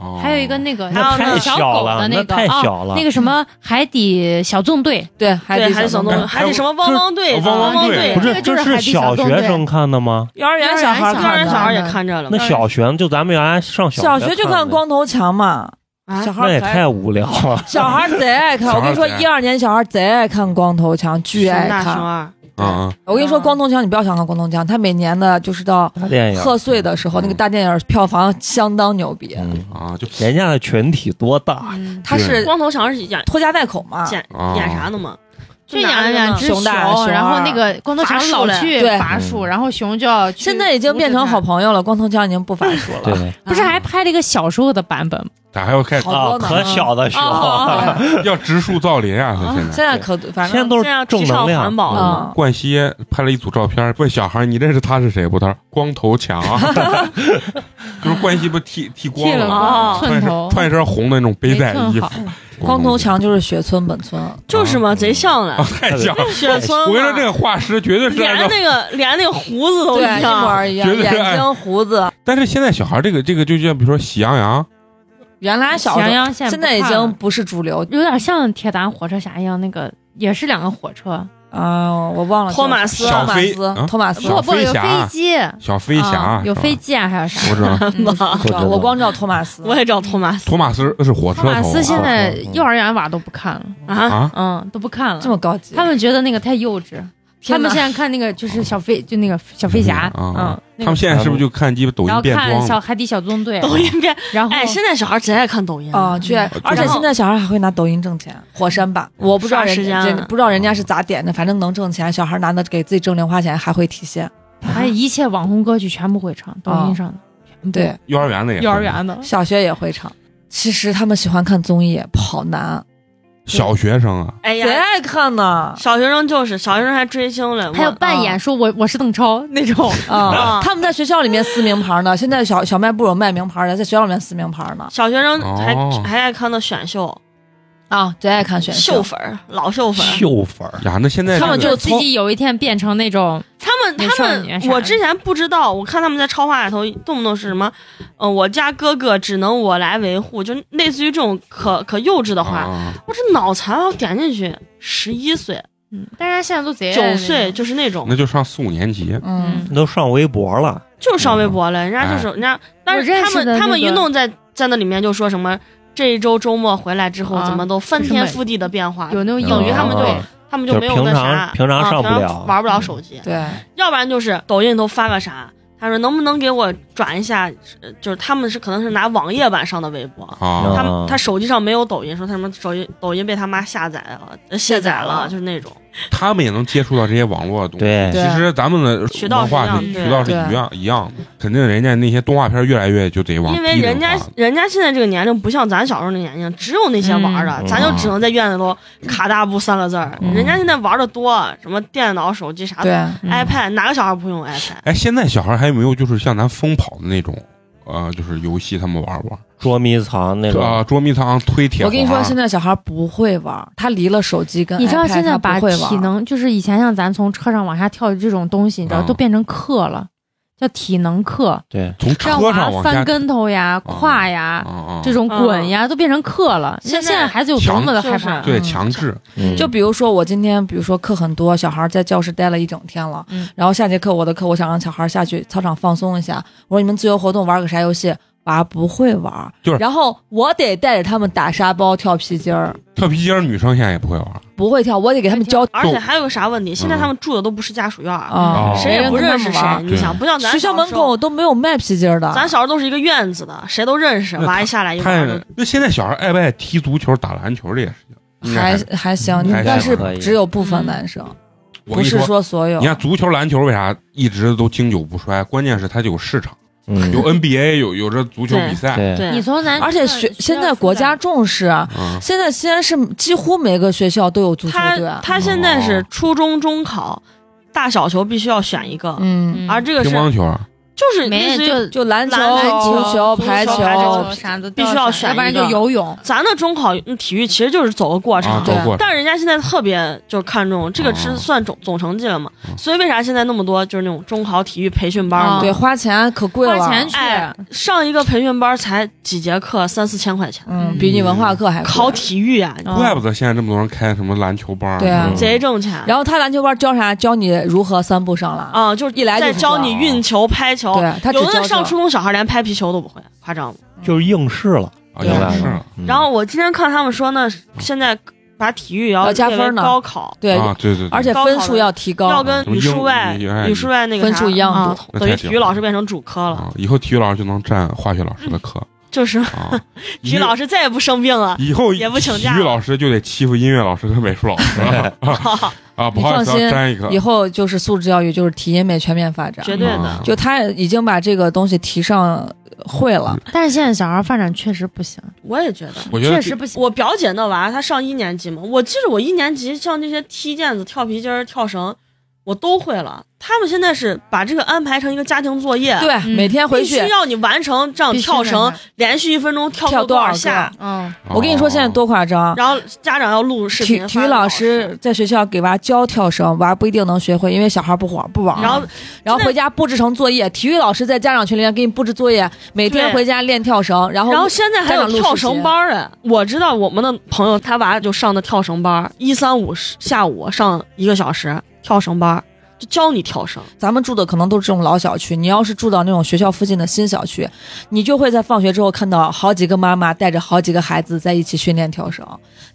Speaker 3: 哦
Speaker 4: 还有一个嗯那个
Speaker 5: 还有那
Speaker 6: 太
Speaker 5: 个
Speaker 4: 小
Speaker 6: 小
Speaker 4: 狗
Speaker 6: 了，
Speaker 4: 的
Speaker 6: 那
Speaker 4: 个
Speaker 6: 太
Speaker 4: 啊
Speaker 6: 小了
Speaker 4: 那。个什么海底小纵队，
Speaker 7: 对，海
Speaker 5: 对，
Speaker 7: 底
Speaker 5: 还是小
Speaker 7: 小
Speaker 5: 动
Speaker 3: 动
Speaker 5: 物，
Speaker 3: 物
Speaker 5: 还得什么汪汪队，
Speaker 3: 哎汪
Speaker 5: 汪
Speaker 3: 汪队
Speaker 5: 队
Speaker 6: 不
Speaker 4: 那
Speaker 6: 是，
Speaker 4: 个就
Speaker 6: 这
Speaker 4: 是海底
Speaker 6: 小
Speaker 4: 小纵
Speaker 6: 学
Speaker 4: 队
Speaker 6: 生看的吗？
Speaker 7: 幼儿园小孩
Speaker 5: 幼儿
Speaker 7: 看
Speaker 5: 园
Speaker 7: 的，
Speaker 5: 小孩也看这了
Speaker 6: 那，小学就咱们原来上
Speaker 7: 小
Speaker 6: 学
Speaker 7: 学就
Speaker 6: 看
Speaker 7: 看
Speaker 6: 的
Speaker 7: 光头强嘛，
Speaker 5: 啊
Speaker 7: 小
Speaker 6: 那
Speaker 7: 孩
Speaker 6: 也
Speaker 7: 儿可爱
Speaker 6: 太无聊了。
Speaker 7: 小孩儿贼爱看，
Speaker 3: 小
Speaker 7: 我
Speaker 3: 孩
Speaker 7: 跟
Speaker 3: 儿
Speaker 7: 你说，
Speaker 3: 贼爱
Speaker 7: 一二年小孩儿贼爱看光头强，巨
Speaker 5: 熊
Speaker 7: 爱
Speaker 5: 大熊
Speaker 7: 看。
Speaker 5: 二，
Speaker 3: 啊啊，
Speaker 7: 我跟你说，
Speaker 4: 嗯
Speaker 7: 光头强你不要小看光头强，他每年的就是到
Speaker 6: 大电影，
Speaker 7: 贺岁的时候，
Speaker 3: 嗯
Speaker 7: 那个大电影票房相当牛逼，
Speaker 6: 嗯，
Speaker 3: 啊，就
Speaker 6: 人家的群体多 大？
Speaker 4: 嗯，
Speaker 7: 他是
Speaker 5: 光头强是演
Speaker 7: 拖家带口嘛，
Speaker 5: 演
Speaker 3: 啊
Speaker 5: 演啥的嘛？
Speaker 4: 就养了两只啊
Speaker 7: 熊大熊二
Speaker 4: 然后那个光头强
Speaker 5: 伐
Speaker 4: 老
Speaker 5: 树嘞
Speaker 4: 去
Speaker 7: 对
Speaker 4: 伐树，
Speaker 6: 嗯
Speaker 4: 然后熊就要去
Speaker 7: 现在已经变成好
Speaker 4: 阻止
Speaker 7: 朋友了。光头强已经不法术了，
Speaker 6: 对
Speaker 4: 他，不是还拍了一个小时候的版本吗？
Speaker 3: 咋还要开
Speaker 7: 好
Speaker 6: 啊，
Speaker 7: 多呢
Speaker 6: 可小的时候，
Speaker 7: 对
Speaker 3: 要植树造林啊？和现
Speaker 7: 现
Speaker 3: 在
Speaker 7: 在可 反
Speaker 6: 现在
Speaker 7: 正
Speaker 6: 都
Speaker 5: 现
Speaker 6: 是
Speaker 5: 在
Speaker 6: 正
Speaker 5: 提
Speaker 6: 能
Speaker 5: 倡
Speaker 6: 量。
Speaker 5: 环保
Speaker 6: 嗯
Speaker 7: 啊，
Speaker 3: 冠希拍了一组照片，问小孩：“你认识他是谁不？”他说：“光头 强。”就是冠希不剃剃光
Speaker 4: 剃了啊
Speaker 3: 吗
Speaker 5: 哦
Speaker 4: 寸
Speaker 3: 穿一身
Speaker 4: 头，哎
Speaker 3: 穿一身红的那种背带
Speaker 4: 没寸
Speaker 3: 衣服
Speaker 4: 好，
Speaker 7: 光头强就是雪村本村，
Speaker 5: 就是嘛，贼像嘞
Speaker 3: 啊，，太 像了。
Speaker 5: 雪村嘛。
Speaker 3: 我跟你说，这个画师绝对是
Speaker 5: 连
Speaker 3: 按照，
Speaker 5: 那个连那个胡子都一
Speaker 7: 对，一模
Speaker 5: 样，
Speaker 7: 儿一样，
Speaker 3: 绝 对是
Speaker 7: 眼睛胡子。
Speaker 3: 但是现在小孩这个这个就像比如说喜羊羊，
Speaker 7: 原来小时
Speaker 4: 羊
Speaker 7: 候，
Speaker 4: 羊现
Speaker 7: 现在已
Speaker 4: 不看
Speaker 7: 经
Speaker 4: 了
Speaker 7: 不是主流
Speaker 4: 有点像铁胆火车侠一样，那个也是两个火车，
Speaker 7: 啊，我忘了叫
Speaker 5: 托马斯
Speaker 7: 托
Speaker 3: 小
Speaker 7: 马
Speaker 3: 飞
Speaker 7: 斯
Speaker 3: 啊，
Speaker 7: 托马斯，
Speaker 3: 小
Speaker 4: 不不
Speaker 3: 飞
Speaker 4: 有
Speaker 3: 侠
Speaker 4: 飞机，
Speaker 3: 小飞侠
Speaker 4: 啊有
Speaker 3: 机，
Speaker 4: 飞机啊，还有啥？
Speaker 3: 我知 道。
Speaker 4: 嗯
Speaker 7: 不知道我光知道托马斯。
Speaker 5: 我也找托马斯
Speaker 3: 托马斯是火车头
Speaker 4: 托
Speaker 3: 啊，
Speaker 4: 马斯现在
Speaker 6: 嗯
Speaker 4: 幼儿园娃都不看了，
Speaker 5: 啊，
Speaker 3: 啊，
Speaker 4: 嗯，都不看了
Speaker 7: 这，么高级，啊
Speaker 4: 他们觉得那个太幼稚。他
Speaker 5: 天哪
Speaker 4: 们现在看那个就是小飞，就那个小飞侠，
Speaker 3: 嗯
Speaker 4: 嗯，
Speaker 3: 他
Speaker 4: 那个
Speaker 3: 们现在是不是就看鸡巴抖
Speaker 4: 然后
Speaker 3: 音变
Speaker 4: 看
Speaker 3: 装
Speaker 4: 小
Speaker 3: 了？
Speaker 4: 海底小纵队，
Speaker 5: 抖音变，
Speaker 4: 然后
Speaker 5: 哎，现在小孩贼爱看抖音
Speaker 7: 啊，去，
Speaker 5: 嗯
Speaker 7: 而且现在小孩还会拿抖音挣钱，火山版，我不知道
Speaker 5: 刷
Speaker 7: 人
Speaker 5: 时间
Speaker 7: 家
Speaker 5: 了嗯
Speaker 7: 人不知道人家是咋点的，反正能挣钱，小孩拿的给自己挣零花钱还会提现。
Speaker 4: 哎，一切网红歌曲全部会唱，抖音上的，全部
Speaker 7: 对，
Speaker 5: 嗯
Speaker 3: 幼儿园的也
Speaker 4: 哦幼儿
Speaker 3: 会
Speaker 4: 园的，
Speaker 7: 小学也会唱。其实他们喜欢看综艺，跑男
Speaker 3: 小学生啊，
Speaker 5: 哎
Speaker 7: 贼
Speaker 5: 呀，
Speaker 7: 爱看呢
Speaker 5: 小学生就是小学生还追星嘞，
Speaker 4: 还有
Speaker 5: 我
Speaker 4: 扮演说我我是邓超那种，
Speaker 7: 啊！
Speaker 5: 啊
Speaker 7: 他们在学校里面撕名牌呢，现在小小卖部有卖名牌的，在学校里面撕名牌呢
Speaker 5: 小学生还
Speaker 3: 哦
Speaker 5: 还爱看那选秀，
Speaker 7: 啊，贼爱看选
Speaker 5: 秀
Speaker 7: 秀。
Speaker 5: 粉儿老秀粉儿，
Speaker 6: 嗯秀粉儿，
Speaker 3: 呀，那现在
Speaker 7: 他们
Speaker 3: 这
Speaker 7: 就
Speaker 3: 个
Speaker 4: 自己有一天变成那种
Speaker 5: 他们
Speaker 4: 美
Speaker 5: 他
Speaker 4: 少女啊啥
Speaker 5: 们，
Speaker 4: 的
Speaker 5: 我之前不知道，我看他们在超话里头动不动是什么，呃，我家哥哥只能我来维护，就类似于这种可可幼稚的话，
Speaker 6: 哦
Speaker 3: 啊
Speaker 5: 我这脑残，我点进去，十一岁、
Speaker 4: 嗯，但是现在都贼
Speaker 5: 九岁，就是那
Speaker 3: 那
Speaker 5: 种，
Speaker 3: 就上四五年级，
Speaker 7: 嗯，
Speaker 6: 都上微博了，
Speaker 5: 就是上微博了，人
Speaker 6: 哎
Speaker 5: 家就是人家，但是
Speaker 4: 我认
Speaker 5: 他
Speaker 4: 识的
Speaker 5: 们
Speaker 4: 那个
Speaker 5: 他们一弄在在那里面就说什么。这一周周末回来之后，
Speaker 4: 啊
Speaker 5: 怎么都翻
Speaker 4: 就是
Speaker 5: 天
Speaker 4: 每
Speaker 5: 覆地的变化，
Speaker 4: 嗯有那
Speaker 3: 嗯
Speaker 4: 种
Speaker 5: 等于他们
Speaker 3: 哦
Speaker 5: 就
Speaker 6: 啊
Speaker 5: 他们就没有
Speaker 6: 就是
Speaker 5: 那
Speaker 6: 平常
Speaker 5: 啥，
Speaker 6: 平常
Speaker 5: 啊
Speaker 6: 上不了嗯
Speaker 5: 平常玩不了手机，
Speaker 7: 对，
Speaker 5: 要不然就是抖音里头发个啥，他说能不能给我转一下，呃就是他们是可能是拿网页版上的微博，
Speaker 3: 啊
Speaker 6: 啊
Speaker 5: 他们他手机上没有抖音，说他什么手机抖音被他妈下载了，呃卸载
Speaker 3: 哦
Speaker 5: 了，就是那种
Speaker 3: 他们也能接触到这些网络的东西。
Speaker 6: 对
Speaker 7: 对
Speaker 3: 其实咱们的
Speaker 5: 渠道
Speaker 3: 文
Speaker 5: 是一
Speaker 3: 化
Speaker 5: 样
Speaker 3: 是
Speaker 5: 的
Speaker 3: 渠道是
Speaker 7: 对
Speaker 3: 一样一样的，肯定人家那些动画片越来越就得往
Speaker 5: 因为
Speaker 3: 低龄
Speaker 5: 人家
Speaker 3: 化
Speaker 5: 人家现在这个年龄不像咱小时候那年龄，只有那些玩的，
Speaker 6: 嗯
Speaker 5: 咱就只能在院子里头卡大步三个字儿。
Speaker 3: 哦嗯
Speaker 5: 人家现在玩的多，什么电脑、手机啥
Speaker 7: 对
Speaker 5: 的。，iPad 嗯哪个小孩不用 iPad？
Speaker 3: 哎，现在小孩还有没有就是像咱疯跑的那种，呃，就是游戏他们玩玩
Speaker 6: 捉迷藏那
Speaker 3: 啊，
Speaker 6: 种，
Speaker 3: 捉迷藏、推铁
Speaker 7: 我
Speaker 3: 环。
Speaker 7: 跟你说，现在小孩不会玩，他离了手机跟
Speaker 4: 你知道
Speaker 7: iPad，
Speaker 4: 现在
Speaker 7: 他
Speaker 4: 把
Speaker 7: 不会玩
Speaker 4: 体能，就是以前像咱从车上往下跳的这种东西，你知道
Speaker 3: 啊
Speaker 4: 都变成课了，叫体能课，
Speaker 6: 对，
Speaker 3: 从
Speaker 4: 让
Speaker 3: 车上
Speaker 4: 娃
Speaker 3: 往
Speaker 4: 翻
Speaker 3: 下
Speaker 4: 跟头呀、跨
Speaker 3: 啊
Speaker 4: 呀、
Speaker 3: 啊，
Speaker 4: 这种
Speaker 7: 嗯
Speaker 4: 滚呀，都变成课了。
Speaker 5: 现在
Speaker 4: 那现在孩子有多么的害怕？
Speaker 3: 对
Speaker 7: 嗯
Speaker 3: 强制
Speaker 6: 嗯
Speaker 7: 就比如说，我今天比如说课很多，小孩在教室待了一整天了，
Speaker 4: 嗯
Speaker 7: 然后下节课我的课，我想让小孩下去操场放松一下。我说你们自由活动玩个啥游戏？娃不会玩，
Speaker 3: 就是
Speaker 7: 然后我得带着他们打沙包、跳皮筋儿，
Speaker 3: 跳皮筋儿，女生现在也不会玩。
Speaker 7: 不会跳，我得给他们教
Speaker 5: 而且还有个啥问题？现在他们住的都不是家属院儿，
Speaker 7: 啊，
Speaker 3: 嗯哦
Speaker 5: 谁也不认识
Speaker 7: 没人跟他
Speaker 5: 谁。
Speaker 7: 们
Speaker 3: 对
Speaker 5: 你想，不像
Speaker 7: 玩
Speaker 5: 咱
Speaker 7: 学校门
Speaker 5: 小时候
Speaker 7: 口，都没有卖皮筋儿的，
Speaker 5: 咱小时候都是一个院子的，谁都认识。
Speaker 3: 那
Speaker 5: 娃一下来一
Speaker 3: 太
Speaker 5: 玩儿，
Speaker 3: 那现在小孩爱不爱踢足球、打篮球这些事情？应该
Speaker 7: 还
Speaker 3: 是
Speaker 7: 还行
Speaker 3: 还，
Speaker 7: 但是
Speaker 6: 可以
Speaker 5: 嗯
Speaker 7: 只有部分男生，
Speaker 3: 我
Speaker 7: 不
Speaker 3: 跟你
Speaker 7: 是
Speaker 3: 说，
Speaker 7: 说所有
Speaker 3: 你。看足球、篮球为啥一直都经久不衰？关键是它有市场，
Speaker 6: 嗯，
Speaker 3: 有 NBA，有有这足球比赛，
Speaker 6: 对，
Speaker 5: 对，
Speaker 4: 你从咱
Speaker 7: 而且学现在国家重视啊，
Speaker 3: 嗯，
Speaker 7: 现在西安市几乎每个学校都有足球
Speaker 5: 他
Speaker 7: 队。啊
Speaker 5: 他现在
Speaker 3: 哦
Speaker 5: 是初中中考，大小球必须要选一个，
Speaker 7: 嗯，
Speaker 5: 而这个
Speaker 3: 乒
Speaker 5: 是
Speaker 3: 乓球，
Speaker 5: 就是
Speaker 4: 没
Speaker 5: 类似于
Speaker 4: 就
Speaker 7: 就篮球、
Speaker 5: 篮球
Speaker 7: 足球、
Speaker 5: 足球
Speaker 7: 排
Speaker 5: 球
Speaker 4: 排
Speaker 5: 球
Speaker 4: 啥的
Speaker 5: 必须要选
Speaker 4: 要不然
Speaker 5: 一个
Speaker 4: 就游泳。
Speaker 5: 咱的中考嗯体育其实就是走个过
Speaker 3: 啊，
Speaker 5: 场，
Speaker 3: 都
Speaker 7: 对
Speaker 3: 过
Speaker 5: 但人家现在特别就是看重这个是
Speaker 3: 哦
Speaker 5: 算总总成绩了嘛
Speaker 3: 嗯，
Speaker 5: 所以为啥现在那么多就是那种中考体育培训班嘛
Speaker 4: 啊？
Speaker 7: 哦对，花钱可贵了。
Speaker 4: 花钱去
Speaker 5: 哎上一个培训班才几节课，三四千块钱，
Speaker 7: 嗯，比你文化课还贵
Speaker 5: 考体育呀，
Speaker 7: 嗯
Speaker 3: 怪不得现在这么多人开什么篮球班儿，
Speaker 7: 对啊
Speaker 3: 嗯
Speaker 5: 贼挣钱。
Speaker 7: 然后他篮球班教啥？教你如何三步上篮。
Speaker 5: 啊，就是
Speaker 7: 一来就
Speaker 5: 在
Speaker 7: 是
Speaker 5: 教
Speaker 7: 这
Speaker 5: 你
Speaker 3: 样
Speaker 5: 运球、拍球，
Speaker 7: 对他只
Speaker 5: 哦有的
Speaker 7: 教这嗯
Speaker 5: 那上初中小孩连拍皮球都不会，夸张吗？
Speaker 6: 就是应试了，
Speaker 3: 啊，
Speaker 6: 明
Speaker 3: 也
Speaker 6: 白
Speaker 3: 是
Speaker 6: 了。嗯
Speaker 5: 然后我之前看他们说呢，现在把体育也
Speaker 7: 要加
Speaker 5: 列为
Speaker 7: 分呢
Speaker 5: 高考，
Speaker 7: 对，
Speaker 3: 啊，对对，对
Speaker 7: 而且分数要提
Speaker 5: 要
Speaker 7: 高。
Speaker 5: 跟
Speaker 3: 什么
Speaker 5: 语数
Speaker 3: 英
Speaker 5: 外、
Speaker 3: 语哎
Speaker 5: 语数外那个
Speaker 7: 分
Speaker 5: 啥
Speaker 7: 数一样
Speaker 5: 啊
Speaker 7: 多
Speaker 3: 那
Speaker 5: 等于
Speaker 3: 太
Speaker 5: 体
Speaker 3: 屌
Speaker 5: 育老
Speaker 3: 了
Speaker 5: 师变成主科了，
Speaker 3: 啊，以后体育老师就能占化学老师的课
Speaker 5: 就是
Speaker 3: 啊，
Speaker 5: 体育老师再也不生病了。
Speaker 3: 以后
Speaker 5: 也不请假
Speaker 3: 体育老师就得欺负音乐老师和美术老师 啊，不
Speaker 7: 你
Speaker 3: 好意
Speaker 7: 放
Speaker 3: 思，
Speaker 7: 心
Speaker 3: 要沾一个
Speaker 7: 以后就是素质教育，就是体音美全面发展。
Speaker 5: 绝对的
Speaker 3: 啊
Speaker 7: 就他已经把这个东西提上会了，
Speaker 5: 嗯
Speaker 4: 但是现在小孩发展确实不行，
Speaker 5: 我也觉得，
Speaker 3: 我觉得
Speaker 4: 确
Speaker 3: 这
Speaker 4: 实不行。
Speaker 5: 我表姐那娃她上一年级嘛，我记着我一年级像这些踢毽子、跳皮筋儿、跳绳，我都会了。他们现在是把这个安排成一个家庭作业，
Speaker 7: 对，
Speaker 4: 嗯
Speaker 7: 每天回
Speaker 5: 必须
Speaker 7: 去。
Speaker 5: 要你完成这样
Speaker 4: 必须
Speaker 5: 跳绳
Speaker 4: 完成，
Speaker 5: 连续一分钟跳
Speaker 7: 跳
Speaker 5: 多
Speaker 7: 多少
Speaker 5: 少下
Speaker 7: 个，
Speaker 4: 嗯，
Speaker 3: 啊
Speaker 7: 我跟你说，现在
Speaker 3: 哦
Speaker 7: 多夸张！
Speaker 5: 然后家长要录视
Speaker 7: 体
Speaker 5: 频。
Speaker 7: 体
Speaker 5: 发
Speaker 7: 育
Speaker 5: 给
Speaker 7: 老
Speaker 5: 师，
Speaker 7: 师在学校给娃教跳绳，娃不一定能学会，因为小孩不玩不玩。
Speaker 5: 然后
Speaker 7: 啊然后回家布置成作业，体育老师在家长群里面给你布置作业，每天
Speaker 5: 对
Speaker 7: 回家练跳绳，然后
Speaker 5: 然后现在还有跳绳班儿哎，我知道我们的朋友他娃就上的跳绳班儿，一三五下午上一个小时跳绳班儿，就教你跳绳。
Speaker 7: 咱们住的可能都是这种老小区，你要是住到那种学校附近的新小区，你就会在放学之后看到好几个妈妈带着好几个孩子在一起训练跳绳，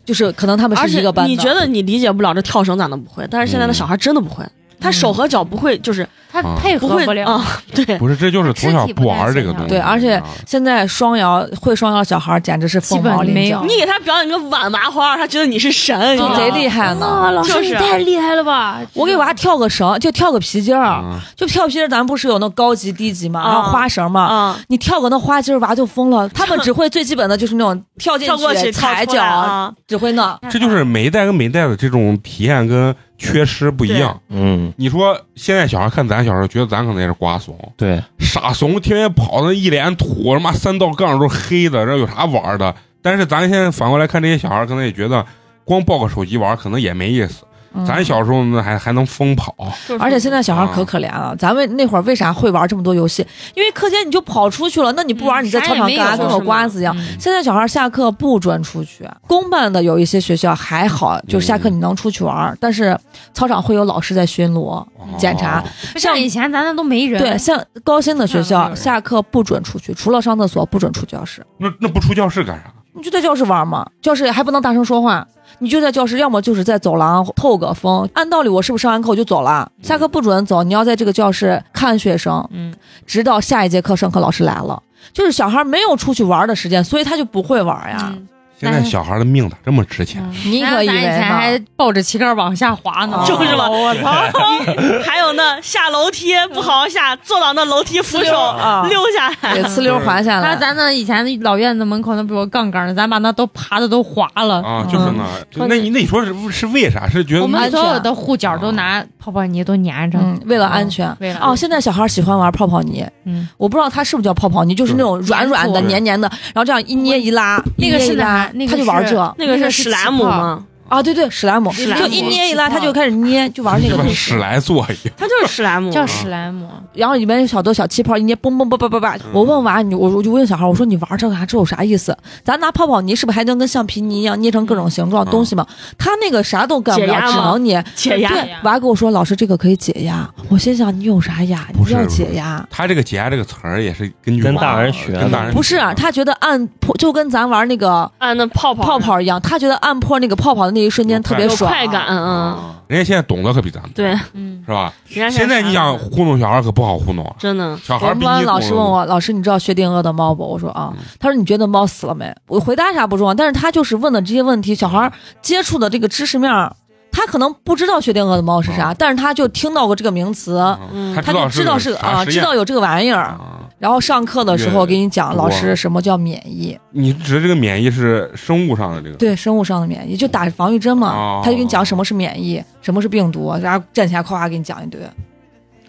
Speaker 7: 就是可能他们
Speaker 5: 而
Speaker 7: 是
Speaker 5: 且
Speaker 7: 一个班的。嗯
Speaker 5: 你觉得你理解不了这跳绳咋能不会？但是现在的小孩真的不会，他手和脚不会，就是
Speaker 4: 他
Speaker 3: 啊
Speaker 4: 配
Speaker 5: 不
Speaker 4: 嗯合
Speaker 5: 会
Speaker 4: 了。
Speaker 5: 啊。对，
Speaker 3: 不是，这就是从小不玩这个东西。
Speaker 7: 啊
Speaker 3: 啊
Speaker 7: 对，而且现在双摇会双摇的小孩简直是凤毛
Speaker 4: 基本
Speaker 7: 麟
Speaker 4: 没
Speaker 7: 角
Speaker 4: 有，
Speaker 5: 你给他表演个碗麻花，他觉得你是神，你知道
Speaker 7: 就
Speaker 5: 吗
Speaker 7: 贼厉害
Speaker 4: 啊，
Speaker 7: 呢。
Speaker 4: 老
Speaker 5: 就
Speaker 4: 师
Speaker 5: 是
Speaker 4: 你太厉害了吧！
Speaker 7: 我给娃跳个绳，就跳个皮筋儿，
Speaker 3: 啊，
Speaker 7: 就跳皮筋儿，咱不是有那高级、低级嘛，
Speaker 5: 啊
Speaker 7: 然后花绳嘛，
Speaker 5: 啊！
Speaker 7: 你跳个那花筋儿，娃就疯 了。他们只会最基本的就是那种跳进
Speaker 5: 跳过去跳
Speaker 7: 踩
Speaker 5: 出来
Speaker 7: 脚，
Speaker 5: 啊！
Speaker 7: 只会那。
Speaker 4: 嗯
Speaker 3: 这就是每一代跟每一代的这种体验跟缺失不一样。
Speaker 6: 嗯，
Speaker 3: 你说现在小孩看咱小时候，觉得咱可能也是瓜怂、
Speaker 6: 对，
Speaker 3: 傻怂，天天跑那一脸土，他妈三道杠都是黑的，这有啥玩的？但是咱现在反过来看这些小孩，可能也觉得光抱个手机玩可能也没意思。
Speaker 7: 嗯
Speaker 3: 咱小时啊候呢还还能疯跑，
Speaker 5: 就是
Speaker 7: 而且现在小孩可可怜了，咱们那会儿为啥会玩这么多游戏？因为课间你就跑出去了，那你不
Speaker 4: 嗯
Speaker 7: 玩，你在操场干啥？跟个瓜子一样。。
Speaker 4: 啥也没有是吗嗯
Speaker 7: 现在小孩下课不准出去，公办的有一些学校还好，
Speaker 3: 嗯
Speaker 7: 就是下课你能出去玩，但是操场会有老师在巡逻
Speaker 3: 哦
Speaker 7: 检查。
Speaker 4: 嗯像以前咱那都没人，
Speaker 7: 对，像高薪的学
Speaker 4: 看
Speaker 7: 校
Speaker 4: 到有
Speaker 5: 嗯
Speaker 4: 人
Speaker 7: 下课不准出去，除了上厕所不准出教室，
Speaker 3: 那那不出教室干啥？
Speaker 7: 你就在教室玩嘛，教室还不能大声说话。你就在教室，要么就是在走廊透个风。按道理，我是不是上完课我就走了？下课不准走，你要在这个教室看学生，
Speaker 4: 嗯，
Speaker 7: 直到下一节课上课老师来了。就是小孩没有出去玩的时间，所以他就不会玩呀。
Speaker 4: 嗯
Speaker 3: 现
Speaker 7: 哎
Speaker 3: 在小孩的命咋这么值钱？
Speaker 7: 你可以啊
Speaker 4: 咱以
Speaker 7: 为
Speaker 4: 前还
Speaker 7: 呢？
Speaker 4: 抱着旗杆往下滑呢，
Speaker 5: 就是嘛，
Speaker 7: 我操！
Speaker 5: 还有呢，下楼梯不好好下，坐到那楼梯扶手
Speaker 4: 嗯
Speaker 7: 啊
Speaker 5: 溜下来。
Speaker 7: 给呲溜滑下
Speaker 4: 那
Speaker 7: 来。
Speaker 4: 咱那以前老院子门口那不有杠杆儿，咱把那都爬的都滑了。
Speaker 7: 嗯
Speaker 3: 啊，就是那，就那你那你说是是为啥？是觉
Speaker 4: 我
Speaker 3: 得
Speaker 4: 们
Speaker 7: 安
Speaker 4: 所有
Speaker 7: 全
Speaker 4: 的护角
Speaker 3: 啊
Speaker 4: 都拿泡泡泥都粘着。
Speaker 7: 嗯，为了安全。
Speaker 4: 为了
Speaker 7: 哦，现在小孩喜欢玩泡泡泥，
Speaker 4: 嗯，
Speaker 7: 我不知道它是不是叫泡泡泥，就是那种软软的、
Speaker 3: 对
Speaker 7: 黏黏的，然后这样一捏一拉，
Speaker 4: 那个
Speaker 7: 一捏
Speaker 4: 是
Speaker 7: 一拉
Speaker 4: 哪那个
Speaker 7: 他就玩
Speaker 4: 是
Speaker 7: 这
Speaker 5: 那个是史莱姆吗？
Speaker 7: 啊，对对，史莱姆，
Speaker 5: 史莱姆
Speaker 7: 就一捏一拉，他就开始捏，就玩那个
Speaker 3: 一
Speaker 7: 东
Speaker 3: 般
Speaker 7: 西
Speaker 3: 史。莱做一
Speaker 5: 它就是
Speaker 7: 嗯
Speaker 5: 史莱姆，
Speaker 4: 叫史莱姆，
Speaker 7: 然后里面有好多小气泡，一捏嘣嘣嘣嘣嘣嘣。我问娃，你我我就问小孩，我说你玩这干啥？这有啥意思？咱拿泡泡泥是不是还能跟橡皮泥一样捏成各种形状
Speaker 3: 嗯
Speaker 7: 东西嘛？他那个啥都干不
Speaker 5: 解
Speaker 7: 了
Speaker 5: 压，吗嗯
Speaker 7: 只能捏。
Speaker 5: 解压。
Speaker 7: 对，娃跟我说老师这个可以解压，我心想你有啥压？
Speaker 3: 不
Speaker 7: 你
Speaker 3: 是
Speaker 7: 要解压。
Speaker 3: 他这个“解压”这个词儿也是根据
Speaker 6: 跟
Speaker 3: 网
Speaker 6: 大人学的
Speaker 3: 跟大人
Speaker 7: 不是、啊
Speaker 3: 学的
Speaker 7: 他觉得按破就跟咱玩那个
Speaker 5: 按那泡泡
Speaker 7: 泡泡一样，他觉得按破那个泡泡的那一瞬间特别
Speaker 5: 有
Speaker 7: 爽，啊
Speaker 5: 快感，嗯，
Speaker 3: 啊，人家现在懂得可比咱们多
Speaker 5: 对，
Speaker 4: 嗯
Speaker 3: 是吧？
Speaker 5: 人家
Speaker 3: 现在你想糊弄小孩可不好糊弄啊，
Speaker 5: 真的
Speaker 3: 小孩
Speaker 7: 我
Speaker 3: 儿
Speaker 7: 们
Speaker 3: 比
Speaker 7: 班
Speaker 3: 你
Speaker 7: 老师
Speaker 3: 懂
Speaker 7: 问我，老师你知道薛定谔的猫不？我说啊
Speaker 3: 嗯，
Speaker 7: 他说你觉得猫
Speaker 3: 嗯
Speaker 7: 死了没？我回答啥不重要，但是他就是问的这些问题，小孩儿接触的这个知识面儿，他可能不知道薛定谔的猫是啥，但是他就听到过这个名词，
Speaker 3: 嗯
Speaker 5: 嗯
Speaker 3: 哦他
Speaker 7: 呃他就知道
Speaker 3: 道
Speaker 7: 是
Speaker 3: 个
Speaker 7: 个啊，知道有这个玩意儿。
Speaker 3: 啊。
Speaker 7: 然后上课的时候
Speaker 3: 越
Speaker 7: 给你讲，
Speaker 3: 多
Speaker 7: 老师什么叫免疫？
Speaker 3: 你指的这个免疫是生物上的这个，
Speaker 7: 对，生物上的免疫，就打防御针
Speaker 3: 哦
Speaker 7: 嘛。他就给你讲什么是免疫，什么是病毒，然后站起来夸夸给你讲一堆。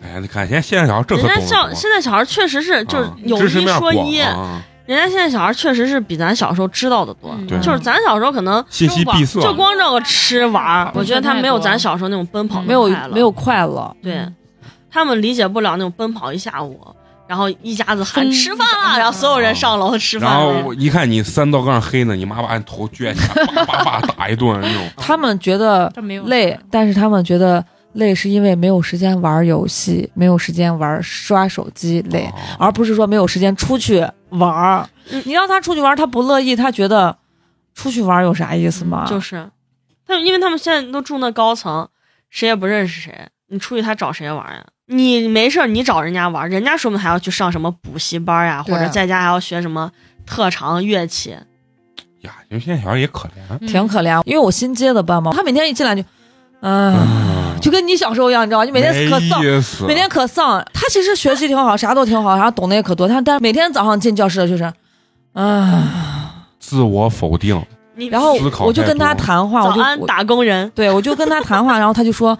Speaker 3: 哎，你看现在现在小孩这可
Speaker 5: 人
Speaker 3: 懂
Speaker 5: 家
Speaker 3: 了
Speaker 5: 小
Speaker 3: 懂了
Speaker 5: 现在小孩确实是就是
Speaker 3: 啊
Speaker 5: 有
Speaker 3: 知
Speaker 5: 一
Speaker 3: 识面
Speaker 5: 说
Speaker 3: 广
Speaker 5: 一，
Speaker 3: 啊
Speaker 5: 人家现在小孩确实是比咱小时候知道的多。
Speaker 3: 对
Speaker 5: 就是咱小时候可能
Speaker 3: 信息闭塞啊
Speaker 5: 就光这个吃玩儿，我觉得他没有
Speaker 4: 太多了
Speaker 5: 咱小时候那种奔跑的
Speaker 7: 没有
Speaker 5: 快乐
Speaker 7: 没有快乐，
Speaker 3: 哦
Speaker 4: 嗯
Speaker 5: 对，他们理解不了那种奔跑一下午，然后一家子喊
Speaker 4: 疯
Speaker 5: 吃饭
Speaker 7: 啊
Speaker 5: 啦，然后所有人上楼吃
Speaker 3: 然
Speaker 5: 饭
Speaker 3: 后
Speaker 5: 了。
Speaker 3: 我一看你三道杠黑呢，你妈把你头撅起来，叭叭叭打一顿那种。
Speaker 7: 他们觉得
Speaker 4: 这没有
Speaker 7: 累，但是他们觉得累是因为没有时间玩游戏，没有时间玩刷手机累，
Speaker 3: 啊
Speaker 7: 而不是说没有时间出去玩儿
Speaker 5: 哦嗯。
Speaker 7: 你让他出去玩儿，他不乐意，他觉得出去玩儿有啥意思吗？
Speaker 5: 就是，他们因为他们现在都住那高层，谁也不认识谁，你出去他找谁玩呀？你没事儿你找人家玩，人家说不定还要去上什么补习班呀，或
Speaker 7: 对
Speaker 5: 者在家还要学什么特长乐器。
Speaker 3: 呀，因为现在小孩也可怜。啊
Speaker 4: 嗯
Speaker 5: 嗯
Speaker 7: 挺可怜。因为我新接的班嘛，他每天一进来就，啊，
Speaker 3: 啊
Speaker 7: 就跟你小时候一样，你知道，你每天可丧。
Speaker 3: 没意思
Speaker 7: 每天可丧，他其实学习挺好，啥都挺好，啥懂得也可多。他但是每天早上进教室就是，啊，
Speaker 3: 自我否定，
Speaker 5: 你
Speaker 7: 然后
Speaker 3: 思考
Speaker 7: 我就跟他
Speaker 3: 太多
Speaker 7: 谈话，
Speaker 5: 早
Speaker 7: 我就
Speaker 5: 安
Speaker 7: 我
Speaker 5: 打工人，
Speaker 7: 对，我就跟他谈话，然后他就说，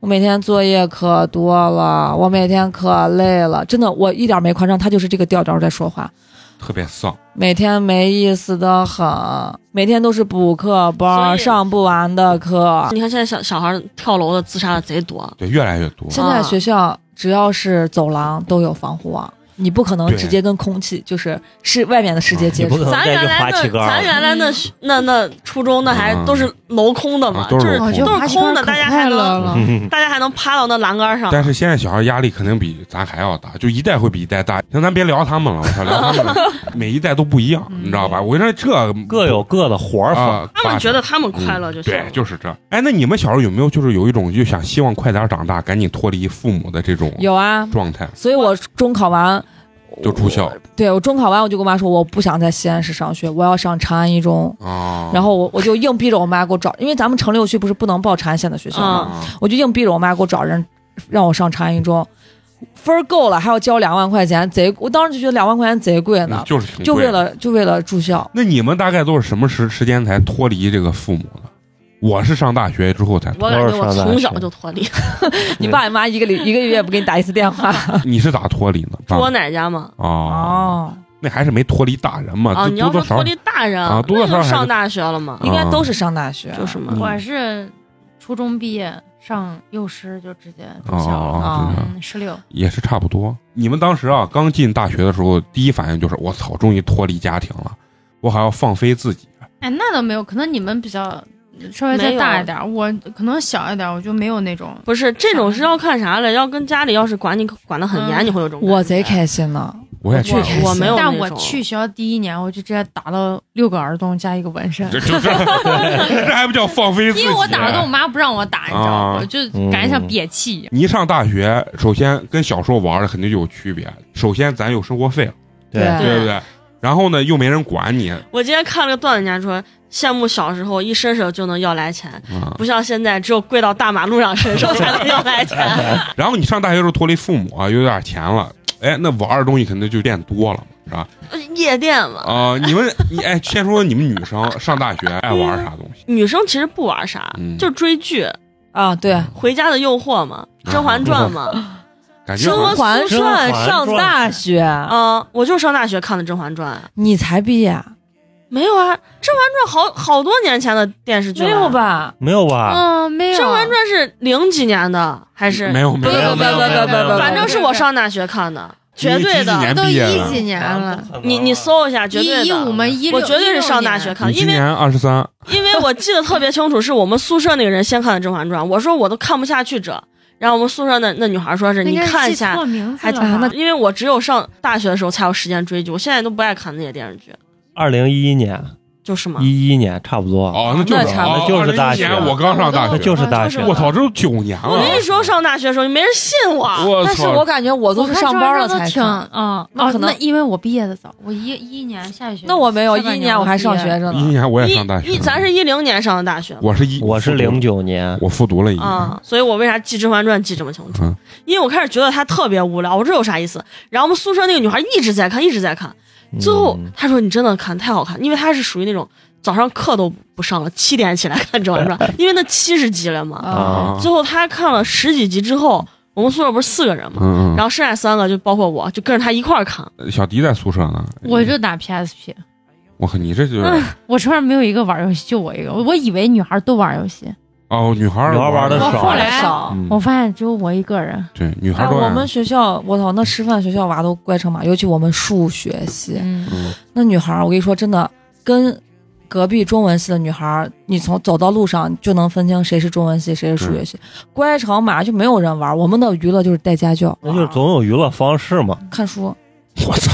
Speaker 7: 我每天作业可多了，我每天可累了，真的，我一点没夸张，他就是这个调调在说话，
Speaker 3: 特别丧。
Speaker 7: 每天没意思的很，每天都是补课班，
Speaker 5: 所以
Speaker 7: 上不完的课。
Speaker 5: 你看现在小小孩儿跳楼的、自杀的贼多，
Speaker 3: 对，越来越多。
Speaker 7: 现在学校只要是走廊都有防护网。你不可能
Speaker 3: 对
Speaker 7: 直接跟空气，就是是外面的世界
Speaker 3: 啊
Speaker 7: 接
Speaker 6: 你不
Speaker 7: 触
Speaker 6: 可，能
Speaker 5: 咱
Speaker 6: 嗯再
Speaker 5: 原
Speaker 6: 去
Speaker 5: 来
Speaker 6: 划
Speaker 5: 那
Speaker 6: 旗杆
Speaker 5: 咱
Speaker 6: 儿了。
Speaker 5: 原来那学那那初中那还
Speaker 3: 嗯
Speaker 5: 都是镂空的嘛，
Speaker 3: 啊都
Speaker 5: 就是是
Speaker 3: 镂
Speaker 4: 哦，
Speaker 3: 空
Speaker 4: 就
Speaker 5: 都是
Speaker 4: 爬起来
Speaker 5: 空的
Speaker 4: 可
Speaker 5: 大家
Speaker 4: 快
Speaker 5: 还能
Speaker 4: 乐了
Speaker 5: 大家还能趴到那栏杆上。
Speaker 3: 但是现在小孩压力肯定比咱还要大，就一代会比一代大。行，咱别聊他们了， 我操，聊他们每一代都不一样，你知道吧？我跟你说，这
Speaker 6: 各有各的活儿法，
Speaker 3: 啊，
Speaker 5: 嗯他们觉得他们快乐就行了。
Speaker 3: 对，就是这。哎，那你们小时候有没有就是有一种就想希望快点长大，赶紧脱离父母的这种
Speaker 7: 有啊。
Speaker 3: 状态，
Speaker 7: 所以我中考完
Speaker 3: 就住校
Speaker 7: 对我中考完，我就跟我妈说，我不想在西安市上学，我要上长安一中。
Speaker 3: 啊？
Speaker 7: 然后我我就硬逼着我妈给我找，因为咱们城六区不是不能报长安县的学校吗？
Speaker 5: 嗯
Speaker 3: 啊，
Speaker 7: 我就硬逼着我妈给我找人，让我上长安一中，分儿够了还要交两万块钱，贼！我当时就觉得两万块钱贼贵呢，
Speaker 3: 嗯就是挺
Speaker 7: 就
Speaker 3: 贵
Speaker 7: 为
Speaker 3: 的
Speaker 7: 了就为了住校。
Speaker 3: 那你们大概都是什么时时间才脱离这个父母的？我是上大学之后才脱，
Speaker 5: 我感觉我从小就脱离，
Speaker 3: 啊嗯
Speaker 7: 你爸你妈一个礼一个月不给你打一次电话
Speaker 3: 你是咋脱离呢？
Speaker 5: 住我
Speaker 3: 啊
Speaker 5: 奶家嘛。
Speaker 3: 哦，
Speaker 7: 哦，
Speaker 3: 那还是没脱离大人嘛，
Speaker 5: 啊，
Speaker 3: 就
Speaker 5: 你要
Speaker 3: 多
Speaker 5: 说
Speaker 3: 多
Speaker 5: 脱
Speaker 3: 少
Speaker 5: 离大人，
Speaker 3: 啊多多少少还
Speaker 5: 那就是上大学了嘛，
Speaker 7: 哦应该都是上大学，
Speaker 5: 就是嘛
Speaker 3: 嗯。
Speaker 4: 我是初中毕业上幼师就直接住
Speaker 3: 哦
Speaker 4: 校了，
Speaker 3: 哦
Speaker 7: 啊，
Speaker 3: 对
Speaker 4: 嗯，十六，
Speaker 3: 也是差不多。你们当时啊，刚进大学的时候，第一反应就是我操，终于脱离家庭了，我还要放飞自己。
Speaker 4: 哎，那倒没有，可能你们比较稍微再大一点儿，我可能小一点儿，我就没有那种。
Speaker 5: 不是这种是要看啥嘞？要跟家里要是管你管的很严，
Speaker 4: 嗯
Speaker 5: 你会有这种感觉啊
Speaker 7: 我贼开心呢。
Speaker 3: 我也去
Speaker 7: 我
Speaker 3: 过，
Speaker 7: 开
Speaker 5: 我没有那
Speaker 4: 但
Speaker 5: 种，
Speaker 4: 我去学校第一年，我就直接打到六个儿童加一个纹身，
Speaker 3: 这这这 这还不叫放飞自己？
Speaker 4: 因为我打跟我妈不让我打，你知道吗？
Speaker 3: 啊
Speaker 4: 我就感觉像憋气。
Speaker 3: 你一上大学，首先跟小时候玩的肯定就有区别。首先，咱有生活费了，
Speaker 7: 对
Speaker 3: 对不对？然后呢，又没人管你啊、
Speaker 5: 我今天看了个段子，人家说羡慕小时候一伸手就能要来钱，
Speaker 3: 嗯
Speaker 5: 不像现在只有跪到大马路上伸手才能要来钱。
Speaker 3: 然后你上大学的时候脱离父母啊，有点钱了，哎，那玩的东西肯定就变多了嘛，是吧？
Speaker 5: 夜店嘛，
Speaker 3: 啊、你们，你哎，先说你们女生上大学爱玩啥东西？
Speaker 5: 女生其实不玩啥，
Speaker 3: 嗯
Speaker 5: 就追剧《
Speaker 7: 啊，对，
Speaker 5: 回家的诱惑》嘛，
Speaker 3: 啊
Speaker 5: 《甄嬛传》嘛。
Speaker 3: 感觉
Speaker 7: 甄
Speaker 3: 好像
Speaker 7: 嬛
Speaker 6: 甄
Speaker 7: 传啊
Speaker 6: 嬛
Speaker 7: 上
Speaker 6: 传
Speaker 7: 大学，
Speaker 5: 嗯，我就上大学看的《甄嬛传》啊，
Speaker 7: 你才毕业啊，
Speaker 5: 没有啊，《甄嬛传》好好多年前的电视剧
Speaker 7: 没
Speaker 5: 了
Speaker 7: 有？吧？
Speaker 6: 没有
Speaker 3: 啊
Speaker 6: 吧？
Speaker 4: 嗯，没
Speaker 5: 《
Speaker 4: 有。
Speaker 5: 甄嬛传》是零几年的还是？
Speaker 3: 没有没
Speaker 6: 有没有没有没有没有
Speaker 5: 反正是我上大学看的，绝对
Speaker 3: 你几
Speaker 5: 的。
Speaker 3: 年
Speaker 4: 都
Speaker 3: 毕业
Speaker 4: 一
Speaker 3: 了
Speaker 4: 几年了，
Speaker 5: 嗯你你搜一下，啊绝对的。
Speaker 4: 一一五吗？一六，
Speaker 5: 我绝对是上大学
Speaker 4: 16年。
Speaker 5: 看的，
Speaker 3: 你今
Speaker 5: 因为
Speaker 3: 年二十三，
Speaker 5: 因为我记得特别清楚，是我们宿舍那个人先看的《甄嬛传》，我说我都看不下去这，然后我们宿舍那那女孩说是
Speaker 4: 那
Speaker 5: 你
Speaker 4: 应该是
Speaker 5: 看一
Speaker 4: 记
Speaker 5: 下，
Speaker 4: 错名字
Speaker 5: 还
Speaker 4: 了
Speaker 5: 挺
Speaker 4: 吧
Speaker 5: 好的。因为我只有上大学的时候才有时间追剧，我现在都不爱看那些电视剧。
Speaker 6: 二零一一年，
Speaker 5: 就是嘛，
Speaker 6: 一一年差不多，
Speaker 3: 哦，那就是
Speaker 7: 那差不
Speaker 6: 多
Speaker 3: 哦
Speaker 6: 就是大学
Speaker 3: 2001年我刚上大
Speaker 6: 那
Speaker 3: 学，
Speaker 6: 就是大学。
Speaker 3: 我操，这都九年
Speaker 5: 我
Speaker 3: 了
Speaker 5: 那，时候上大学的时候就没人信我，
Speaker 3: 我
Speaker 7: 啊但是我
Speaker 3: 操，
Speaker 7: 感觉我都是上班了
Speaker 4: 我看上
Speaker 7: 才
Speaker 4: 学都挺
Speaker 7: 上。
Speaker 4: 啊，
Speaker 7: 那
Speaker 4: 啊
Speaker 7: 可能
Speaker 4: 那因为我毕业的早，我一一年下学，
Speaker 7: 那我没有，
Speaker 4: 下半
Speaker 7: 一年我还上
Speaker 4: 毕业
Speaker 7: 学着
Speaker 3: 一
Speaker 7: 呢。
Speaker 3: 年我也上大
Speaker 5: 一
Speaker 3: 学，
Speaker 5: 一咱是一零年上的大学
Speaker 3: 我是一
Speaker 6: 我是零，九年，
Speaker 3: 我复读了一年，
Speaker 5: 啊，所以我为啥记《甄嬛传》记这么清楚
Speaker 3: 嗯？
Speaker 5: 因为我开始觉得它特别无聊，我说这有啥意思？然后我们宿舍那个女孩一直在看，一直在看，最后
Speaker 6: 嗯
Speaker 5: 她说你真的看太好看，因为她是属于那种早上课都不上了，七点起来看《甄嬛传》， 因为那七十集了嘛。
Speaker 7: 啊，
Speaker 3: 啊
Speaker 5: 最后她看了十几集之后，我们宿舍不是四个人嘛，
Speaker 3: 嗯
Speaker 5: 然后剩下三个就包括我，就跟着她一块儿看。
Speaker 3: 嗯，小迪在宿舍呢，
Speaker 4: 我就打 PSP，
Speaker 3: 我靠，你这就是
Speaker 4: 我身边没有一个玩游戏，就我一个。我以为女孩都玩游戏，
Speaker 3: 哦，女孩儿
Speaker 6: 女孩儿玩得
Speaker 3: 的
Speaker 4: 我
Speaker 6: 少
Speaker 4: 后来
Speaker 7: 少。
Speaker 3: 嗯
Speaker 4: 我发现只有我一个人。
Speaker 3: 对，女孩
Speaker 7: 哎，
Speaker 3: 儿都
Speaker 7: 我
Speaker 3: 爱
Speaker 7: 们学校，我操，那师范学校娃都乖成嘛，尤其我们数学系，
Speaker 4: 嗯，
Speaker 3: 嗯
Speaker 7: 那女孩儿，我跟你说，真的跟隔壁中文系的女孩儿，你从走到路上就能分清谁是中文系，谁是数学系，乖成嘛就没有人玩儿。我们的娱乐就是带家教，
Speaker 6: 那就是总有娱乐方式嘛。
Speaker 7: 看书。
Speaker 3: 我操，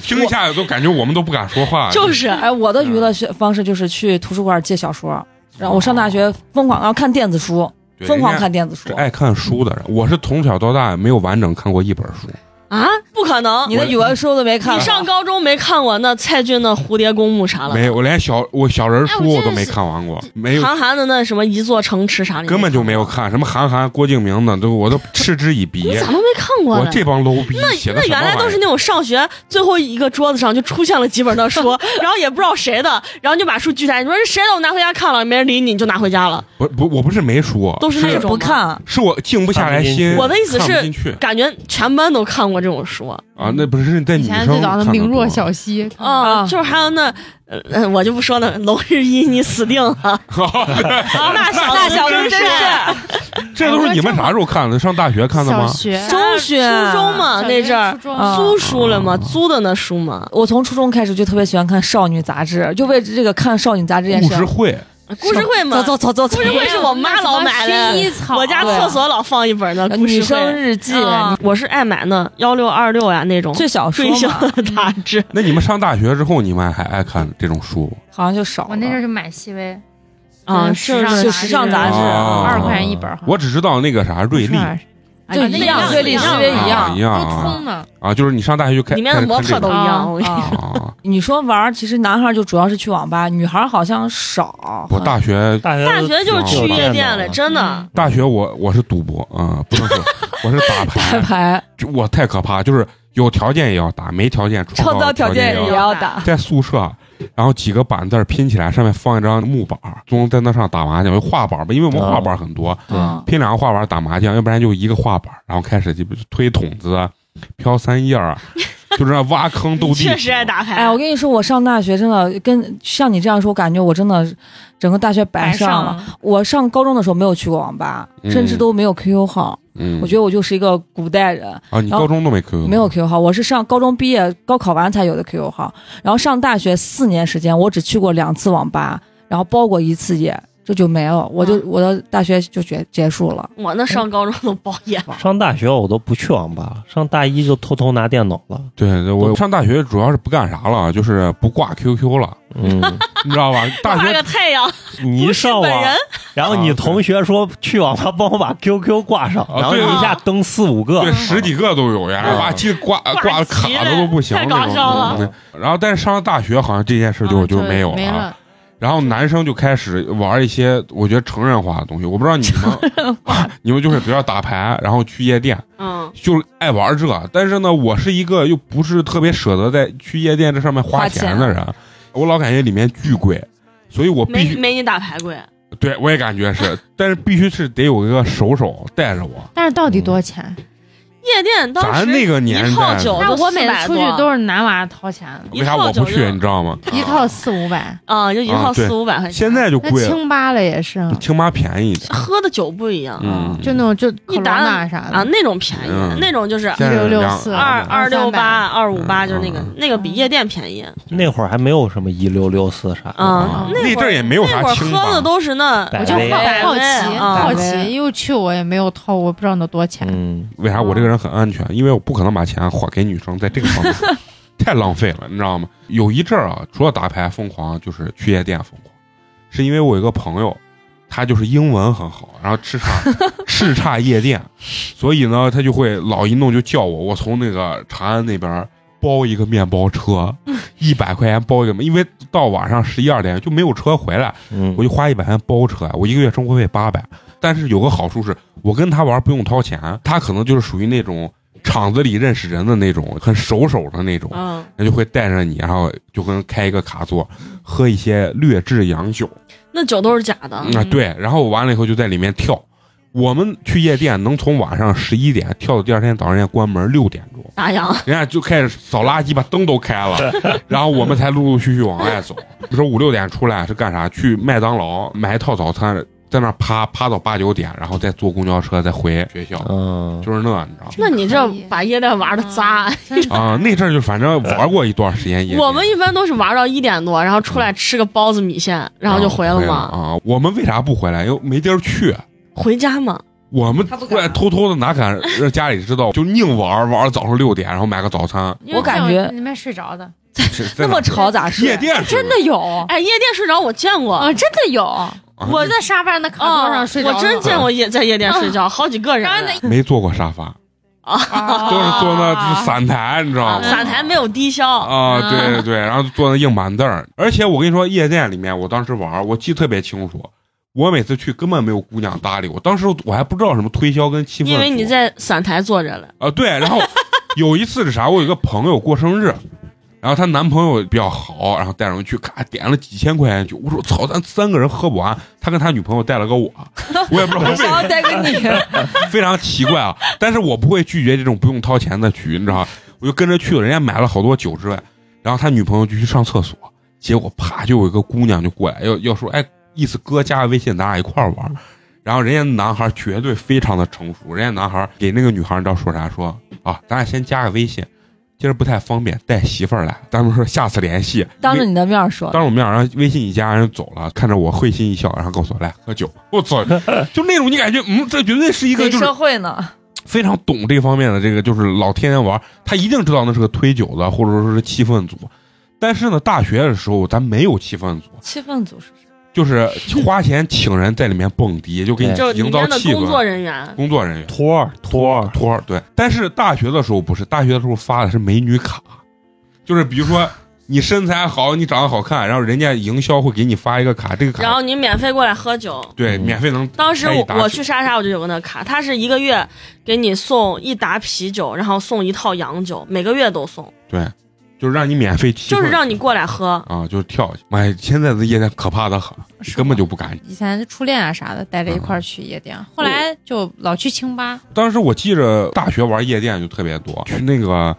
Speaker 3: 听一下都感觉我们都不敢说话，
Speaker 5: 就是啊
Speaker 7: 哎，我的娱乐学方式就是去图书馆借小说，然后我上大学疯狂然后看电子书，
Speaker 3: 对
Speaker 7: 疯狂
Speaker 3: 人家哎
Speaker 7: 看电子书
Speaker 3: 是。爱看书的人，我是从小到大没有完整看过一本书，
Speaker 5: 啊，不可能，
Speaker 7: 你的语文书都没看
Speaker 5: 你
Speaker 7: 了，
Speaker 5: 上高中没看过那蔡军的《蝴蝶公墓》啥了？
Speaker 3: 没有，我连小我小人
Speaker 4: 哎
Speaker 3: 书
Speaker 4: 我真
Speaker 3: 我都没
Speaker 4: 是
Speaker 3: 看完过，没有，
Speaker 5: 韩寒的那什么一座城池啥的，
Speaker 3: 根本就没有。看什么韩寒、郭敬明的，都我都嗤之以鼻
Speaker 5: 你。咋都没看过
Speaker 3: 我
Speaker 5: 呢？
Speaker 3: 这帮 low 逼写的
Speaker 5: 那
Speaker 3: 什么
Speaker 5: 原
Speaker 3: 玩意
Speaker 5: 来都是那种上学最后一个桌子上就出现了几本的 书，然后也不知道谁的，然后就把书聚起来，你说是谁的？我拿回家看了，没人理你，你就拿回家了。
Speaker 3: 不不，我不是没说，
Speaker 5: 都是那
Speaker 7: 也
Speaker 3: 是
Speaker 5: 种
Speaker 7: 不看。
Speaker 3: 是我静不下来
Speaker 6: 看不进
Speaker 3: 心。
Speaker 6: 去
Speaker 5: 我的意思
Speaker 3: 看不
Speaker 5: 是
Speaker 3: 进去
Speaker 5: 感觉全班都看过这种书啊、
Speaker 3: 啊，那不是在
Speaker 4: 以
Speaker 3: 女
Speaker 4: 前
Speaker 3: 生
Speaker 4: 最早
Speaker 3: 看
Speaker 4: 的
Speaker 3: 得
Speaker 4: 《明若
Speaker 3: 多哦
Speaker 4: 小溪》
Speaker 7: 啊
Speaker 5: 就是还有那，呃，呃我就不说那龙日一，你死定了，啊那小
Speaker 7: 那小
Speaker 5: 子
Speaker 7: 子真
Speaker 5: 是
Speaker 3: 这都是你们啥时候看的？上大学看的
Speaker 4: 小
Speaker 3: 吗？
Speaker 4: 学、
Speaker 7: 中学、
Speaker 5: 初中嘛
Speaker 4: 小
Speaker 5: 那
Speaker 4: 学
Speaker 5: 阵儿
Speaker 4: 初中
Speaker 7: 啊
Speaker 5: 租书了嘛，
Speaker 3: 啊
Speaker 5: 租的那书嘛，
Speaker 7: 我从初中开始就特别喜欢看少女杂志，就为这个看少女杂志这件
Speaker 3: 故事
Speaker 7: 事。
Speaker 3: 会，
Speaker 5: 故事会嘛，
Speaker 7: 走走走走
Speaker 5: 故事会是我妈老买
Speaker 4: 那什么薰
Speaker 5: 的
Speaker 4: 衣，草啊
Speaker 5: 我家厕所老放一本呢，
Speaker 7: 走，
Speaker 5: 故事
Speaker 7: 女
Speaker 5: 会
Speaker 7: 生日记，
Speaker 3: 嗯
Speaker 5: 啊我是爱买那幺六二六呀那种
Speaker 7: 最小说
Speaker 5: 追星
Speaker 7: 嘛，
Speaker 5: 的 杂志，
Speaker 3: 那你们上大学之后，你们还爱看这种书？
Speaker 7: 好像就少
Speaker 4: 我那阵
Speaker 7: 了
Speaker 4: 儿就买细微
Speaker 5: 啊，
Speaker 4: 嗯时尚
Speaker 7: 是时尚杂
Speaker 4: 杂
Speaker 7: 志
Speaker 3: 啊
Speaker 4: 二块钱一本儿哈，
Speaker 3: 我只知道那个啥瑞丽
Speaker 4: 啊
Speaker 7: 就
Speaker 4: 那
Speaker 7: 一样
Speaker 4: 样
Speaker 7: 瑞丽
Speaker 4: 一
Speaker 7: 思
Speaker 4: 样
Speaker 7: 维
Speaker 4: 啊
Speaker 7: 一样
Speaker 3: 啊，一样
Speaker 4: 都
Speaker 3: 啊
Speaker 4: 通的，
Speaker 3: 啊，就是你上大学就开
Speaker 5: 里面的模特都一样。我
Speaker 7: 啊。
Speaker 3: 啊。
Speaker 7: 你说玩儿，其实男孩儿就主要是去网吧，女孩儿好像少。
Speaker 3: 我大学
Speaker 6: 大学
Speaker 5: 大学就是去
Speaker 6: 有
Speaker 5: 夜
Speaker 6: 电
Speaker 5: 店
Speaker 6: 脑
Speaker 5: 了，
Speaker 3: 嗯
Speaker 5: 真的。
Speaker 3: 大学我我是赌博啊，不能 说我是打
Speaker 7: 打
Speaker 3: 牌，
Speaker 7: 牌，
Speaker 3: 就我太可怕，就是有条件也要打，没条件创
Speaker 7: 创
Speaker 3: 造
Speaker 7: 造条件
Speaker 3: 也
Speaker 7: 也
Speaker 3: 要。
Speaker 7: 要打。
Speaker 3: 在宿舍，然后几个板凳拼起来，上面放一张木板，总在那上打麻将，有画板吧，因为我们
Speaker 6: 啊
Speaker 3: 画板很多，
Speaker 6: 对
Speaker 7: 嗯
Speaker 3: 拼两个画板打麻将，要不然就一个画板，然后开始就推筒子啊，飘三叶 儿啊，就这样挖坑斗
Speaker 5: 你
Speaker 3: 地。
Speaker 5: 确实爱。打牌，
Speaker 7: 哎，我跟你说，我上大学真的跟像你这样说，我感觉我真的整个大学白上了。
Speaker 4: 了，
Speaker 7: 我上高中的时候没有去过网吧，
Speaker 3: 嗯
Speaker 7: 甚至都没有 QQ 号。
Speaker 3: 嗯，
Speaker 7: 我觉得我就是一个古代人，
Speaker 3: 啊，你
Speaker 7: 然后
Speaker 3: 高中都没 QQ，
Speaker 7: 没有 QQ 号。我是上高中毕业、高考完才有的 QQ 号。然后上大学四年时间，我只去过两次网吧，然后包过一次夜，这就没了。我就、
Speaker 5: 啊
Speaker 7: 我的大学就结结束了。
Speaker 5: 我那上高中都包夜，
Speaker 6: 上大学我都不去网吧了，上大一就偷偷拿电脑了。
Speaker 3: 对对，我上大学主要是不干啥了，就是不挂 QQ 了，
Speaker 6: 嗯，
Speaker 3: 你知道 吧？大
Speaker 5: 挂个
Speaker 3: 学
Speaker 5: 太阳，
Speaker 6: 你
Speaker 5: 不
Speaker 6: 一
Speaker 5: 是
Speaker 6: 上
Speaker 5: 本
Speaker 6: 网，
Speaker 5: 人，
Speaker 6: 然后你同学说去网吧帮我把 QQ 挂上，
Speaker 3: 啊
Speaker 6: 然后你
Speaker 3: 对
Speaker 6: 一下登四五个，嗯
Speaker 3: 对十几个都有呀，
Speaker 6: 啊
Speaker 3: 把记挂
Speaker 5: 挂
Speaker 3: 挂卡
Speaker 5: 急
Speaker 3: 的都
Speaker 5: 了
Speaker 3: 不行
Speaker 5: 太搞
Speaker 3: 那种。
Speaker 5: 笑了
Speaker 3: 嗯然后，但是上了大学，好像这件事就
Speaker 4: 啊
Speaker 3: 就没有
Speaker 4: 没
Speaker 3: 了。。然后男生就开始玩一些我觉得成人化的东西，我不知道你们，啊你们就是比如说打牌，然后去夜店，
Speaker 5: 嗯，
Speaker 3: 就是爱玩这。但是呢，我是一个又不是特别舍得在去夜店这上面花
Speaker 7: 花
Speaker 3: 钱
Speaker 7: 钱
Speaker 3: 的人，我老感觉里面巨贵，所以我必
Speaker 5: 没
Speaker 3: 须
Speaker 5: 没你打牌贵，
Speaker 3: 对我也感觉是，但是必须是得有一个手手带着我。
Speaker 4: 但是到底多少钱？
Speaker 5: 夜店当时
Speaker 3: 咱那个年代
Speaker 5: 一套酒
Speaker 4: 那
Speaker 5: 嗯都
Speaker 4: 我每次
Speaker 5: 400
Speaker 4: 出去
Speaker 5: 多
Speaker 4: 都是拿娃掏钱的，
Speaker 3: 为啥我不去？你知道吗？
Speaker 4: 一套四五百，
Speaker 5: 啊，就一
Speaker 3: 啊
Speaker 5: 套
Speaker 3: 对
Speaker 5: 四五百块钱。
Speaker 3: 现在就
Speaker 4: 那
Speaker 3: 贵了，
Speaker 4: 清吧了也
Speaker 5: 嗯
Speaker 4: 是，
Speaker 3: 清吧便宜一点，
Speaker 5: 喝的酒不一样
Speaker 3: 嗯，
Speaker 4: 就那种就可
Speaker 5: 一
Speaker 4: 乐
Speaker 5: 打
Speaker 4: 那啥
Speaker 5: 啊，
Speaker 4: 的，
Speaker 5: 那种便宜
Speaker 3: 嗯，
Speaker 5: 那种就是
Speaker 3: 现在两
Speaker 4: 1664
Speaker 5: 二
Speaker 4: 二
Speaker 5: 二六八、二五八，
Speaker 3: 嗯
Speaker 5: 就是那个
Speaker 3: 嗯
Speaker 5: 那个比夜店便宜
Speaker 6: 那会儿还没有什么一六六四啥的，
Speaker 5: 啊。
Speaker 3: 那
Speaker 5: 那
Speaker 3: 阵
Speaker 5: 会
Speaker 3: 儿
Speaker 5: 儿
Speaker 3: 也没有啥
Speaker 5: 那会儿
Speaker 3: 清吧
Speaker 5: 喝的都是那
Speaker 6: 百
Speaker 4: 我就好
Speaker 6: 威
Speaker 5: 百
Speaker 4: 好
Speaker 5: 威
Speaker 4: 奇
Speaker 5: 啊
Speaker 4: 好
Speaker 7: 百
Speaker 4: 奇，
Speaker 7: 威
Speaker 4: 又去我也没有掏，我不知道那多少钱。
Speaker 6: 嗯，
Speaker 3: 为啥我这个人很安全？因为我不可能把钱花给女生，在这个方面，太浪费了，你知道吗？有一阵儿啊，除了打牌疯狂，就是去夜店疯狂，是因为我有一个朋友，他就是英文很好，然后叱咤叱咤夜店，所以呢，他就会老一弄就叫我，我从那个长安那边包一个面包车，一百块钱包一个，因为到晚上十一二点就没有车回来，
Speaker 6: 嗯
Speaker 3: 我就花一百块钱包车，啊我一个月生活费八百。但是有个好处是，我跟他玩不用掏钱，他可能就是属于那种厂子里认识人的那种，很熟手的那种，
Speaker 5: 嗯，
Speaker 3: 他就会带着你，然后就跟开一个卡座，喝一些劣质洋酒
Speaker 5: 那酒都是假的
Speaker 3: 啊、，对，然后完了以后就在里面跳。我们去夜店能从晚上十一点跳到第二天早上人家关门六点钟，
Speaker 5: 打烊。
Speaker 3: 人家就开始扫垃圾，把灯都开了，然后我们才陆陆续续往外走。你说五六点出来是干啥？去麦当劳买一套早餐，在那儿趴趴到八九点，然后再坐公交车再回学校，
Speaker 6: 嗯，
Speaker 3: 就是那，你知道吗？
Speaker 5: 那你这
Speaker 4: 可以嗯
Speaker 5: 把夜店玩的渣。
Speaker 3: 啊，那阵儿就反正玩过一段时间夜店。
Speaker 5: 我们一般都是玩到一点多，然后出来吃个包子米线，然后就嗯哦回了嘛，
Speaker 3: 啊，我们为啥不回来？又没地儿去。
Speaker 5: 回家嘛。
Speaker 3: 我们
Speaker 7: 他不敢
Speaker 3: 过来偷偷的，哪敢让家里知道？就宁玩玩到早上六点，然后买个早 餐。
Speaker 4: 因为
Speaker 7: 我感觉
Speaker 4: 那里面睡着的
Speaker 3: 是在
Speaker 7: 那
Speaker 3: 哪
Speaker 7: 么吵咋睡啊
Speaker 3: 夜？店是
Speaker 4: 真的有
Speaker 5: 哎，夜店睡着我见过，
Speaker 4: 啊，真的有，
Speaker 3: 啊
Speaker 4: 我在沙发上的卡
Speaker 5: 啊，
Speaker 4: 座上睡着
Speaker 5: 我
Speaker 4: 了，嗯
Speaker 5: 真见过夜在夜店睡觉，好几个人
Speaker 4: 然后呢，
Speaker 3: 没坐过沙发，
Speaker 4: 啊
Speaker 3: 都是坐那散台，你知道
Speaker 5: 啊，
Speaker 3: 吗？
Speaker 5: 散台没有低消，嗯
Speaker 3: 啊，
Speaker 4: 啊
Speaker 3: 对对对，然后坐那硬板凳儿。而且我跟你说，夜店里面我当时玩儿，我记得特别清楚。我每次去根本没有姑娘搭理我，当时我还不知道什么推销跟气氛组。
Speaker 5: 因为你在散台坐着了。
Speaker 3: 啊，对，然 后有一次是啥？我有一个朋友过生日，然后她男朋友比较好，然后带着我去，咔点了几千块钱酒。我说操，咱三个人喝不完。他跟他女朋友带了个我，我也不知道为
Speaker 7: 想
Speaker 3: 啥，
Speaker 7: 要带给 你，
Speaker 3: 非常奇怪啊。但是我不会拒绝这种不用掏钱的局，你知道吧？我就跟着去了，人家买了好多酒之外，然后他女朋友就去上厕所，结果啪就有一个姑娘就过来要要说，哎，意思哥加个微信，咱俩一块儿玩儿。然后人家男孩绝对非常的成熟，人家男孩给那个女孩你知道说啥？说啊，咱俩先加个微信，今儿不太方便，带媳妇儿来。咱们说下次联系，
Speaker 7: 当着你的面儿说，
Speaker 3: 当着我面儿，然后微信一加，人走了，看着我会心一笑，然后告诉我来喝酒。我操，就那种你感觉，嗯，这绝对是一个
Speaker 7: 给
Speaker 3: 就是
Speaker 7: 社会呢，
Speaker 3: 非常懂这方面的，这个就是老天天玩儿，他一定知道那是个推酒的，或者说是气氛组。但是呢，大学的时候咱没有气氛组，
Speaker 7: 气氛组是
Speaker 3: 就是花钱请人在里面蹦迪，就给你
Speaker 5: 就是里
Speaker 3: 营造
Speaker 5: 面的
Speaker 3: 气
Speaker 5: 工作
Speaker 3: 氛。
Speaker 5: 人员，
Speaker 3: 工作人员
Speaker 6: 托儿托儿，
Speaker 3: 托儿对，但是大学的时候不是，大学的时候发的是美女卡，就是比如说你身材好，你长得好看，然后人家营销会给你发一个卡，这个卡
Speaker 5: 然后你免费过来喝酒。
Speaker 3: 对
Speaker 6: 嗯
Speaker 3: 免费能
Speaker 5: 当时
Speaker 3: 开一
Speaker 5: 我
Speaker 3: 打
Speaker 5: 我
Speaker 3: 酒
Speaker 5: 去莎莎，我就有个那卡，他是一个月给你送一打啤酒，然后送一套洋酒，每个月都送，
Speaker 3: 就是让你免费气
Speaker 5: 就是
Speaker 3: 氛
Speaker 5: 让你过来喝。
Speaker 3: 啊，就是跳去。妈呀，现在的夜店可怕的很，根本就不敢
Speaker 4: 以前初恋啊啥的，带着一块儿去夜店，后来就老去清吧，
Speaker 3: 当时我记着大学玩夜店就特别多，去那个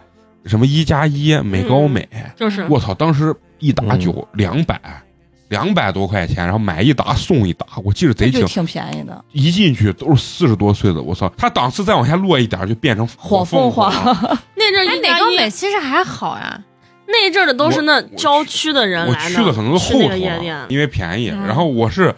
Speaker 3: 什么一加一美高美，
Speaker 5: 就是
Speaker 3: 我操，当时一打酒两百、两百多块钱，然后买一打送一打，我记着贼
Speaker 7: 那就
Speaker 3: 清。
Speaker 7: 挺便宜的。
Speaker 3: 一进去都是四十多岁的，我操，他档次再往下落一点就变成
Speaker 7: 火
Speaker 3: 凤
Speaker 7: 凤凰
Speaker 3: 凰。
Speaker 5: 那阵
Speaker 4: 哎
Speaker 5: 儿，一
Speaker 4: 哪
Speaker 5: 加
Speaker 4: 个
Speaker 5: 一
Speaker 4: 美其实还好呀，
Speaker 5: 那阵儿的都是那
Speaker 3: 我我
Speaker 5: 郊区的人
Speaker 3: 我
Speaker 5: 来
Speaker 3: 去的可能是
Speaker 5: 去
Speaker 3: 后
Speaker 5: 那
Speaker 3: 头
Speaker 5: 个夜
Speaker 3: 了，
Speaker 5: 店，
Speaker 3: 因为便宜。
Speaker 4: 嗯
Speaker 3: 然后我是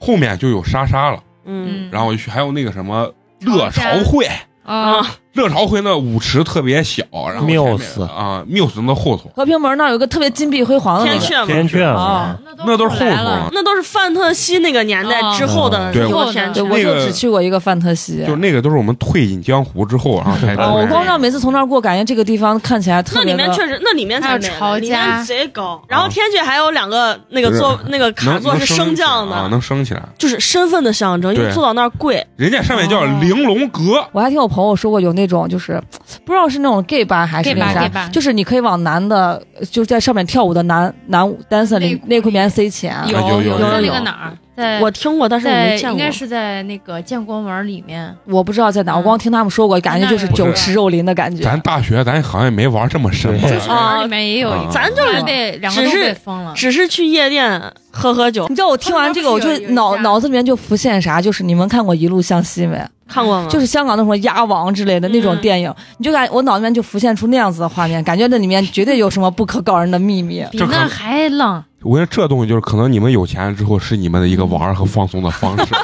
Speaker 3: 后面就有莎莎了，
Speaker 5: 嗯
Speaker 3: 然后我就去，还有那个什么乐
Speaker 4: 潮
Speaker 3: 潮
Speaker 4: 间
Speaker 3: 会，
Speaker 4: 啊
Speaker 5: 啊，，
Speaker 3: 乐潮会那舞池特别小，然后前面
Speaker 6: Muse
Speaker 3: 啊，Muse 那后头。
Speaker 7: 和平门那儿有个特别金碧辉煌的那
Speaker 5: 天
Speaker 7: 个，
Speaker 5: 阙嘛，
Speaker 6: 天阙
Speaker 7: 啊
Speaker 3: 那都是后头了，
Speaker 5: 那都是范特西那个年代
Speaker 4: 哦
Speaker 5: 之后的
Speaker 3: 对
Speaker 5: 一
Speaker 4: 我
Speaker 5: 个天
Speaker 7: 对，
Speaker 5: 阙。
Speaker 7: 我
Speaker 3: 那
Speaker 7: 就
Speaker 3: 个
Speaker 7: 只去过一个范特西。
Speaker 3: 就那个都是我们退隐江湖之后，然后 才
Speaker 7: 啊，我
Speaker 3: 出来
Speaker 7: 光让每次从那儿过，感觉这个地方看起来特
Speaker 5: 那里
Speaker 7: 别的。
Speaker 5: 面确实，那里面才
Speaker 4: 还有
Speaker 5: 美呢
Speaker 4: 潮
Speaker 5: 里面
Speaker 4: 家
Speaker 5: 贼高。然后天阙还有两个那个座，那个卡
Speaker 3: 啊能
Speaker 5: 座
Speaker 3: 能
Speaker 5: 是
Speaker 3: 升
Speaker 5: 升
Speaker 3: 起来
Speaker 5: 降
Speaker 3: 啊，
Speaker 5: 的，
Speaker 3: 能升起来。
Speaker 5: 就是身份的象征，因为
Speaker 3: 对
Speaker 5: 坐到那儿贵。
Speaker 3: 人家上面叫
Speaker 7: 哦
Speaker 3: 玲珑阁，
Speaker 7: 我还听我朋友说过，有那种就是不知道是那种 gay 吧还是
Speaker 4: gay
Speaker 7: 那
Speaker 4: bar
Speaker 7: 啥
Speaker 4: gay bar
Speaker 7: 就是你可以往男的就是在上面跳舞的男男 dancer
Speaker 4: 内
Speaker 7: 里
Speaker 4: 裤
Speaker 7: 内裤里面塞钱。啊
Speaker 3: 有有有
Speaker 4: 在那
Speaker 7: 有
Speaker 4: 个哪儿，在
Speaker 5: 我听过，但是我
Speaker 4: 在
Speaker 5: 没见
Speaker 4: 应
Speaker 5: 过
Speaker 4: 该。是在那个建国门里面，
Speaker 7: 我不知道在哪，
Speaker 4: 嗯
Speaker 7: 我光听他们说过，感觉就是
Speaker 4: 那
Speaker 7: 酒池肉林的感觉。
Speaker 3: 咱大学咱好像也没玩这么深，
Speaker 6: 对
Speaker 4: 建国门里面也有一个，
Speaker 3: 啊
Speaker 5: 咱就
Speaker 4: 后
Speaker 5: 是
Speaker 4: 来被哦两个都被封了，
Speaker 5: 只是去夜店喝喝酒，
Speaker 7: 你知道我听完这个，嗯我就脑脑子里面就浮现啥，就是你们看过《一路向西》没？
Speaker 5: 看过吗？
Speaker 7: 就是香港那种鸭王之类的那种
Speaker 5: 嗯
Speaker 7: 电影，你就感我脑子里面就浮现出那样子的画面，感觉那里面绝对有什么不可告人的秘密。
Speaker 4: 比
Speaker 3: 这可
Speaker 4: 那还浪。
Speaker 3: 我跟你说这东西就是，可能你们有钱了之后是你们的一个玩儿和放松的方式。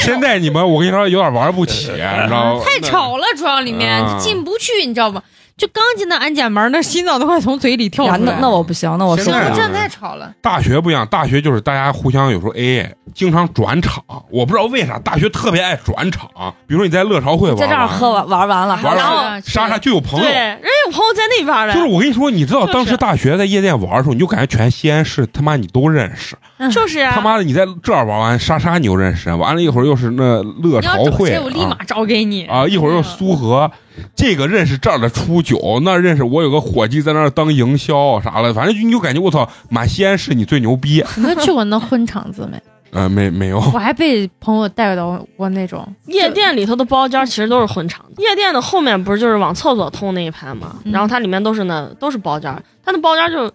Speaker 3: 现在你们，我跟你说有点玩不起，你知道吗？
Speaker 4: 太吵了，主要里面
Speaker 3: 啊
Speaker 4: 进不去，你知道吗？就刚进那安检门，那心脏都快从嘴里跳
Speaker 7: 呀，
Speaker 4: 出来
Speaker 7: 那
Speaker 4: 了。
Speaker 7: 那我不行，那我受
Speaker 3: 谁
Speaker 7: 不
Speaker 3: 那
Speaker 4: 那
Speaker 3: 样
Speaker 7: 了
Speaker 3: 啊。
Speaker 4: 站太吵了，
Speaker 3: 大学不一样，大学就是大家互相有时候 AA，经常转场。我不知道为啥大学特别爱转场，比如说你在乐潮会玩
Speaker 7: 在这儿
Speaker 3: 玩
Speaker 7: 喝完玩完了，
Speaker 3: 玩
Speaker 5: 然后
Speaker 3: 完莎莎就有朋
Speaker 5: 对，
Speaker 3: 友。
Speaker 5: 人家有朋友在那边嘞，
Speaker 3: 就是我跟你说，你知道
Speaker 5: 就是
Speaker 3: 当时大学在夜店玩的时候，你就感觉全西安市他妈你都认识，
Speaker 5: 就是啊呀、
Speaker 3: 他妈的你在这儿玩完莎莎你又认识，完了一会儿又是那乐
Speaker 4: 你要
Speaker 3: 潮
Speaker 4: 找
Speaker 3: 会
Speaker 4: 谁，我立
Speaker 3: 啊
Speaker 4: 马找给你
Speaker 3: 啊，一会儿又苏荷，这个认识这儿的初九，那儿认识我有个伙计在那儿当营销啥了，反正就你就感觉我操，满西安市你最牛逼。
Speaker 4: 你们去过那婚场子没？
Speaker 3: 呃，没没有，
Speaker 4: 我还被朋友带到过那 种，
Speaker 5: 夜店里头的包间其实都是混场的，夜店的后面不是就是往厕所通那一排吗？
Speaker 4: 嗯
Speaker 5: 然后它里面都是那都是包间，它的包间就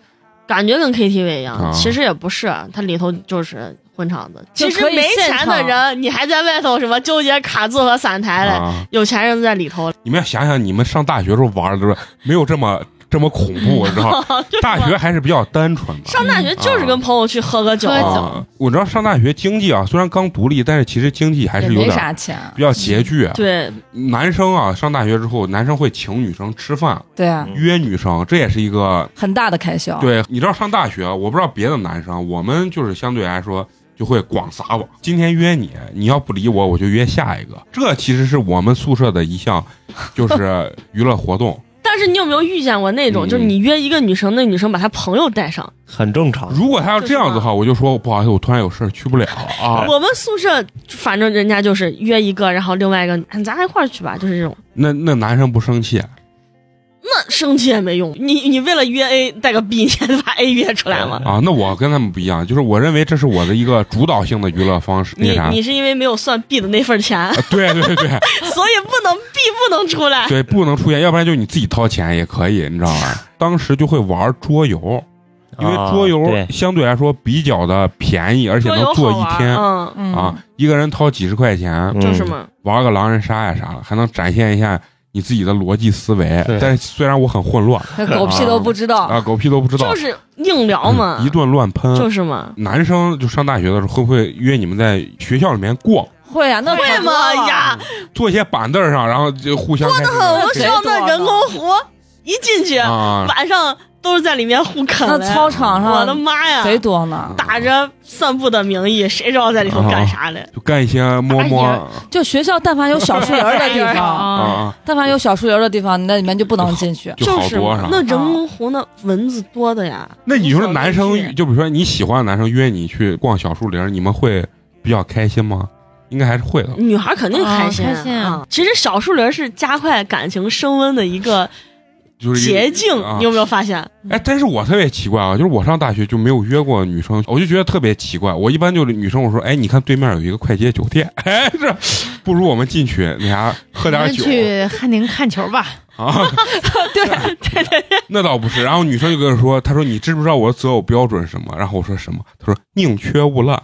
Speaker 5: 感觉跟 KTV 一样，
Speaker 3: 啊
Speaker 5: 其实也不是，它里头就是混场子。
Speaker 7: 就
Speaker 5: 其
Speaker 7: 可
Speaker 5: 实
Speaker 7: 以
Speaker 5: 没
Speaker 7: 现
Speaker 5: 钱的
Speaker 7: 场
Speaker 5: 人，你还在外头什么纠结卡座和散台嘞，
Speaker 3: 啊，
Speaker 5: 有钱人都在里头。
Speaker 3: 你们要想想，你们上大学时候玩的时候没有这么这么恐怖，知道吗？大学还是比较单纯的。
Speaker 5: 上大学就是跟朋友去喝个酒，
Speaker 4: 喝酒
Speaker 3: 啊，我知道上大学经济啊，虽然刚独立，但是其实经济还
Speaker 7: 也
Speaker 3: 是有
Speaker 7: 没
Speaker 3: 点
Speaker 7: 啥钱，
Speaker 3: 比较拮据。啊
Speaker 5: 嗯对，
Speaker 3: 男生啊，上大学之后，男生会请女生吃饭，
Speaker 7: 对啊，
Speaker 3: 约女生，这也是一个
Speaker 7: 很大的开销。
Speaker 3: 对，你知道上大学，啊我不知道别的男生，啊我们就是相对来说就会广撒网。今天约你，你要不理我，我就约下一个。这其实是我们宿舍的一项，就是 娱乐活动。
Speaker 5: 但是你有没有遇见过那种，
Speaker 3: 嗯
Speaker 5: 就是你约一个女生，那女生把她朋友带上？
Speaker 6: 很正常。
Speaker 3: 如果他要这样子的话，我就说不好意思，我突然有事儿去不了啊。
Speaker 5: 我们宿舍反正人家就是约一个，然后另外一个，哎咱一块儿去吧，就是这种。
Speaker 3: 那那男生不生气，
Speaker 5: 那生气也没用，你你为了约 A 带个 B，你还得把 A 约出来吗？
Speaker 3: 啊，那我跟他们不一样，就是我认为这是我的一个主导性的娱乐方式，那
Speaker 5: 你
Speaker 3: 啥。
Speaker 5: 你是因为没有算 B 的那份钱，
Speaker 3: 啊对对对
Speaker 5: 所以不能 B 不能出来。
Speaker 3: 对，不能出现，要不然就你自己掏钱也可以，你知道吧？当时就会玩桌游，因为
Speaker 6: 啊
Speaker 3: 桌游
Speaker 6: 对
Speaker 3: 相对来说比较的便宜，而且
Speaker 5: 桌
Speaker 3: 能
Speaker 5: 游
Speaker 3: 做
Speaker 5: 好
Speaker 3: 一
Speaker 5: 玩，
Speaker 3: 天
Speaker 5: 嗯，
Speaker 7: 嗯
Speaker 3: 啊，，一个人掏几十块钱
Speaker 6: 嗯
Speaker 5: 啊就是嘛。
Speaker 3: 玩个狼人杀呀啥的，还能展现一下你自己的逻辑思维
Speaker 6: 对。
Speaker 3: 但是虽然我很混乱
Speaker 7: 那狗屁都不知道，
Speaker 3: 啊，狗屁都不知道
Speaker 5: 就，是硬聊嘛，
Speaker 3: 嗯一顿乱
Speaker 5: 就
Speaker 3: 喷。
Speaker 5: 是嘛，
Speaker 3: 男生就上大学的时候，会不会约你们在学校里面逛，
Speaker 7: 会啊，那
Speaker 5: 会
Speaker 7: 可多
Speaker 5: 吗
Speaker 7: 了？
Speaker 5: 哎呀？
Speaker 3: 坐一些板凳上，然后就互相开始
Speaker 5: 我们学
Speaker 7: 谁
Speaker 5: 校那
Speaker 7: 多
Speaker 5: 人
Speaker 7: 呢
Speaker 5: 工湖一进去，
Speaker 3: 啊，
Speaker 5: 晚上都是在里面互啃
Speaker 7: 那
Speaker 5: 嘞
Speaker 7: 操场
Speaker 5: 啊我的
Speaker 7: 上
Speaker 5: 妈呀！
Speaker 7: 啊贼多呢，
Speaker 5: 打着散步的名义，谁知道在里头干啥嘞？
Speaker 3: 就干一些摸摸啊
Speaker 7: 就学校但凡有小树林儿的地
Speaker 5: 哎
Speaker 7: 方，
Speaker 3: 啊
Speaker 4: 啊，
Speaker 3: 啊，
Speaker 7: 但凡有小树林儿的地方，你那里面就不能进 去。
Speaker 3: 就好
Speaker 5: 是
Speaker 3: 多啊
Speaker 5: 嘛
Speaker 3: 啥。
Speaker 5: 那人工湖那蚊子多的呀。
Speaker 3: 那你
Speaker 5: 无
Speaker 3: 说
Speaker 5: 所
Speaker 3: 男
Speaker 5: 畏惧
Speaker 3: 生就比如说你喜欢的男生约你去逛小树林，你们会比较开心吗？应该还是会的。
Speaker 5: 女孩肯定开心、
Speaker 4: 啊开心
Speaker 5: 啊！其实小树林是加快感情升温的一个
Speaker 3: 就是一个
Speaker 5: 捷径，
Speaker 3: 啊
Speaker 5: 你有没有发现？
Speaker 3: 哎，但是我特别奇怪啊，就是我上大学就没有约过女生，我就觉得特别奇怪。我一般就是女生，我说，哎，你看对面有一个快捷酒店， 哎，这不如我们进去那啥喝
Speaker 4: 咱
Speaker 3: 点
Speaker 4: 们
Speaker 3: 酒
Speaker 4: 去汉宁看球吧。
Speaker 3: 啊？对对对，那倒不是。然后女生就跟我说，她说你知不知道我的择偶标准是什么？然后我说什么？她说宁缺毋滥。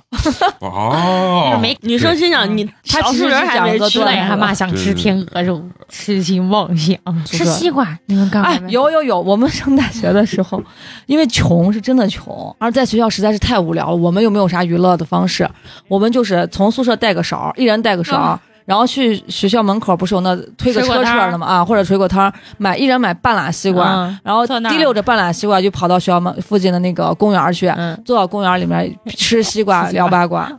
Speaker 3: 哦，
Speaker 4: 没
Speaker 5: 女生心想，
Speaker 4: 嗯
Speaker 5: 你
Speaker 7: 她
Speaker 5: 小
Speaker 7: 其实
Speaker 5: 树林
Speaker 7: 是
Speaker 5: 还没
Speaker 7: 讲个
Speaker 5: 去
Speaker 4: 对
Speaker 7: 段
Speaker 5: 嘞，
Speaker 7: 子
Speaker 4: 呀，妈想吃天鹅肉，痴心妄想吃西瓜。你们干嘛
Speaker 7: 哎，
Speaker 4: 呢？
Speaker 7: 有有有，我们上大学的时候， 因为穷是真的穷，而在学校实在是太无聊了，我们又没有啥娱乐的方式，我们就是从宿舍带个勺儿，一人带个勺儿。然后去学校门口不是有那推个
Speaker 4: 水果
Speaker 7: 车
Speaker 4: 摊
Speaker 7: 车
Speaker 4: 儿
Speaker 7: 的嘛啊，或者水果摊儿买一人买半拉西瓜，
Speaker 4: 嗯
Speaker 7: 然后
Speaker 4: 坐那儿
Speaker 7: 提溜着半拉西瓜就跑到学校门附近的那个公园儿去，
Speaker 4: 嗯，
Speaker 7: 坐到公园儿里面吃 西瓜啊
Speaker 4: 吃西瓜
Speaker 7: 聊八卦，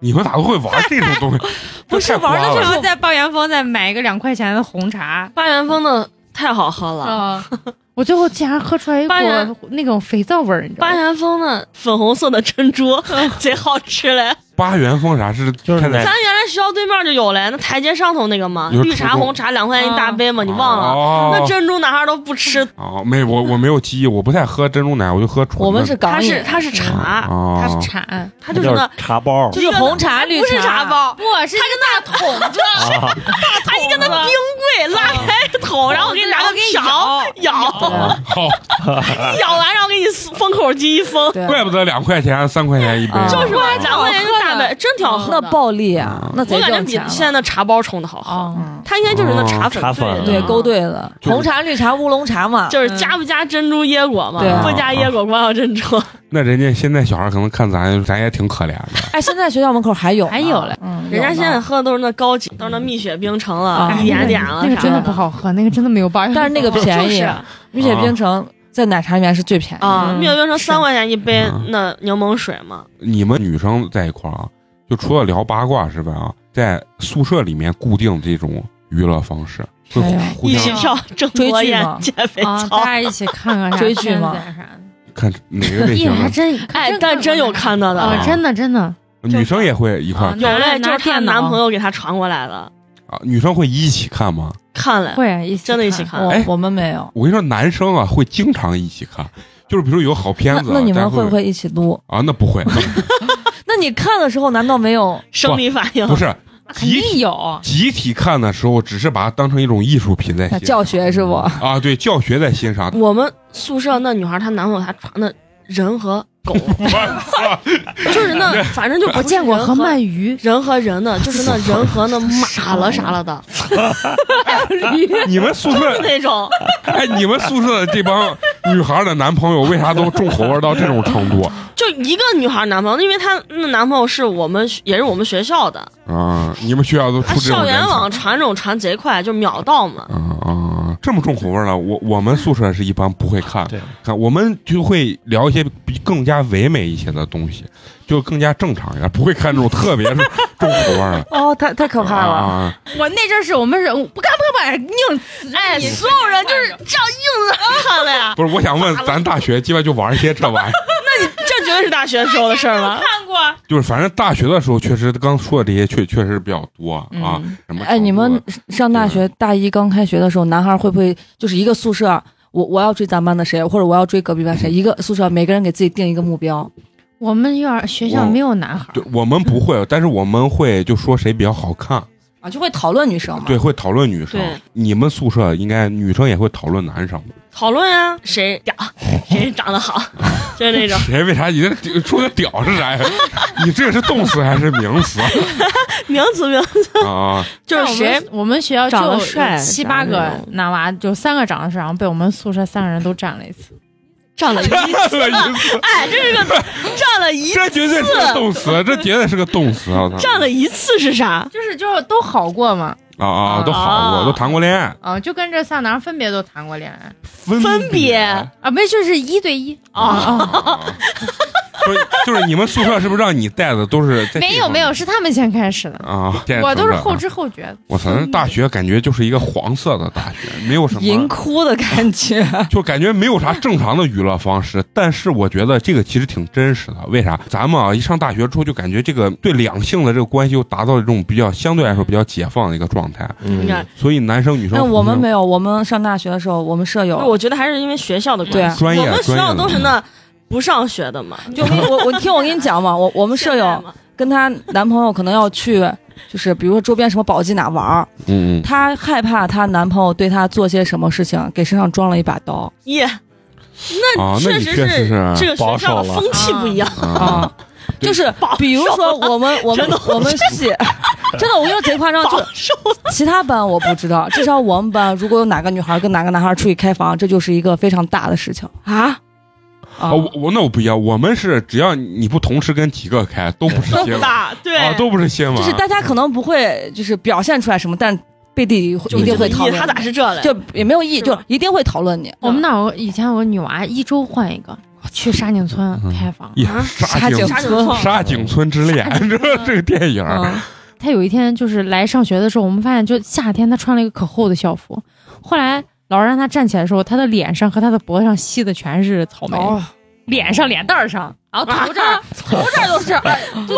Speaker 3: 你们咋都会玩这种东西？
Speaker 7: 不是
Speaker 3: 这太
Speaker 7: 玩的
Speaker 3: 花
Speaker 7: 是
Speaker 3: 了
Speaker 4: 然后在抱元峰再买一个两块钱的红茶。
Speaker 5: 八元峰的太好喝了。
Speaker 4: 啊！ 我最后竟然喝出来一股
Speaker 5: 八元
Speaker 4: 那种肥皂味儿，你知道
Speaker 5: 八
Speaker 4: 吗？
Speaker 5: 元峰的粉红色的珍珠 贼好吃嘞，
Speaker 3: 八元风啥是
Speaker 6: 就是
Speaker 3: 开在
Speaker 6: 奶
Speaker 5: 咱原来学校对面就有嘞，那台阶上头那个嘛，
Speaker 3: 你说
Speaker 5: 绿茶
Speaker 3: 初中
Speaker 5: 红茶两块钱一大杯嘛，你忘了？
Speaker 3: 哦、
Speaker 5: 那珍珠男孩都不吃，
Speaker 3: 哦，没我我没有记忆，我不太喝珍珠奶，我就喝纯的。
Speaker 7: 我们是
Speaker 5: 它
Speaker 7: 港饮
Speaker 5: 是，它是茶，
Speaker 3: 哦，
Speaker 4: 它是产，
Speaker 5: 它
Speaker 6: 就
Speaker 5: 就是那
Speaker 6: 是茶包
Speaker 7: 就是红茶、绿
Speaker 5: 不是茶包，
Speaker 4: 不是哦那桶子，
Speaker 6: 啊，
Speaker 5: 哎
Speaker 4: 它一个那
Speaker 5: 冰柜拉开桶，然后我给你拿个瓢舀，
Speaker 3: 啊好，
Speaker 5: 舀完然后给你封口机一封，
Speaker 7: 对，
Speaker 3: 怪不得两块钱、三块钱一杯。
Speaker 7: 啊
Speaker 5: 就是嘛，两块钱一大呗，真挺好喝
Speaker 7: 那
Speaker 5: 的。
Speaker 7: 暴利
Speaker 3: 嗯
Speaker 7: 啊，那
Speaker 5: 我
Speaker 7: 贼
Speaker 5: 感觉
Speaker 7: 挣
Speaker 5: 比
Speaker 7: 钱了。
Speaker 5: 现在的茶包冲的好喝，
Speaker 4: 哦，
Speaker 7: 嗯，
Speaker 5: 它应该就是那茶粉
Speaker 6: 哦茶
Speaker 5: 兑的
Speaker 6: 粉
Speaker 7: 对，
Speaker 6: 嗯
Speaker 7: 勾兑的，
Speaker 3: 就是
Speaker 7: 红茶、绿茶、乌龙茶嘛，
Speaker 5: 就是
Speaker 4: 嗯
Speaker 5: 加不加珍珠椰果嘛
Speaker 7: 对啊，
Speaker 5: 不加椰果光要珍珠。
Speaker 3: 那人家现在小孩可能看咱，咱也挺可怜的。
Speaker 7: 哎，现在学校门口还有呢，
Speaker 4: 还有嘞
Speaker 7: 嗯，
Speaker 5: 人家
Speaker 7: 有呢
Speaker 5: 现在喝的都是那高级，都是那蜜雪冰城了
Speaker 7: 啊、
Speaker 5: 一点点了
Speaker 4: 那个
Speaker 5: 啥
Speaker 4: 真的不好喝，那个真的没有办法。
Speaker 7: 但是那个便宜，啊蜜雪冰城在奶茶里面是最便宜的
Speaker 5: 啊，
Speaker 7: 嗯
Speaker 5: 蜜雪冰城
Speaker 7: 是
Speaker 5: 三块钱一杯
Speaker 3: 嗯
Speaker 5: 那柠檬水嘛，
Speaker 3: 你们女生在一块儿啊，就除了聊八卦之外啊，在宿舍里面固定这种娱乐方式，会
Speaker 7: 哎呀
Speaker 3: 互
Speaker 5: 一
Speaker 3: 相
Speaker 5: 起跳 郑
Speaker 7: 追剧
Speaker 5: 国宴
Speaker 7: 嘛
Speaker 5: 减肥
Speaker 4: 啊，
Speaker 5: 操
Speaker 4: 大。家 一起看看啥
Speaker 7: 追剧吗
Speaker 4: 片子呀啥的
Speaker 3: 看哪个类
Speaker 4: 咦，
Speaker 3: 型
Speaker 4: 还
Speaker 3: 的。
Speaker 4: 真
Speaker 5: 哎，但真有看到的，
Speaker 4: 啊，真的真的
Speaker 3: 女生也会一块儿
Speaker 4: 啊
Speaker 5: 有嘞，就
Speaker 4: 拿
Speaker 5: 是她
Speaker 4: 电脑
Speaker 5: 男朋友给她传过来的，
Speaker 3: 啊，女生会一起看吗？
Speaker 5: 看了，
Speaker 4: 会一起
Speaker 5: 真的一起看。
Speaker 7: 我
Speaker 3: 哎
Speaker 7: 我们没有。
Speaker 3: 我跟你说，男生啊会经常一起看，就是比如有好片
Speaker 7: 那
Speaker 3: 子啊，
Speaker 7: 那你们
Speaker 3: 咱
Speaker 7: 会
Speaker 3: 会
Speaker 7: 不会一起撸？
Speaker 3: 啊？那不 会，
Speaker 7: 那你看的时候难道没有？
Speaker 5: 生理反应
Speaker 3: 不是
Speaker 4: 肯
Speaker 3: 集体
Speaker 4: 定有。
Speaker 3: 集体看的时候，只是把它当成一种艺术品在欣赏
Speaker 7: 教学是不？
Speaker 3: 啊，对教学在欣 赏。
Speaker 5: 我们宿舍那女孩，她男朋友还传的人和 狗，就是 那反正就不
Speaker 4: 我
Speaker 5: 是
Speaker 4: 见过
Speaker 5: 人
Speaker 4: 和鳗鱼，
Speaker 5: 人和人的，就是那人和 那马了啥了的
Speaker 3: 你们宿舍
Speaker 5: 那种，
Speaker 3: 哎，你们宿舍这帮女孩的男朋友为啥都重口味到这种程度啊
Speaker 5: 就一个女孩男朋友，因为她那男朋友是我们也是我们学校的，
Speaker 3: 啊？你们学校都
Speaker 5: 啊，
Speaker 3: 出这种
Speaker 5: 校
Speaker 3: 人
Speaker 5: 园
Speaker 3: 才
Speaker 5: 网传这种传贼快，就秒到嘛。
Speaker 3: 啊啊！这么重口味了，我我们宿舍是一般不会看，
Speaker 6: 对
Speaker 3: 看我们就会聊一些比更加唯美一些的东西，就更加正常一点，不会看这种特别是重口味 的。
Speaker 7: 哦，太太可怕了！
Speaker 3: 啊！
Speaker 4: 我那阵儿是我们人不看不看，宁死
Speaker 5: 哎，所有人就是这样硬着看的呀，
Speaker 3: 不是，我想问，咱大学鸡巴就玩一些这 玩意儿，
Speaker 5: 这绝对是大学时候的事儿了。
Speaker 4: 看过。
Speaker 3: 就是反正大学的时候确实刚说的这些确确实比较多
Speaker 5: 嗯
Speaker 3: 啊。什么？
Speaker 7: 哎，你们上大学大一刚开学的时候，男孩会不会就是一个宿舍？我我要追咱班的谁，或者我要追隔壁班
Speaker 3: 嗯
Speaker 7: 谁？一个宿舍每个人给自己定一个目标。
Speaker 4: 我们院儿学校
Speaker 3: 我
Speaker 4: 没有男孩
Speaker 3: 啊
Speaker 4: 儿
Speaker 3: 对，我们不会，但是我们会就说谁比较好看。
Speaker 7: 啊，就会讨论女生嘛。
Speaker 3: 对，会讨论女生
Speaker 5: 对。
Speaker 3: 你们宿舍应该女生也会讨论男生吧，
Speaker 5: 讨论呀，谁屌，谁长得 好，就是那种
Speaker 3: 谁为啥你这说的屌是啥呀？ 你这是动词还是名 词
Speaker 5: 名词名词，
Speaker 3: 啊？
Speaker 5: 就
Speaker 4: 但我
Speaker 5: 是
Speaker 4: 们
Speaker 5: 谁
Speaker 4: 我们学校就
Speaker 5: 长得
Speaker 4: 有
Speaker 5: 帅
Speaker 4: 七八
Speaker 5: 啥那
Speaker 4: 个
Speaker 5: 种
Speaker 4: 男娃，就三个长得帅，然后被我们宿舍三个人都占了一次。
Speaker 5: 占了一
Speaker 3: 占了一次，
Speaker 5: 哎，这是个占了一
Speaker 3: 这绝对是个动词，这绝对是个动词啊！我操
Speaker 5: 占了一次是啥？
Speaker 4: 就是就是都好过嘛，
Speaker 3: 啊啊，都好
Speaker 5: 啊
Speaker 3: 过，都谈过恋爱，
Speaker 4: 啊，就跟这仨男分别都谈过恋爱
Speaker 3: 分
Speaker 5: 分别
Speaker 4: 啊，没就是一对一啊，
Speaker 3: 啊。不是，就是你们宿舍是不是让你带的都是在这
Speaker 4: 没有
Speaker 3: 方
Speaker 4: 没
Speaker 3: 面
Speaker 4: 有，是他们先开始的，
Speaker 3: 啊？现在
Speaker 4: 我都是
Speaker 3: 成
Speaker 4: 后
Speaker 3: 长啊。
Speaker 4: 知后觉的。
Speaker 3: 我操，那大学感觉就是一个黄色的大学，没有什么
Speaker 7: 银窟的 感觉，
Speaker 3: 就感觉没有啥正常的娱乐方式，但是我觉得这个其实挺真实的。为啥？咱们啊，一上大学之后就感觉这个对两性的这个关系又达到了这种比较相对来说比较解放的一个状态，
Speaker 6: 嗯
Speaker 5: 你看，
Speaker 3: 所以男生女生
Speaker 7: 那我们
Speaker 3: 互
Speaker 7: 没有，我们上大学的时候，我们舍友
Speaker 5: 我觉得还是因为学校的
Speaker 7: 对
Speaker 5: 关
Speaker 7: 啊
Speaker 5: 系，
Speaker 3: 专业
Speaker 5: 我们学校
Speaker 3: 专业的
Speaker 5: 都是那不上学的嘛。
Speaker 7: 就我跟你我我听我跟你讲嘛，我我们舍友跟她男朋友可能要去，就是比如说周边什么宝鸡哪玩儿，
Speaker 3: 相嗯嗯
Speaker 7: 她害怕她男朋友对她做些什么事情，给身上装了一把刀
Speaker 5: 耶，
Speaker 3: 啊
Speaker 5: 那
Speaker 3: 那你
Speaker 5: 实
Speaker 3: 确实
Speaker 5: 是
Speaker 3: 是
Speaker 5: 这个学校
Speaker 6: 保守
Speaker 5: 的
Speaker 6: 了
Speaker 5: 风气不一样，
Speaker 3: 啊
Speaker 7: 啊， 就是比如 说我们我们我们系， 真的我跟你说贼夸张，就
Speaker 5: 保守
Speaker 7: 其他班我不知道，至少我们班如果有哪个女孩跟哪个男孩出去开房，这就是一个非常大的事情
Speaker 5: 啊，
Speaker 7: 啊
Speaker 3: 啊！。我我那我不一样，我们是只要你不同时跟几个开，都不是
Speaker 5: 都
Speaker 3: 新
Speaker 5: 不
Speaker 3: 闻
Speaker 5: 大， 对，
Speaker 3: 啊，都不是新闻，
Speaker 7: 就是大家可能不会就是表现出来什么，但背地里
Speaker 5: 就
Speaker 7: 一定会
Speaker 5: 这
Speaker 7: 讨
Speaker 5: 么一
Speaker 7: 论。
Speaker 5: 他咋是这嘞？
Speaker 7: 就也没有意义，
Speaker 5: 是
Speaker 7: 就
Speaker 5: 吧
Speaker 7: 一定会讨论你。
Speaker 4: 我们那儿有以前有个女娃，一周换一个，去沙井村
Speaker 3: 嗯
Speaker 4: 开房。
Speaker 3: 呀
Speaker 5: 啊
Speaker 3: 沙
Speaker 7: 沙
Speaker 3: 井
Speaker 7: 井
Speaker 5: 啥情
Speaker 7: 村
Speaker 5: 况？
Speaker 3: 沙井村之恋，这这个电影儿
Speaker 7: 嗯，
Speaker 4: 她有一天就是来上学的时候，我们发现就夏天她穿了一个可厚的校服，后来老师让她站起来的时候，她的脸上和她的脖子上吸的全是草莓，
Speaker 7: 哦，
Speaker 4: 脸上脸蛋儿上，然后头啊这儿、头这儿都 是，
Speaker 5: 我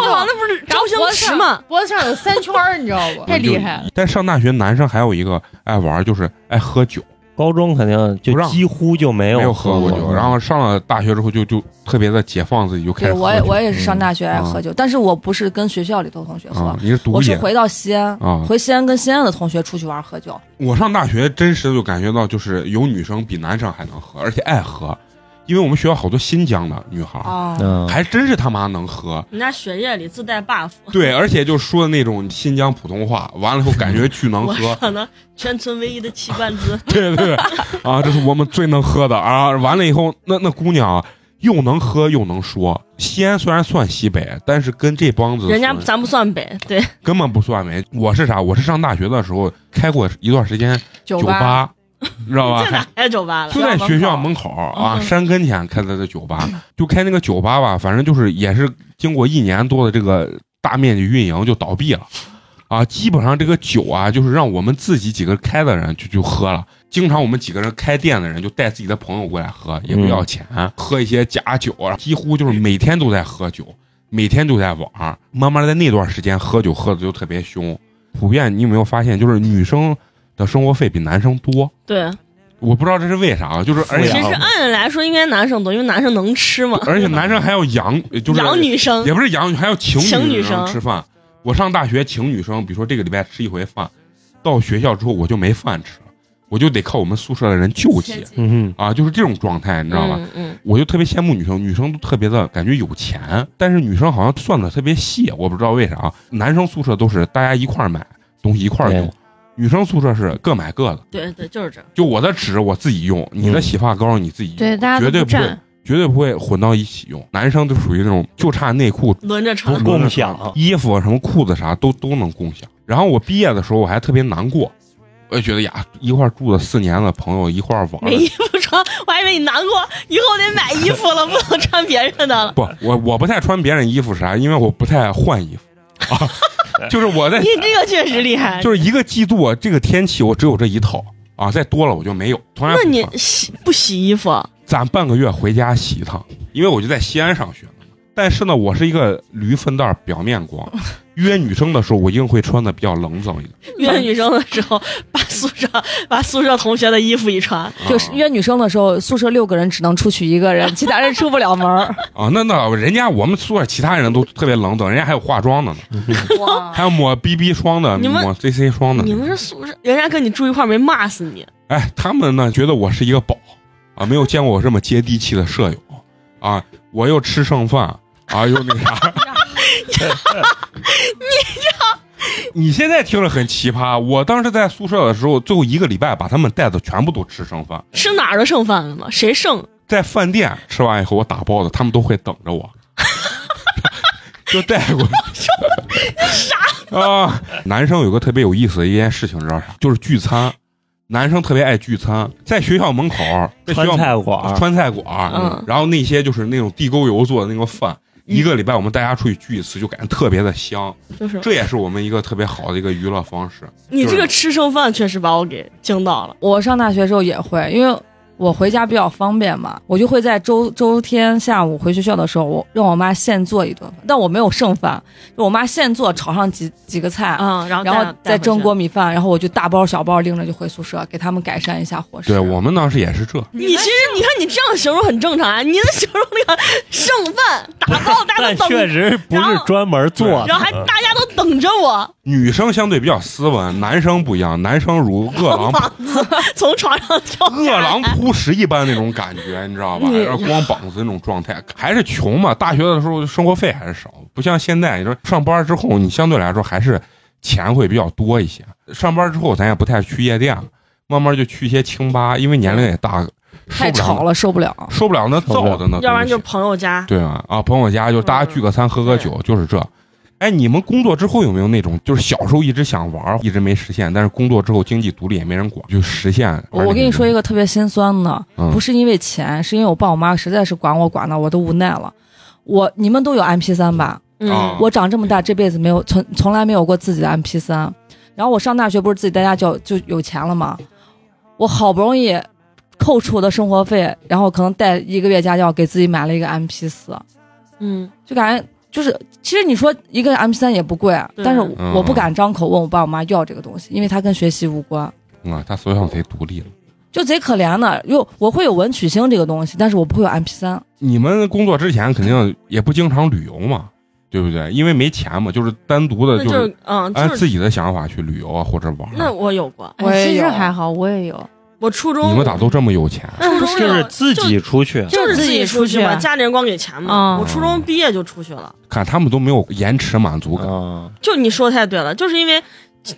Speaker 5: 靠，
Speaker 4: 哇
Speaker 5: 那不是
Speaker 4: 然
Speaker 5: 周
Speaker 4: 后脖
Speaker 5: 星
Speaker 4: 子
Speaker 5: 驰
Speaker 4: 上
Speaker 5: 吗？
Speaker 4: 脖子上有三圈儿，你知道不？ 太厉害了。
Speaker 3: 就但上大学男生还有一个爱玩，就是爱喝酒。
Speaker 6: 高中肯定
Speaker 3: 不
Speaker 6: 就
Speaker 3: 让
Speaker 6: 几乎就没
Speaker 3: 没有
Speaker 6: 喝
Speaker 3: 喝过酒，然后上了大学之后就就特别的解放自己，就开
Speaker 7: 对，
Speaker 3: 始
Speaker 7: 我
Speaker 3: 喝
Speaker 7: 也
Speaker 3: 酒
Speaker 7: 我也是上大学爱
Speaker 3: 嗯
Speaker 7: 喝酒，但是我不是跟学校里头同学喝
Speaker 3: 啊，，你是
Speaker 7: 我
Speaker 3: 独
Speaker 7: 是
Speaker 3: 饮
Speaker 7: 回到西安，
Speaker 3: 啊。
Speaker 7: 回西安跟西安的同学出去玩喝酒。
Speaker 3: 我上大学真实的就感觉到，就是有女生比男生还能喝，而且爱喝。因为我们学校好多新疆的女孩儿，
Speaker 7: 哦，
Speaker 6: 嗯，
Speaker 3: 还真是他妈能喝。
Speaker 5: 人家血液里自带 buff，
Speaker 3: 对，而且就说的那种新疆普通话，完了以后感觉巨能
Speaker 5: 我
Speaker 3: 喝，
Speaker 5: 可能全村唯一的七罐子。
Speaker 3: 对对对，啊，这是我们最能喝的啊！完了以后，那那姑娘啊，又能喝又能说。西安虽然算西北，但是跟这帮子
Speaker 5: 人家
Speaker 3: 属于
Speaker 5: 咱不算北，对，
Speaker 3: 根本不算美。我是啥？我是上大学的时候开过一段时间
Speaker 7: 酒
Speaker 3: 酒 吧，你知道吧？
Speaker 5: 在哪开酒吧了？
Speaker 3: 就在学校门口啊，
Speaker 5: 嗯
Speaker 3: 山跟前开的这酒吧，就开那个酒吧吧，反正就是也是经过一年多的这个大面积运营就倒闭了，啊，基本上这个酒啊，就是让我们自己几个开的人就就喝了，经常我们几个人开店的人就带自己的朋友过来喝，也不要钱，喝一些假酒啊，几乎就是每天都在喝酒，每天都在玩儿，慢慢在那段时间喝酒喝的就特别凶，普遍你有没有发现，就是女生的生活费比男生多。
Speaker 5: 对，
Speaker 3: 我不知道这是为啥，啊，就是而
Speaker 6: 对
Speaker 3: 且
Speaker 6: 呀
Speaker 5: 其实按理来说应该男生多，因为男生能吃嘛，
Speaker 3: 而且男生还要养，就是
Speaker 5: 养女生
Speaker 3: 也不是养女，还要请
Speaker 5: 请女
Speaker 3: 生
Speaker 5: 生
Speaker 3: 吃饭。我上大学请女生，比如说这个礼拜吃一回饭，到学校之后我就没饭吃了，我就得靠我们宿舍的人救济
Speaker 6: 嗯
Speaker 3: 啊，就是这种状态，你知道吧？？
Speaker 5: 嗯嗯，
Speaker 3: 我就特别羡慕女生，女生都特别的感觉有钱，但是女生好像算的特别细，我不知道为啥。男生宿舍都是大家一块儿买东西一块儿用
Speaker 6: 对，
Speaker 3: 女生宿舍是各买各的，
Speaker 5: 对对，就是这样。
Speaker 3: 就我的纸我自己用，你
Speaker 6: 嗯
Speaker 3: 的洗发膏你自己用，
Speaker 4: 对，大家
Speaker 3: 绝
Speaker 4: 都
Speaker 3: 对
Speaker 4: 不
Speaker 3: 不会
Speaker 4: 占。
Speaker 3: 绝对不会混到一起用。男生就属于那种就差内裤、
Speaker 5: 轮着
Speaker 6: 不
Speaker 5: 穿，
Speaker 6: 啊共享，
Speaker 3: 衣服、什么裤子啥都都能共享。然后我毕业的时候我还特别难过，我也觉得呀，一块儿住了四年了，朋友一块儿玩
Speaker 5: 没
Speaker 3: 儿。
Speaker 5: 衣服穿，我还以为你难过，以后得买衣服了，不能穿别人的了。
Speaker 3: 不，我我不太穿别人衣服啥，因为我不太换衣服 啊。就是我在
Speaker 5: 你这个确实厉害。
Speaker 3: 就是一个季度啊，这个天气我只有这一套啊，再多了我就没有。从来
Speaker 5: 那
Speaker 3: 不
Speaker 5: 你
Speaker 3: 穿
Speaker 5: 洗不洗衣服？
Speaker 3: 攒半个月回家洗一趟，因为我就在西安上学嘛。但是呢，我是一个驴粪蛋儿表面 光，约女生的时候我一定会穿的比较冷冷一点。
Speaker 5: 约女生的时候，把宿舍把宿舍同学的衣服一穿，
Speaker 3: 啊
Speaker 7: 就是约女生的时候，宿舍六个人只能出去一个人，其他人出不了 门儿。
Speaker 3: 啊，那那人家我们宿舍其他人都特别冷冷，人家还有化妆的呢，
Speaker 7: 哇，
Speaker 3: 还有抹 BB 霜的，
Speaker 5: 你们
Speaker 3: 抹 CC 霜的。
Speaker 5: 你们是宿舍，人家跟你住一块儿没骂死你，
Speaker 3: 哎，他们呢觉得我是一个宝啊，没有见过我这么接地气的舍友啊，我又吃剩饭啊，又那个啥。你你现在听着很奇葩，我当时在宿舍的时候，最后一个礼拜把他们带的全部都吃剩饭，
Speaker 5: 吃哪儿的剩饭了吗？谁剩？
Speaker 3: 在饭店吃完以后我打包的，他们都会等着 我，就带过去。啥啊？男生有个特别有意思的一件事情，你知道啥？就是聚餐。男生特别爱聚餐，在学校门口，在学
Speaker 6: 川
Speaker 3: 校
Speaker 6: 菜馆，
Speaker 3: 川菜馆儿，
Speaker 5: 嗯
Speaker 3: 然后那些就是那种地沟油做的那个饭，一个礼拜我们大家出去聚一次，就感觉特别的香。
Speaker 5: 就是
Speaker 3: 这也是我们一个特别好的一个娱乐方式。
Speaker 5: 你
Speaker 3: 就是
Speaker 5: 这个吃剩饭确实把我给惊到了。
Speaker 7: 我上大学时候也会，因为我回家比较方便嘛，我就会在周周天下午回学校的时候，我让我妈现做一顿饭，但我没有剩饭，就我妈现做炒上几几个菜。
Speaker 5: 嗯，然后
Speaker 7: 然后再蒸锅
Speaker 5: 锅。
Speaker 7: 米饭，然后我就大包小包拎着就回宿舍，给他们改善一下伙食。
Speaker 3: 对我们当时也是这，
Speaker 5: 你其实你看你这样形容很正常啊，你的形容那个剩饭打包大家
Speaker 6: 但
Speaker 5: 都
Speaker 6: 确
Speaker 5: 等，
Speaker 6: 实不是专门做
Speaker 5: 然
Speaker 6: 的
Speaker 5: 后
Speaker 3: 啊
Speaker 5: 还大家都等着我
Speaker 3: 女生相对比较斯文，男生不一样，男生如饿狼
Speaker 5: 从床上跳
Speaker 3: 饿
Speaker 5: 下来哎
Speaker 3: 狼扑食一般那种感觉，你知道吧？
Speaker 5: 嗯
Speaker 3: 然后光膀子那种状态，还是穷嘛。大学的时候生活费还是少，不像现在，你说上班之后，你相对来说还是钱会比较多一些。上班之后，咱也不太去夜店了，慢慢就去一些清吧，因为年龄也大了，
Speaker 7: 太吵
Speaker 3: 了，
Speaker 7: 了，受不了。
Speaker 3: 受不了那
Speaker 6: 受不了
Speaker 3: 燥的那东西，
Speaker 5: 要不然就是朋友家。
Speaker 3: 对啊啊，朋友家就大家聚个餐、喝个酒，就是这。哎，你们工作之后有没有那种，就是小时候一直想玩，一直没实现，但是工作之后经济独立也没人管，就实现玩那
Speaker 7: 我
Speaker 3: 种？
Speaker 7: 我跟你说一个特别心酸的，
Speaker 3: 嗯，
Speaker 7: 不是因为钱，是因为我爸我妈实在是管我管的我都无奈了。我你们都有 MP 三吧？
Speaker 3: 啊
Speaker 7: 我长这么大这辈子没有从从来没有过自己的 MP 三，然后我上大学不是自己在家就就有钱了吗？我好不容易扣除我的生活费，然后可能带一个月家教，给自己买了一个 MP 四，
Speaker 5: 嗯，
Speaker 7: 就感觉就是其实你说一个 MP 三也不贵，
Speaker 5: 对
Speaker 7: 但是
Speaker 3: 嗯
Speaker 7: 我不敢张口问我爸我妈要这个东西，因为它跟学习无关，
Speaker 3: 啊，他所想贼独立了。
Speaker 7: 就贼可怜的。又我会有文曲星这个东西，但是我不会有 MP 三。
Speaker 3: 你们工作之前肯定也不经常旅游嘛，对不对？因为没钱嘛，就是哎单独
Speaker 5: 那
Speaker 3: 的，
Speaker 5: 就是是嗯，
Speaker 3: 按
Speaker 5: 就是
Speaker 3: 自己的想法去旅游啊，或者玩
Speaker 5: 那
Speaker 3: 儿。
Speaker 5: 我有过，
Speaker 7: 我也
Speaker 4: 哎其实
Speaker 7: 有
Speaker 4: 还好，我也有，
Speaker 5: 我初中
Speaker 3: 你们咋都这么有钱？
Speaker 5: 初中
Speaker 6: 就是自己出去，
Speaker 5: 就是自己出去
Speaker 7: 就自己出
Speaker 5: 嘛，
Speaker 7: 去
Speaker 5: 家里人光给钱嘛。
Speaker 7: 嗯
Speaker 5: 我初中毕业就出去了，
Speaker 3: 看他们都没有延迟满足感，
Speaker 6: 啊，
Speaker 5: 就你说太对了，就是因为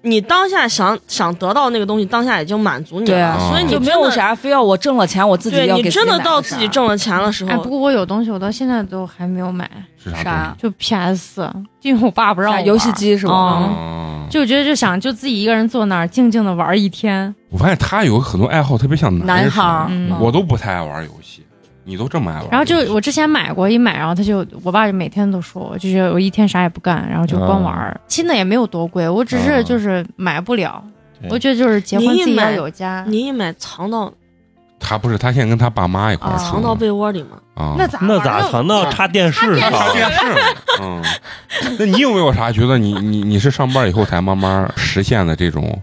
Speaker 5: 你当下想想得到那个东西，当下已经满足你
Speaker 7: 对
Speaker 5: 了，
Speaker 7: 啊
Speaker 5: 所以你
Speaker 7: 就没
Speaker 5: 真的
Speaker 7: 有。啥非要我挣了钱我自己
Speaker 5: 对
Speaker 7: 要
Speaker 5: 你
Speaker 7: 给
Speaker 5: 真
Speaker 7: 己
Speaker 5: 的
Speaker 7: 买
Speaker 5: 到
Speaker 7: 个
Speaker 5: 自
Speaker 7: 啥
Speaker 5: 己挣了钱的时
Speaker 4: 哎，不
Speaker 5: 候，
Speaker 4: 过我有东西，我到现在都还没有买，
Speaker 3: 是啥
Speaker 8: 啥
Speaker 3: 东西？
Speaker 4: 就 PS，因为我爸不让我
Speaker 7: 啥
Speaker 4: 玩
Speaker 7: 游戏，机是吧？
Speaker 5: 哦
Speaker 4: 嗯
Speaker 3: 啊
Speaker 4: 就觉得就想就自己一个人坐那儿静静的玩一天。
Speaker 3: 我发现他有很多爱好特别像
Speaker 7: 男
Speaker 3: 人
Speaker 7: 孩儿
Speaker 3: 似的
Speaker 4: 嗯
Speaker 3: 啊我都不太爱玩游戏，你都这么爱玩游戏。
Speaker 4: 然后就我之前买过一买，然后他就我爸就每天都说我，就是我一天啥也不干，然后就光玩儿。新的也没有多贵，我只
Speaker 3: 啊
Speaker 4: 是就是买不了。
Speaker 6: 对
Speaker 4: 我觉得就是结婚
Speaker 5: 你一
Speaker 4: 自己要
Speaker 5: 买
Speaker 4: 有家，
Speaker 5: 你一买藏到
Speaker 3: 他不是他现在跟他爸妈一块儿
Speaker 4: 啊
Speaker 3: 住
Speaker 5: 藏到被窝里嘛，
Speaker 3: 啊，
Speaker 4: 咋
Speaker 6: 那
Speaker 4: 玩儿
Speaker 6: 咋
Speaker 4: 呢
Speaker 6: 传到插电视上？
Speaker 3: 上电视了。嗯，那你有没有啥觉得你你你是上班以后才慢慢实现的这种？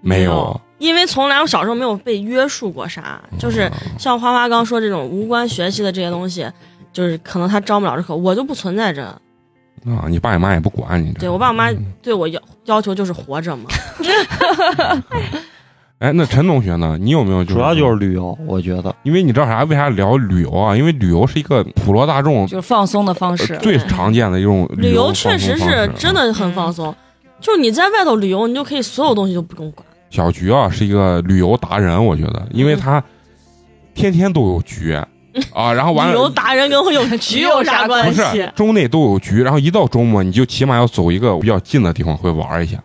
Speaker 3: 没有，
Speaker 5: 因为从来我小时候没有被约束过啥，
Speaker 3: 哦
Speaker 5: 就是像花花刚说这种无关学习的这些东西，就是可能他招不了这口，我就不存在这。
Speaker 3: 啊，你爸你妈也不管你这。
Speaker 5: 对我爸我妈
Speaker 3: 嗯
Speaker 5: 对我要要求就是活 着嘛，
Speaker 3: 哎，那陈同学呢？你有没有？
Speaker 6: 主要就是旅游，我觉得
Speaker 3: 因为你知道啥？为啥聊旅游啊？因为旅游是一个普罗大众呃
Speaker 7: 就是放松的方
Speaker 5: 呃
Speaker 7: 式。
Speaker 3: 最常见的一种
Speaker 5: 嗯旅
Speaker 3: 游
Speaker 5: 游确
Speaker 3: 放松嗯
Speaker 5: 实
Speaker 3: 方
Speaker 5: 是
Speaker 3: 式啊
Speaker 5: 真。的很放松。就是你在外头旅游，你就可以所有东西都不用管。
Speaker 3: 小菊啊，是一个旅游达人，我觉得，因
Speaker 5: 嗯
Speaker 3: 为他天天都有局啊，然后完
Speaker 5: 旅游
Speaker 3: 了。
Speaker 5: 达人跟 我有局有啥 关
Speaker 3: 不
Speaker 5: 系？
Speaker 3: 是周内都有局，然后一到周末你就起码要走一个比较近的地方会玩一下，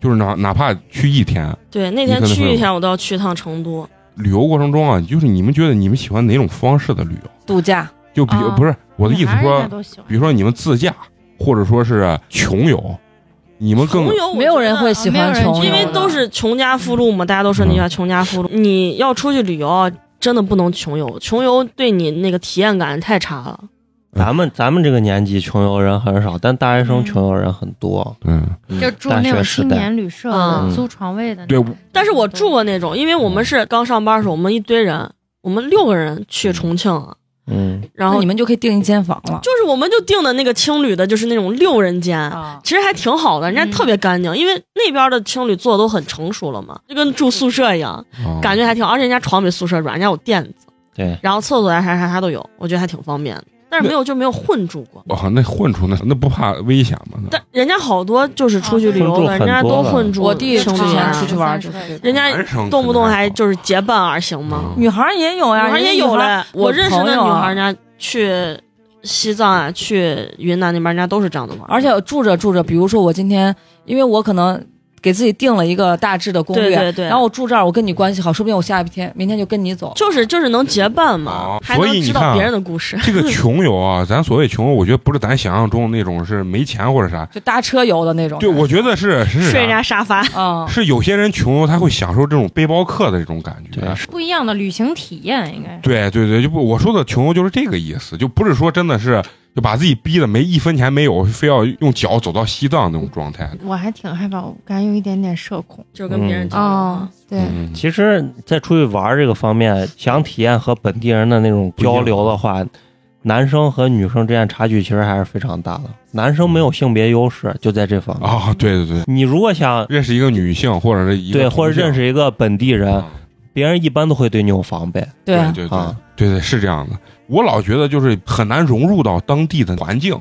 Speaker 3: 就是哪哪怕去一天。
Speaker 5: 对，那
Speaker 3: 你
Speaker 5: 天
Speaker 3: 可能
Speaker 5: 去
Speaker 3: 会
Speaker 5: 一
Speaker 3: 有
Speaker 5: 天我都要去一趟成都。
Speaker 3: 旅游过程中啊，就是你们觉得你们喜欢哪种方式的旅游？
Speaker 7: 度假，
Speaker 3: 就比、
Speaker 4: 啊
Speaker 3: 不是我的意思
Speaker 4: 女孩儿应
Speaker 3: 说
Speaker 4: 该，都喜欢
Speaker 3: 比如说你们自驾，或者说是穷游，你们更
Speaker 5: 穷游我
Speaker 7: 没有
Speaker 5: 觉
Speaker 7: 人
Speaker 5: 得
Speaker 7: 会喜
Speaker 4: 没有
Speaker 7: 欢
Speaker 4: 人
Speaker 7: 穷游
Speaker 4: 去
Speaker 7: 的，
Speaker 5: 因为都是穷家富路嘛，大家都说
Speaker 3: 嗯
Speaker 5: 那叫穷家富路。你要出去旅游啊，真的不能穷游，穷游对你那个体验感太差了。
Speaker 3: 嗯
Speaker 6: 咱们咱们这个年纪穷游人很少，但大学生
Speaker 4: 嗯
Speaker 6: 穷游人很多。
Speaker 3: 嗯，
Speaker 6: 嗯
Speaker 4: 就住
Speaker 6: 大
Speaker 4: 那
Speaker 6: 学
Speaker 4: 种
Speaker 6: 时
Speaker 4: 青
Speaker 6: 代
Speaker 4: 年旅社
Speaker 5: 嗯
Speaker 4: 的租床位哎的那
Speaker 3: 对
Speaker 4: 种。
Speaker 5: 但是我住过那种，因为我
Speaker 3: 嗯
Speaker 5: 们是刚上班的时候，我们一堆人，我们六个人去重庆了，
Speaker 6: 嗯，
Speaker 5: 然
Speaker 7: 然
Speaker 5: 后
Speaker 7: 后你们就可以订一间房了。
Speaker 5: 就是我们就订的那个青旅的，就是那种六人间。
Speaker 7: 啊，
Speaker 5: 其实还挺好的，人
Speaker 4: 嗯
Speaker 5: 家特别干净，因为那边的青旅做的都很成熟了嘛，就跟住宿舍一样，
Speaker 3: 啊
Speaker 5: 感觉还挺好。而且人家床比宿舍软，人家有垫子，
Speaker 6: 对，
Speaker 5: 然后厕所呀啊啥啥啥都有，我觉得还挺方便的。但是没有就没有混住过，
Speaker 3: 哇，哦那混出那那不怕危险吗？那
Speaker 5: 但人家好多就是出去旅游的，
Speaker 6: 啊
Speaker 5: 人家都混住。
Speaker 7: 我弟
Speaker 5: 兄
Speaker 7: 之
Speaker 5: 弟
Speaker 7: 前
Speaker 5: 啊
Speaker 7: 出去玩儿就
Speaker 4: 三十
Speaker 7: 是
Speaker 4: 岁
Speaker 5: 人家
Speaker 3: 男生
Speaker 5: 动不动
Speaker 3: 可能
Speaker 5: 还
Speaker 3: 好
Speaker 5: 就是结伴而行
Speaker 3: 啊嗯
Speaker 5: 嘛。
Speaker 7: 女孩儿也有
Speaker 5: 女
Speaker 7: 呀，
Speaker 5: 孩
Speaker 7: 人家
Speaker 5: 也有
Speaker 7: 女孩儿
Speaker 5: 嘞，我认识
Speaker 7: 朋
Speaker 5: 的
Speaker 7: 友
Speaker 5: 女
Speaker 7: 啊
Speaker 5: 孩，人家去西藏啊，去云南那边，人家都是这样的玩。
Speaker 7: 而且住着住着，比如说我今天，因为我可能给自己定了一个大致的攻略，
Speaker 5: 对对对
Speaker 7: 然后我住这儿，我跟你关系好，说不定我下一天明天就跟你走。
Speaker 5: 就是就是能结伴
Speaker 3: 哦
Speaker 5: 嘛，还
Speaker 3: 所以
Speaker 5: 能
Speaker 3: 你
Speaker 5: 知
Speaker 3: 看啊
Speaker 5: 道别人的故事。
Speaker 3: 这个穷游啊，咱所谓穷游，我觉得不是咱想象中那种是没钱或者啥。
Speaker 7: 就搭车游的那种。
Speaker 3: 对，我觉得是是
Speaker 5: 睡人
Speaker 3: 啥
Speaker 5: 家沙发，
Speaker 6: 哦
Speaker 7: 啊，
Speaker 3: 是有些人穷游他会享受这种背包客的这种感觉。
Speaker 6: 对
Speaker 4: 不一样的旅行体验应该是。
Speaker 3: 对对对，就不我说的穷游就是这个意思，就不是说真的是就把自己逼的没一分钱没有，非要用脚走到西藏那种状态。
Speaker 4: 我还挺害怕，我感觉有一点点社恐。
Speaker 5: 就是跟别人交流。
Speaker 4: 哦，对，
Speaker 3: 嗯，
Speaker 6: 其实，在出去玩这个方面，想体验和本地人的那种交流的
Speaker 3: 嗯
Speaker 6: 话，男生和女生之间差距其实还是非常大的。男生没有性别优势，就在这方面。
Speaker 3: 啊、对对对，
Speaker 6: 你如果想
Speaker 3: 认识一个女性或者是一个
Speaker 6: 对或者
Speaker 3: 同性
Speaker 6: 认识一个本地人，
Speaker 3: 啊
Speaker 6: 别人一般都会对你有防备。
Speaker 7: 对啊，
Speaker 3: 嗯对对
Speaker 6: 啊
Speaker 3: 对对是这样的。我老觉得就是很难融入到当地的环境，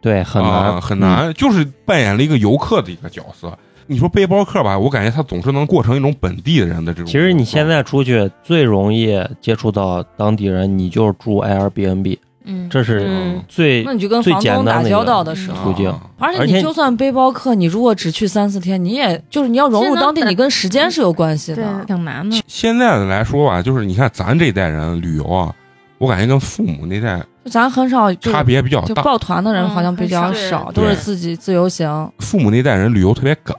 Speaker 6: 对，很难、嗯
Speaker 3: 啊、很难、就是扮演了一个游客的一个角色。你说背包客吧，我感觉他总是能过成一种本地人的这种。
Speaker 6: 其实你现在出去最容易接触到当地人，你就是住 Airbnb，
Speaker 4: 嗯，
Speaker 6: 这是
Speaker 3: 嗯
Speaker 5: 嗯，
Speaker 6: 最
Speaker 7: 那你就跟
Speaker 6: 最
Speaker 7: 房
Speaker 6: 简
Speaker 7: 东
Speaker 6: 单
Speaker 7: 打
Speaker 6: 的一
Speaker 7: 交
Speaker 6: 个
Speaker 7: 道的时候。
Speaker 6: 途径
Speaker 3: 啊
Speaker 7: 而且
Speaker 6: 而且
Speaker 7: 你就算背包客，你如果只去三四天，你也就是你要融入当地，
Speaker 4: 现在
Speaker 7: 你跟时间是有关系
Speaker 4: 对，
Speaker 3: 啊
Speaker 7: 的。
Speaker 4: 挺难的。
Speaker 3: 现在的来说吧，就是你看咱这一代人旅游啊，我感觉跟父母那代
Speaker 7: 就咱很少就
Speaker 3: 差别比较
Speaker 7: 就
Speaker 3: 大。
Speaker 7: 抱团的人好像比较
Speaker 5: 嗯很
Speaker 7: 少，
Speaker 5: 少
Speaker 7: 都
Speaker 3: 对
Speaker 7: 是自己自由行
Speaker 3: 父母那代人旅游特别赶，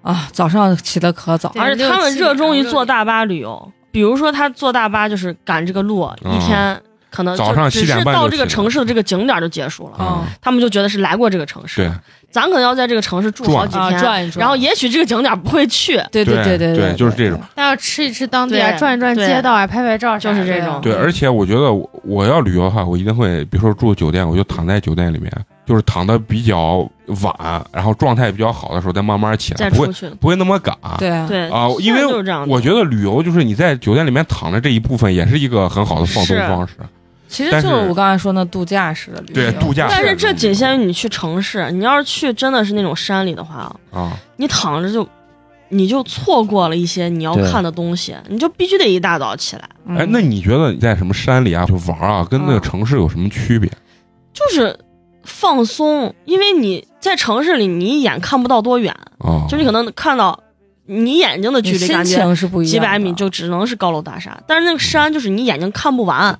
Speaker 7: 啊。早上起得可早，
Speaker 4: 对
Speaker 5: 而且他们热衷于坐大巴旅游。比如说，他坐大巴就是赶这个路，
Speaker 3: 嗯
Speaker 5: 一天可能就
Speaker 3: 早上
Speaker 5: 只
Speaker 3: 7:30
Speaker 5: 是到这
Speaker 3: 就
Speaker 5: 个
Speaker 3: 起
Speaker 5: 城市的这个景点就结束了，
Speaker 3: 啊
Speaker 7: 啊
Speaker 5: 他们就觉得是来过这个城市
Speaker 3: 对。
Speaker 5: 咱可能要在这个城市住好几
Speaker 7: 啊
Speaker 5: 天，
Speaker 7: 转一转，
Speaker 5: 然后也许这个景点不会去，
Speaker 7: 对
Speaker 3: 对
Speaker 7: 对
Speaker 3: 对
Speaker 7: 对，
Speaker 3: 就是这种。啊
Speaker 4: 大家吃一吃当地啊，
Speaker 5: 对
Speaker 4: 转一转
Speaker 5: 对
Speaker 4: 街道啊，拍拍照啥的，
Speaker 5: 就是这种
Speaker 3: 对，而且我觉得我我要旅游的话，我一定会，比如说住酒店，我就躺在酒店里面，就是躺的比较晚，然后状态比较好的时候再慢慢起来，
Speaker 5: 再
Speaker 3: 不会
Speaker 5: 出去。
Speaker 3: 不会那么赶。
Speaker 7: 对啊，
Speaker 5: 对
Speaker 3: 啊
Speaker 5: 是
Speaker 3: 因为
Speaker 5: 就是这样的，
Speaker 3: 我觉得旅游就是你在酒店里面躺着这一部分，也是一个很好的放松
Speaker 5: 是
Speaker 3: 方式。
Speaker 7: 其实
Speaker 3: 但
Speaker 7: 就是是我刚才说那度假式的旅
Speaker 3: 对
Speaker 7: 游，
Speaker 3: 度假
Speaker 5: 但是这仅限于你去城市，你要是去真的是那种山里的话，
Speaker 3: 啊，
Speaker 5: 你躺着就，你就错过了一些你要
Speaker 6: 对
Speaker 5: 看的东西，你就必须得一大早起来。
Speaker 7: 嗯
Speaker 3: 哎，那你觉得你在什么山里啊就玩啊，跟那个
Speaker 5: 嗯
Speaker 3: 城市有什么区别？
Speaker 5: 就是放松，因为你在城市里，你一眼看不到多远，
Speaker 3: 啊，
Speaker 5: 就你可能看到你眼睛的距
Speaker 7: 哦你
Speaker 5: 离，
Speaker 7: 心
Speaker 5: 感觉
Speaker 7: 情是不一样，
Speaker 5: 几百米。就只能是高楼大厦，但是那个山就是你眼睛看不
Speaker 7: 嗯
Speaker 5: 完，
Speaker 3: 啊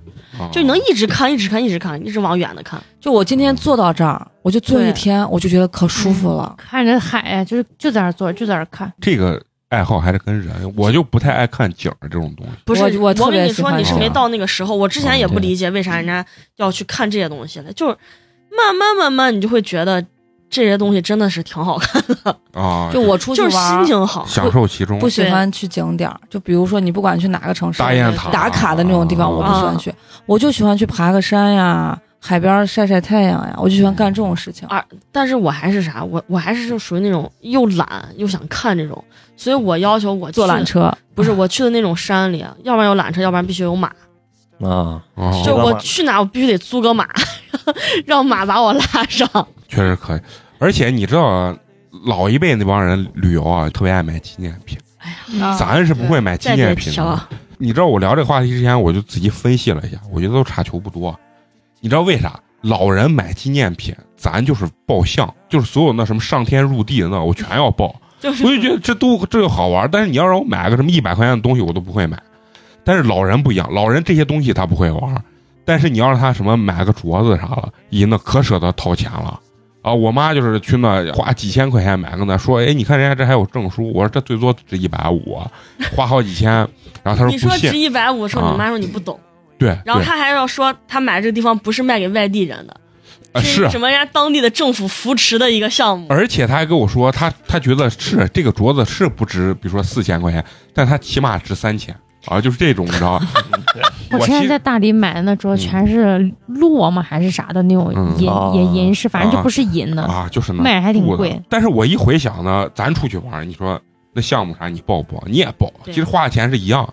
Speaker 5: 就你能一直看，一直看，一直看，一直往远的看。
Speaker 7: 就我今天坐到这儿，我就坐一
Speaker 5: 对
Speaker 7: 天，我就觉得可舒服了。
Speaker 4: 看着海，啊就是就在那儿坐，就在那儿看。
Speaker 3: 这个爱好还是跟人，我就不太爱看景儿这种东西。
Speaker 5: 不是，
Speaker 7: 我我特别
Speaker 5: 跟你
Speaker 7: 喜
Speaker 5: 说，
Speaker 7: 欢
Speaker 5: 你是
Speaker 3: 这
Speaker 5: 没
Speaker 3: 样
Speaker 5: 到那个时候。我之前也不理解为啥人家要去看这些东西
Speaker 7: 嗯
Speaker 5: 了，就是慢慢慢慢，你就会觉得这些东西真的是挺好看，
Speaker 3: 啊，
Speaker 7: 就我出去
Speaker 5: 就是
Speaker 7: 玩
Speaker 5: 心
Speaker 7: 儿，
Speaker 5: 情好。
Speaker 3: 享受其中
Speaker 7: 不喜欢去景点儿，就比如说你不管去哪个城市，
Speaker 3: 大雁塔啊
Speaker 7: 打卡的那种地方，我不喜
Speaker 5: 嗯
Speaker 7: 欢去，我就喜欢去爬个山呀，海边儿晒晒太阳呀，我就喜欢干这种事情。
Speaker 5: 啊但是我还是啥，我我还是就属于那种又懒又想看这种，所以我要求我去
Speaker 7: 坐缆，车，
Speaker 5: 不是我去的那种山里，啊要不然有缆车，要不然必须有马。
Speaker 6: 啊，
Speaker 3: 啊，
Speaker 6: 租
Speaker 5: 就
Speaker 6: 个
Speaker 5: 我
Speaker 6: 马
Speaker 5: 去哪，我必须得租个马， 让马把我拉上。
Speaker 3: 确实可以。而且你知道啊，老一辈那帮人旅游啊，特别爱买纪念品，
Speaker 7: 啊
Speaker 3: 咱是不会买纪
Speaker 5: 再别
Speaker 3: 念品
Speaker 5: 提
Speaker 3: 的
Speaker 5: 了。，
Speaker 3: 你知道我聊这个话题之前，我就自己分析了一下，我觉得都差球不多。你知道为啥？老人买纪念品，咱就是报相，就是所有那什么上天入地的那，我全要报。
Speaker 5: 就是
Speaker 3: 我就觉得这都这就好玩，但是你要让我买个什么一百块钱的东西，我都不会买。但是老人不一样，老人这些东西他不会玩，但是你要让他什么买个镯子啥了，咦，那可舍得掏钱了啊！我妈就是去那花几千块钱买个那，说哎，你看人家这还有证书，我说这最多值一百五，花好几千，然后她说
Speaker 5: 你说
Speaker 3: 不信
Speaker 5: 值，一百五，说
Speaker 3: 啊
Speaker 5: 你妈说你不懂。
Speaker 3: 对，
Speaker 5: 然后
Speaker 3: 对
Speaker 5: 他还要说，他买这个地方不是卖给外地人的，
Speaker 3: 啊是
Speaker 5: 什么人家当地的政府扶持的一个项目。
Speaker 3: 而且他还跟我说，他他觉得是这个镯子是不值，比如说四千块钱，但他起码值三千啊，就是这种，你知道吗？
Speaker 4: 我之
Speaker 3: 其
Speaker 4: 前
Speaker 3: 实
Speaker 4: 在大理买的那桌
Speaker 3: 嗯
Speaker 4: 全是骆嘛还是啥的那种
Speaker 3: 嗯
Speaker 4: 银
Speaker 6: 哦
Speaker 4: 银银饰，反正就不是银的，
Speaker 3: 啊，就是那
Speaker 4: 卖还挺
Speaker 3: 雇的
Speaker 4: 贵。
Speaker 3: 但是我一回想呢，咱出去玩儿，你说那项目啥你报不报？你也报，其
Speaker 5: 对
Speaker 3: 实花的钱是一样，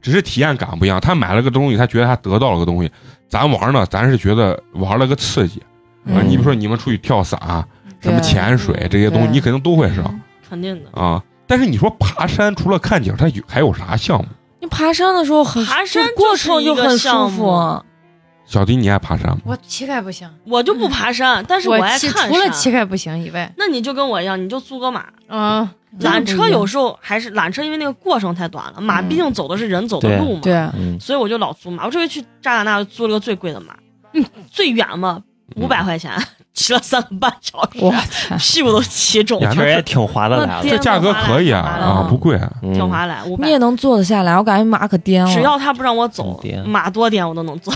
Speaker 3: 只是体验感不一样。他买了个东西，他觉得他得到了个东西。咱玩呢，咱是觉得玩了个刺激。啊，
Speaker 7: 嗯
Speaker 3: 你比如说你们出去跳伞、啊什么
Speaker 7: 对
Speaker 3: 潜水这些东西，
Speaker 7: 对
Speaker 3: 你肯定都会上
Speaker 5: 肯定的，
Speaker 3: 啊。但是你说爬山除了看景，它有还有啥项目？
Speaker 7: 你爬山的时候很，
Speaker 5: 爬山
Speaker 7: 就过程
Speaker 5: 就是一
Speaker 7: 就
Speaker 5: 个
Speaker 7: 很舒
Speaker 5: 项
Speaker 7: 服
Speaker 5: 目
Speaker 7: 啊。
Speaker 3: 小迪，你爱爬山吗？嗯
Speaker 4: 我膝盖不行，
Speaker 5: 我就不爬山，但是
Speaker 4: 我
Speaker 5: 爱
Speaker 4: 膝
Speaker 5: 看
Speaker 4: 除了
Speaker 5: 山
Speaker 4: 膝盖不行以外，
Speaker 5: 那你就跟我一样，你就租个马，
Speaker 4: 嗯，
Speaker 5: 缆车有
Speaker 4: 时
Speaker 5: 时候还是缆车，因为那个过程太短了，马毕竟走的是人走的
Speaker 6: 对
Speaker 5: 路嘛，
Speaker 7: 对，
Speaker 6: 嗯，
Speaker 5: 所以我就老租马。我这回去扎尕那就租了个最贵的马，最远嘛五百
Speaker 3: 嗯
Speaker 5: 块钱， 骑了三个半小时，
Speaker 7: 我天，
Speaker 5: 屁股都骑 肿
Speaker 3: 呀
Speaker 5: 了，
Speaker 6: 其实也挺划得来
Speaker 5: 那
Speaker 6: 的
Speaker 3: 这
Speaker 5: 颠，
Speaker 3: 价格可以啊
Speaker 5: 划
Speaker 7: 来了
Speaker 3: 啊，不贵啊。
Speaker 6: 嗯
Speaker 5: 挺划来五百
Speaker 7: 你也。能坐得下来，我感觉马可颠了。
Speaker 5: 只要他不让我走
Speaker 6: 颠，
Speaker 5: 马多点我都能坐。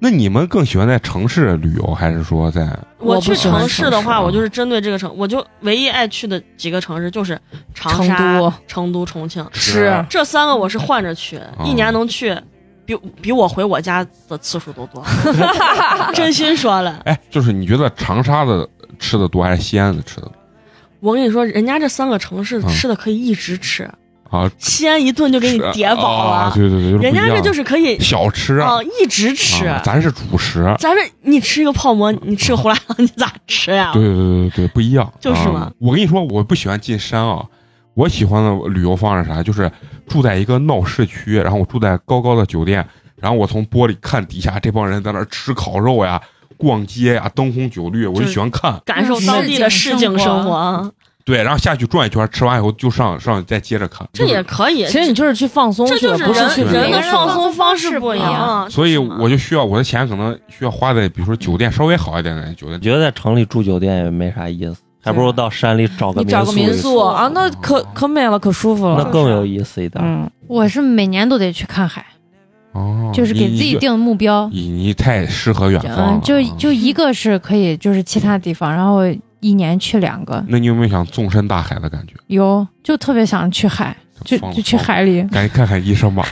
Speaker 3: 那你们更喜欢在城市旅游，还是说在
Speaker 7: 我
Speaker 5: 我
Speaker 7: 不
Speaker 5: 去
Speaker 7: 喜欢
Speaker 5: 城市的
Speaker 3: 城市啊
Speaker 5: 话，我就是针对这个城，我就唯一爱去的几个城市就是长沙、
Speaker 7: 成都
Speaker 5: 成都重庆
Speaker 7: 吃
Speaker 5: 这三个，我是换着去，一年能去，比比我回我家的次数都多。 真心说了，
Speaker 3: 哎，就是你觉得长沙的吃的多还是西安的吃的多
Speaker 5: 我跟你说，人家这三个城市
Speaker 3: 嗯
Speaker 5: 吃的可以一直吃，
Speaker 3: 啊？
Speaker 5: 西安一顿就给你
Speaker 3: 吃
Speaker 5: 叠饱
Speaker 3: 啊！
Speaker 5: 了，
Speaker 3: 对对对，就是不
Speaker 5: 人家
Speaker 3: 一
Speaker 5: 这
Speaker 3: 样
Speaker 5: 就是可以
Speaker 3: 小吃
Speaker 5: 啊一直吃。
Speaker 3: 啊咱是主食。
Speaker 5: 咱这你吃一个泡馍，你吃个胡辣汤，你咋吃呀？
Speaker 3: 对对对对对，不一样，
Speaker 5: 就是
Speaker 3: 啊
Speaker 5: 嘛
Speaker 3: 我跟你说，我不喜欢进山啊，我喜欢的旅游方式啥，就是住在一个闹市区，然后我住在高高的酒店，然后我从玻璃看底下这帮人在那儿吃烤肉呀、逛街呀、灯红酒绿，我就
Speaker 5: 就是
Speaker 3: 喜欢看。
Speaker 5: 感受当地的市井生活啊，
Speaker 3: 对，然后下去转一圈，吃完以后就上上再接着看。
Speaker 5: 这也可以。
Speaker 7: 其实你就是去放松
Speaker 5: 这
Speaker 7: 去
Speaker 5: 就
Speaker 7: 了，
Speaker 5: 是
Speaker 7: 不是
Speaker 5: 人
Speaker 7: 去
Speaker 3: 对
Speaker 7: 旅游
Speaker 5: 人的
Speaker 4: 人
Speaker 5: 放
Speaker 4: 放
Speaker 5: 松
Speaker 4: 松
Speaker 5: 方
Speaker 4: 方
Speaker 5: 式
Speaker 4: 式
Speaker 5: 不
Speaker 4: 不
Speaker 5: 一
Speaker 4: 一
Speaker 5: 样啊，
Speaker 3: 所以
Speaker 5: 是吗
Speaker 3: 我就需要我的钱可能需要花在比如说酒店稍微好一点的酒店
Speaker 6: 觉得在城里住酒店也没啥意思，还不如到山里找个
Speaker 7: 啊你找个民
Speaker 6: 宿，
Speaker 7: 宿啊，那可可美了，可舒服
Speaker 6: 那
Speaker 7: 了。
Speaker 6: 更有意思一点。
Speaker 7: 嗯，
Speaker 4: 我是每年都得去看海，
Speaker 3: 哦，
Speaker 4: 就是给
Speaker 3: 你
Speaker 4: 自己
Speaker 3: 就
Speaker 4: 定目标。
Speaker 3: 你你太诗和远方了
Speaker 4: 嗯，，就
Speaker 3: 啊
Speaker 4: 就一个是可以，就是其他地方，然后一年去两个，
Speaker 3: 啊那你有没有想纵身大海的感觉？
Speaker 4: 有就特别想去海，就
Speaker 3: 放
Speaker 4: 就去
Speaker 3: 放
Speaker 4: 海里，
Speaker 3: 赶紧看看医生 吧，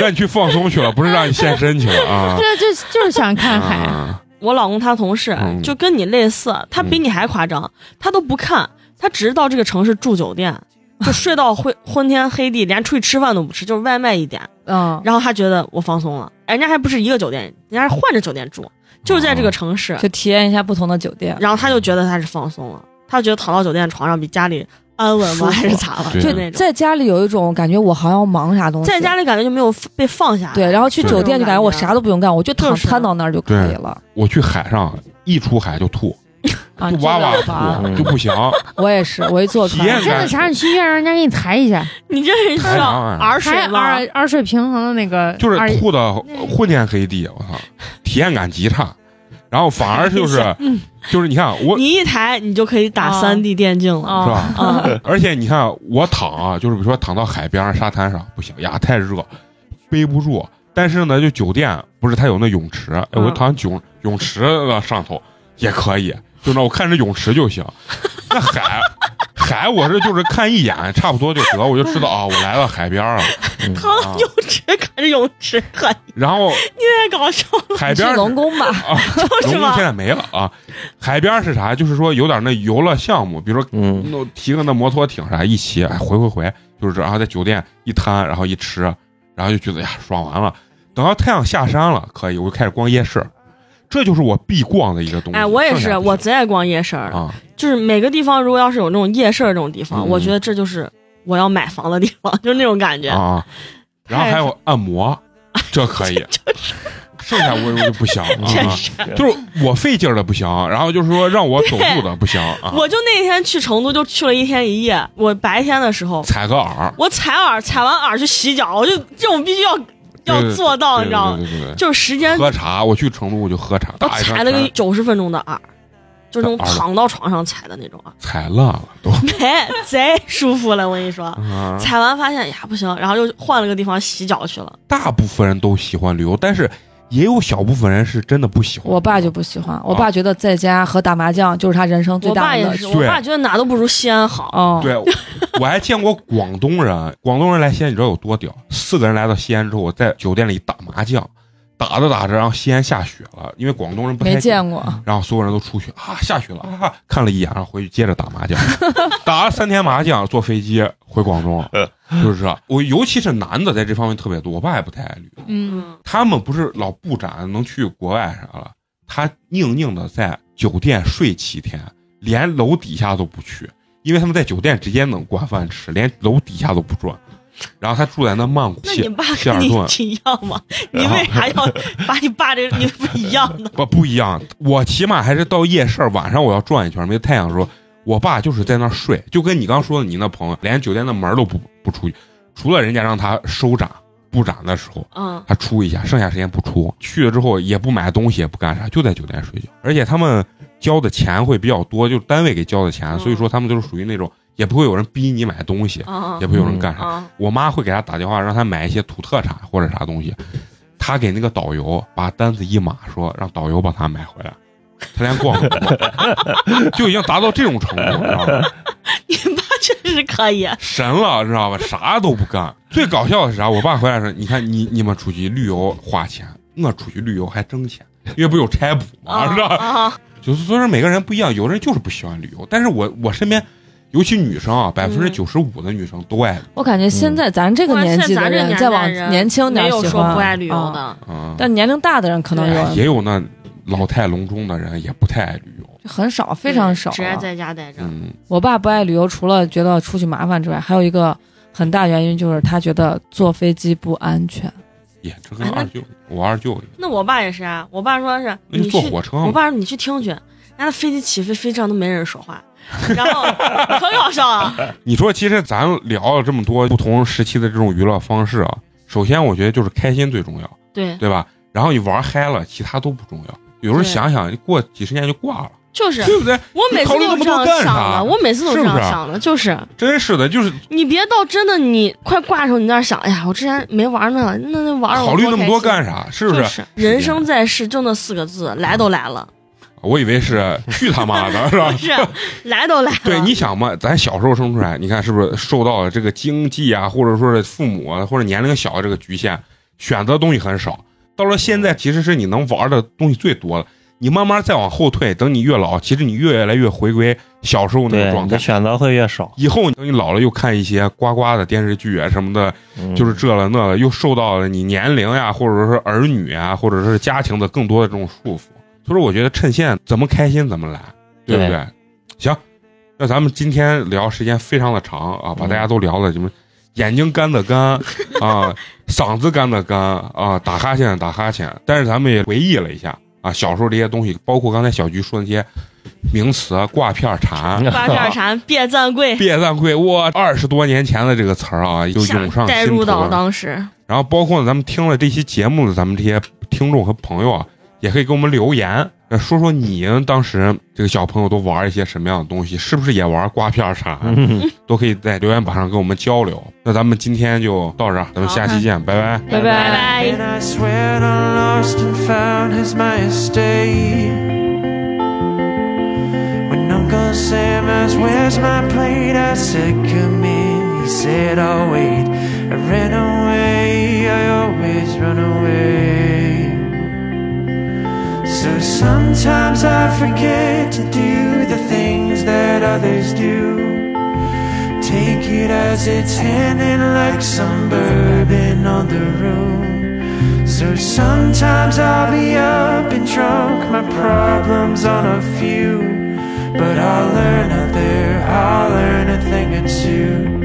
Speaker 3: 让你去放松去了，不是让你献身去了啊！
Speaker 4: 对，就就是想看海。
Speaker 3: 啊，
Speaker 5: 我老公他同事
Speaker 3: 嗯
Speaker 5: 就跟你类似，他比你还夸张，
Speaker 7: 嗯
Speaker 5: 他都不看，他只是到这个城市住酒店， 就睡到昏昏天黑地，连出去吃饭都不吃，就是外卖一点。
Speaker 7: 嗯，
Speaker 5: 然后他觉得我放松了，哎人家还不是一个酒店，人家是换着酒店住，就是在这
Speaker 7: 哦
Speaker 5: 个城市，
Speaker 7: 就体验一下不同的酒店。
Speaker 5: 然后他就觉得他是放松了，他觉得躺到酒店床上比家里安稳
Speaker 7: 舒
Speaker 5: 吗？
Speaker 7: 服
Speaker 5: 还是咋了？
Speaker 3: 对啊
Speaker 5: 就
Speaker 7: 就
Speaker 5: 那种
Speaker 7: 在家里有一种感觉，我好像忙啥东西，
Speaker 5: 啊在家里感觉就没有被放下来。
Speaker 7: 对，然后去
Speaker 3: 对
Speaker 7: 酒店就感觉我啥都不用干，我就躺
Speaker 5: 就是啊
Speaker 7: 瘫到那儿就可以了。
Speaker 3: 我去海上一出海就 吐，
Speaker 7: 啊，
Speaker 3: 就
Speaker 7: 这
Speaker 3: 哇
Speaker 7: 个
Speaker 3: 哇
Speaker 7: 有吧
Speaker 3: 吐，就不行。
Speaker 7: 我也是，我一坐
Speaker 3: 体验
Speaker 7: 船
Speaker 3: 感
Speaker 4: 真的啥？你去医院让人家给你抬一下，
Speaker 5: 你这是
Speaker 3: 海
Speaker 5: 要
Speaker 3: 上啊，
Speaker 5: 儿
Speaker 4: 抬
Speaker 5: 水吗？
Speaker 4: 二二水平衡的那个，
Speaker 3: 就是
Speaker 4: 二
Speaker 3: 吐的昏天黑地，我操，体验感极差。然后反而 就是，
Speaker 4: 嗯
Speaker 3: 就是你看我
Speaker 5: 你一抬你就可以打
Speaker 7: 哦
Speaker 4: 啊
Speaker 5: 三 D 电竞了。
Speaker 4: 啊
Speaker 3: 是吧？
Speaker 5: 啊，
Speaker 3: 而且你看我躺啊，就是比如说躺到海边儿沙滩上，不行呀，太热，背不住。但是呢，就酒店不是它有那泳池，哎我就
Speaker 5: 嗯
Speaker 3: 躺泳泳池的上头也可以，就那我看着泳池就行。那海海我是就是看一眼差不多就得，我就知道啊，我来到海边儿了。
Speaker 7: 嗯
Speaker 5: 躺到
Speaker 3: 啊
Speaker 5: 泳池看着泳池， 很
Speaker 3: 然后
Speaker 5: 太搞笑了，
Speaker 3: 海
Speaker 7: 去
Speaker 3: 边儿
Speaker 7: 龙宫 吧，
Speaker 3: 啊，
Speaker 5: 是
Speaker 3: 龙宫
Speaker 5: 吗
Speaker 3: 现在没了啊。海边儿是啥？就是说有点那游乐项目，比如说
Speaker 6: 嗯，
Speaker 3: 弄提个那摩托艇啥一骑，哎，回回回，就是这，然后在酒店一摊，然后一吃，然后就觉得哎呀，爽完了。等到太阳下山了，可以，我就开始逛夜市，这就是我必逛的一个东西。
Speaker 5: 哎，我也
Speaker 3: 剩
Speaker 5: 是，
Speaker 3: 下不
Speaker 5: 我
Speaker 3: 行
Speaker 5: 贼爱逛夜市儿的，
Speaker 3: 啊，
Speaker 5: 就是每个地方如果要是有那种夜市儿这种地方，
Speaker 6: 嗯
Speaker 5: 我觉得这就是我要买房的地方， 就是那种感觉。
Speaker 3: 啊，然后还有按摩，
Speaker 5: 哎
Speaker 3: 这可以。剩下我我就不 行，
Speaker 5: 真
Speaker 3: 啊，
Speaker 5: 是，
Speaker 3: 就是我费劲儿的不行，然后就是说让我走路的不 行啊，
Speaker 5: 我就那天去成都，就去了一天一夜。我白天的时候，
Speaker 3: 踩个耳，
Speaker 5: 我采耳，采完耳去洗脚，我就这种必须要要
Speaker 3: 对
Speaker 5: 做到，
Speaker 3: 对
Speaker 5: 你知道吗？
Speaker 3: 对对对对
Speaker 5: 就是时间，
Speaker 3: 喝茶，我去成都我就喝茶，
Speaker 5: 我
Speaker 3: 大一
Speaker 5: 采
Speaker 3: 圈
Speaker 5: 了个
Speaker 3: 全
Speaker 5: 九十分钟的耳，就是那种
Speaker 3: 耳朵
Speaker 5: 躺到床上采的那 种耳，
Speaker 3: 踩烂了都，
Speaker 5: 没贼舒服了。我跟你说，
Speaker 3: 啊
Speaker 5: 采完发现呀不行，然后又换了个地方洗脚去了。
Speaker 3: 大部分人都喜欢旅游，但是也有小部分人是真的不喜欢。
Speaker 7: 我爸就不喜欢，我
Speaker 3: 啊
Speaker 7: 爸觉得在家和打麻将就是他人生最
Speaker 5: 我
Speaker 7: 大
Speaker 5: 爸
Speaker 7: 的乐
Speaker 5: 也是，
Speaker 7: 趣。
Speaker 5: 我爸觉得哪都不如西安好。
Speaker 7: 哦，
Speaker 3: 对，我我还见过广东人， 广东人来西安，你知道有多屌？四个人来到西安之后，我在酒店里打麻将，打着打着，然后西安下雪了，因为广东人不太
Speaker 7: 没
Speaker 3: 懂
Speaker 7: 见过，
Speaker 3: 然后所有人都出去啊，下雪了啊，看了一眼，然后回去接着打麻将， 打了三天麻将，坐飞机回广州，就是这。我尤其是男的在这方面特别多，我爸也不太爱旅游，
Speaker 4: 嗯，
Speaker 5: 嗯，
Speaker 3: 他们不是老布展能去国外啥了，他硬硬的在酒店睡七天，连楼底下都不去，因为他们在酒店直接能管饭吃，连楼底下都不转。然后他住在那曼谷
Speaker 5: 那你
Speaker 3: 谢，
Speaker 5: 爸
Speaker 3: 谢
Speaker 5: 跟
Speaker 3: 尔
Speaker 5: 你
Speaker 3: 顿
Speaker 5: 一样吗？你为啥要把你爸这你不一样 呢？
Speaker 3: 不不一样，我起码还是到夜市儿晚上我要转一圈，没太阳的时候，我爸就是在那儿睡，就跟你刚说的你那朋友，连酒店的门儿都不不出去，除了人家让他收展布展的时候。
Speaker 5: 嗯，
Speaker 3: 他出一下，剩下时间不出。去了之后也不买东西，也不干啥，就在酒店睡觉。而且他们交的钱会比较多，就是单位给交的钱，
Speaker 5: 嗯
Speaker 3: 所以说他们就是属于那种也不会有人逼你买东西，
Speaker 5: 啊
Speaker 3: 也不会有人干啥。
Speaker 5: 啊
Speaker 3: 我妈会给他打电话，让他买一些土特产或者啥东西。他给那个导游把单子一码说，让导游帮他买回来。他连逛都不逛 就已经达到这种程度，你知道吗？
Speaker 5: 你爸确实可以。
Speaker 3: 神了，知道吧？啥都不干。最搞笑的是啥？我爸回来说：“你看你你们出去旅游花钱，我出去旅游还挣钱，因为不有差补嘛，知道吧？
Speaker 5: 啊啊！
Speaker 3: 就是所以说每个人不一样，有人就是不喜欢旅游，但是我我身边。”尤其女生啊，百分
Speaker 5: 嗯
Speaker 3: 之九十五的女生都爱旅
Speaker 7: 我感觉
Speaker 3: 嗯
Speaker 7: 现在咱这个
Speaker 5: 关键
Speaker 7: 年纪的
Speaker 5: 咱这
Speaker 7: 人，
Speaker 5: 年
Speaker 7: 再
Speaker 5: 代
Speaker 7: 往
Speaker 5: 人
Speaker 7: 年轻点儿
Speaker 5: 没有
Speaker 7: 喜
Speaker 5: 说
Speaker 7: 欢嗯
Speaker 5: 不爱旅游的啊
Speaker 7: 啊，，
Speaker 3: 游啊，
Speaker 7: 但年龄大的人可能
Speaker 3: 哎
Speaker 7: 有，
Speaker 3: 也有那老态龙钟的人也不太爱旅游。
Speaker 7: 就很少，非常少啊
Speaker 5: 只爱
Speaker 7: 了。
Speaker 5: 在家待着。
Speaker 3: 嗯，
Speaker 7: 我爸不爱旅游，除了觉得出去麻烦之外，还有一个很大原因就是他觉得坐飞机不安全。
Speaker 3: 也这跟
Speaker 5: 哎那
Speaker 3: 二舅，我二舅，
Speaker 5: 那我爸也是啊，我爸说是
Speaker 3: 那就
Speaker 5: 你
Speaker 3: 哎坐
Speaker 5: 去，
Speaker 3: 火车
Speaker 5: 我
Speaker 3: 嘛。
Speaker 5: 爸说你去听去，人家飞机起飞飞机上都没人说话，然 后可搞笑了。
Speaker 3: 你说，其实咱聊了这么多不同时期的这种娱乐方式啊，首先我觉得就是开心最重要。
Speaker 5: 对，
Speaker 3: 对吧？然后你玩嗨了，其他都不重要。有时候
Speaker 5: 对
Speaker 3: 想想，过几十年就挂了，
Speaker 5: 就是
Speaker 3: 对不对？
Speaker 5: 我每次
Speaker 3: 你考
Speaker 5: 都
Speaker 3: 虑那么
Speaker 5: 这样
Speaker 3: 多干
Speaker 5: 想
Speaker 3: 啥
Speaker 5: 的，我每次都这
Speaker 3: 是啊不
Speaker 5: 样
Speaker 3: 是
Speaker 5: 想的，就是
Speaker 3: 真是的，就是
Speaker 5: 你别到真的你快挂的时候，你在那儿想，哎呀，我之前没玩呢，那那玩儿
Speaker 3: 考虑那么多干
Speaker 5: 啥？
Speaker 3: 啥？是
Speaker 5: 就
Speaker 3: 不是？
Speaker 5: 是人生在世就那四个字，来都来了，
Speaker 3: 我以为是去他妈的，是吧
Speaker 5: 不？是来都来了。
Speaker 3: 啊对，你想嘛，咱小时候生出来，你看是不是受到了这个经济啊，或者说是父母啊，或者年龄小的这个局限，选择东西很少。到了现在，其实是你能玩的东西最多了。你慢慢再往后退，等你越老，其实你越来越回归小时候那个
Speaker 6: 对，
Speaker 3: 状
Speaker 6: 你
Speaker 3: 态
Speaker 6: 的。选择会越少，
Speaker 3: 以后等你老了，又看一些呱呱的电视剧啊什么的，
Speaker 6: 嗯
Speaker 3: 就是这了那了，又受到了你年龄呀，或者是儿女啊，或者是家庭的更多的这种束缚。所以说，我觉得趁现在怎么开心怎么来，对不
Speaker 6: 对
Speaker 3: 对？行，那咱们今天聊时间非常的长啊，把
Speaker 6: 嗯
Speaker 3: 大家都聊的什么眼睛干的干啊，嗓子干的干啊，打哈欠的打哈欠。但是咱们也回忆了一下啊，小时候这些东西，包括刚才小菊说的那些名词啊，挂片儿
Speaker 6: 嗯
Speaker 3: 蝉。
Speaker 5: 八片禅、别赞贵，
Speaker 3: 别赞贵，我二十多年前的这个词儿啊，就涌上
Speaker 5: 带
Speaker 3: 心
Speaker 5: 入
Speaker 3: 头
Speaker 5: 到
Speaker 3: 了。
Speaker 5: 当时，
Speaker 3: 然后包括咱们听了这期节目的咱们这些听众和朋友啊，也可以给我们留言，呃说说你当时这个小朋友都玩一些什么样的东西，是不是也玩瓜片儿啥，
Speaker 6: 嗯
Speaker 3: 都可以在留言板上跟我们交流。那咱们今天就到这儿，咱们下期见，拜拜。
Speaker 7: 拜拜。
Speaker 5: 拜
Speaker 2: And I swear I lost and found is my estate. When Uncle Sam asked, Where's my plate? I said, Come in. He said, I'll wait. I ran away, I always run away. So sometimes I forget to do the things that others do. Take it as it's handed like some bourbon on the room. So sometimes I'll be up and drunk, my problems on a few. But I'll learn out there, I'll learn a thing or two.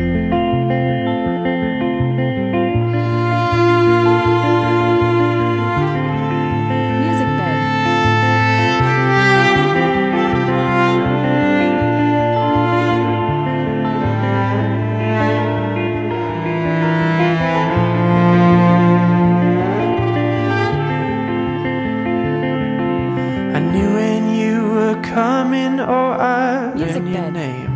Speaker 2: I knew when you were coming, or I learned your name.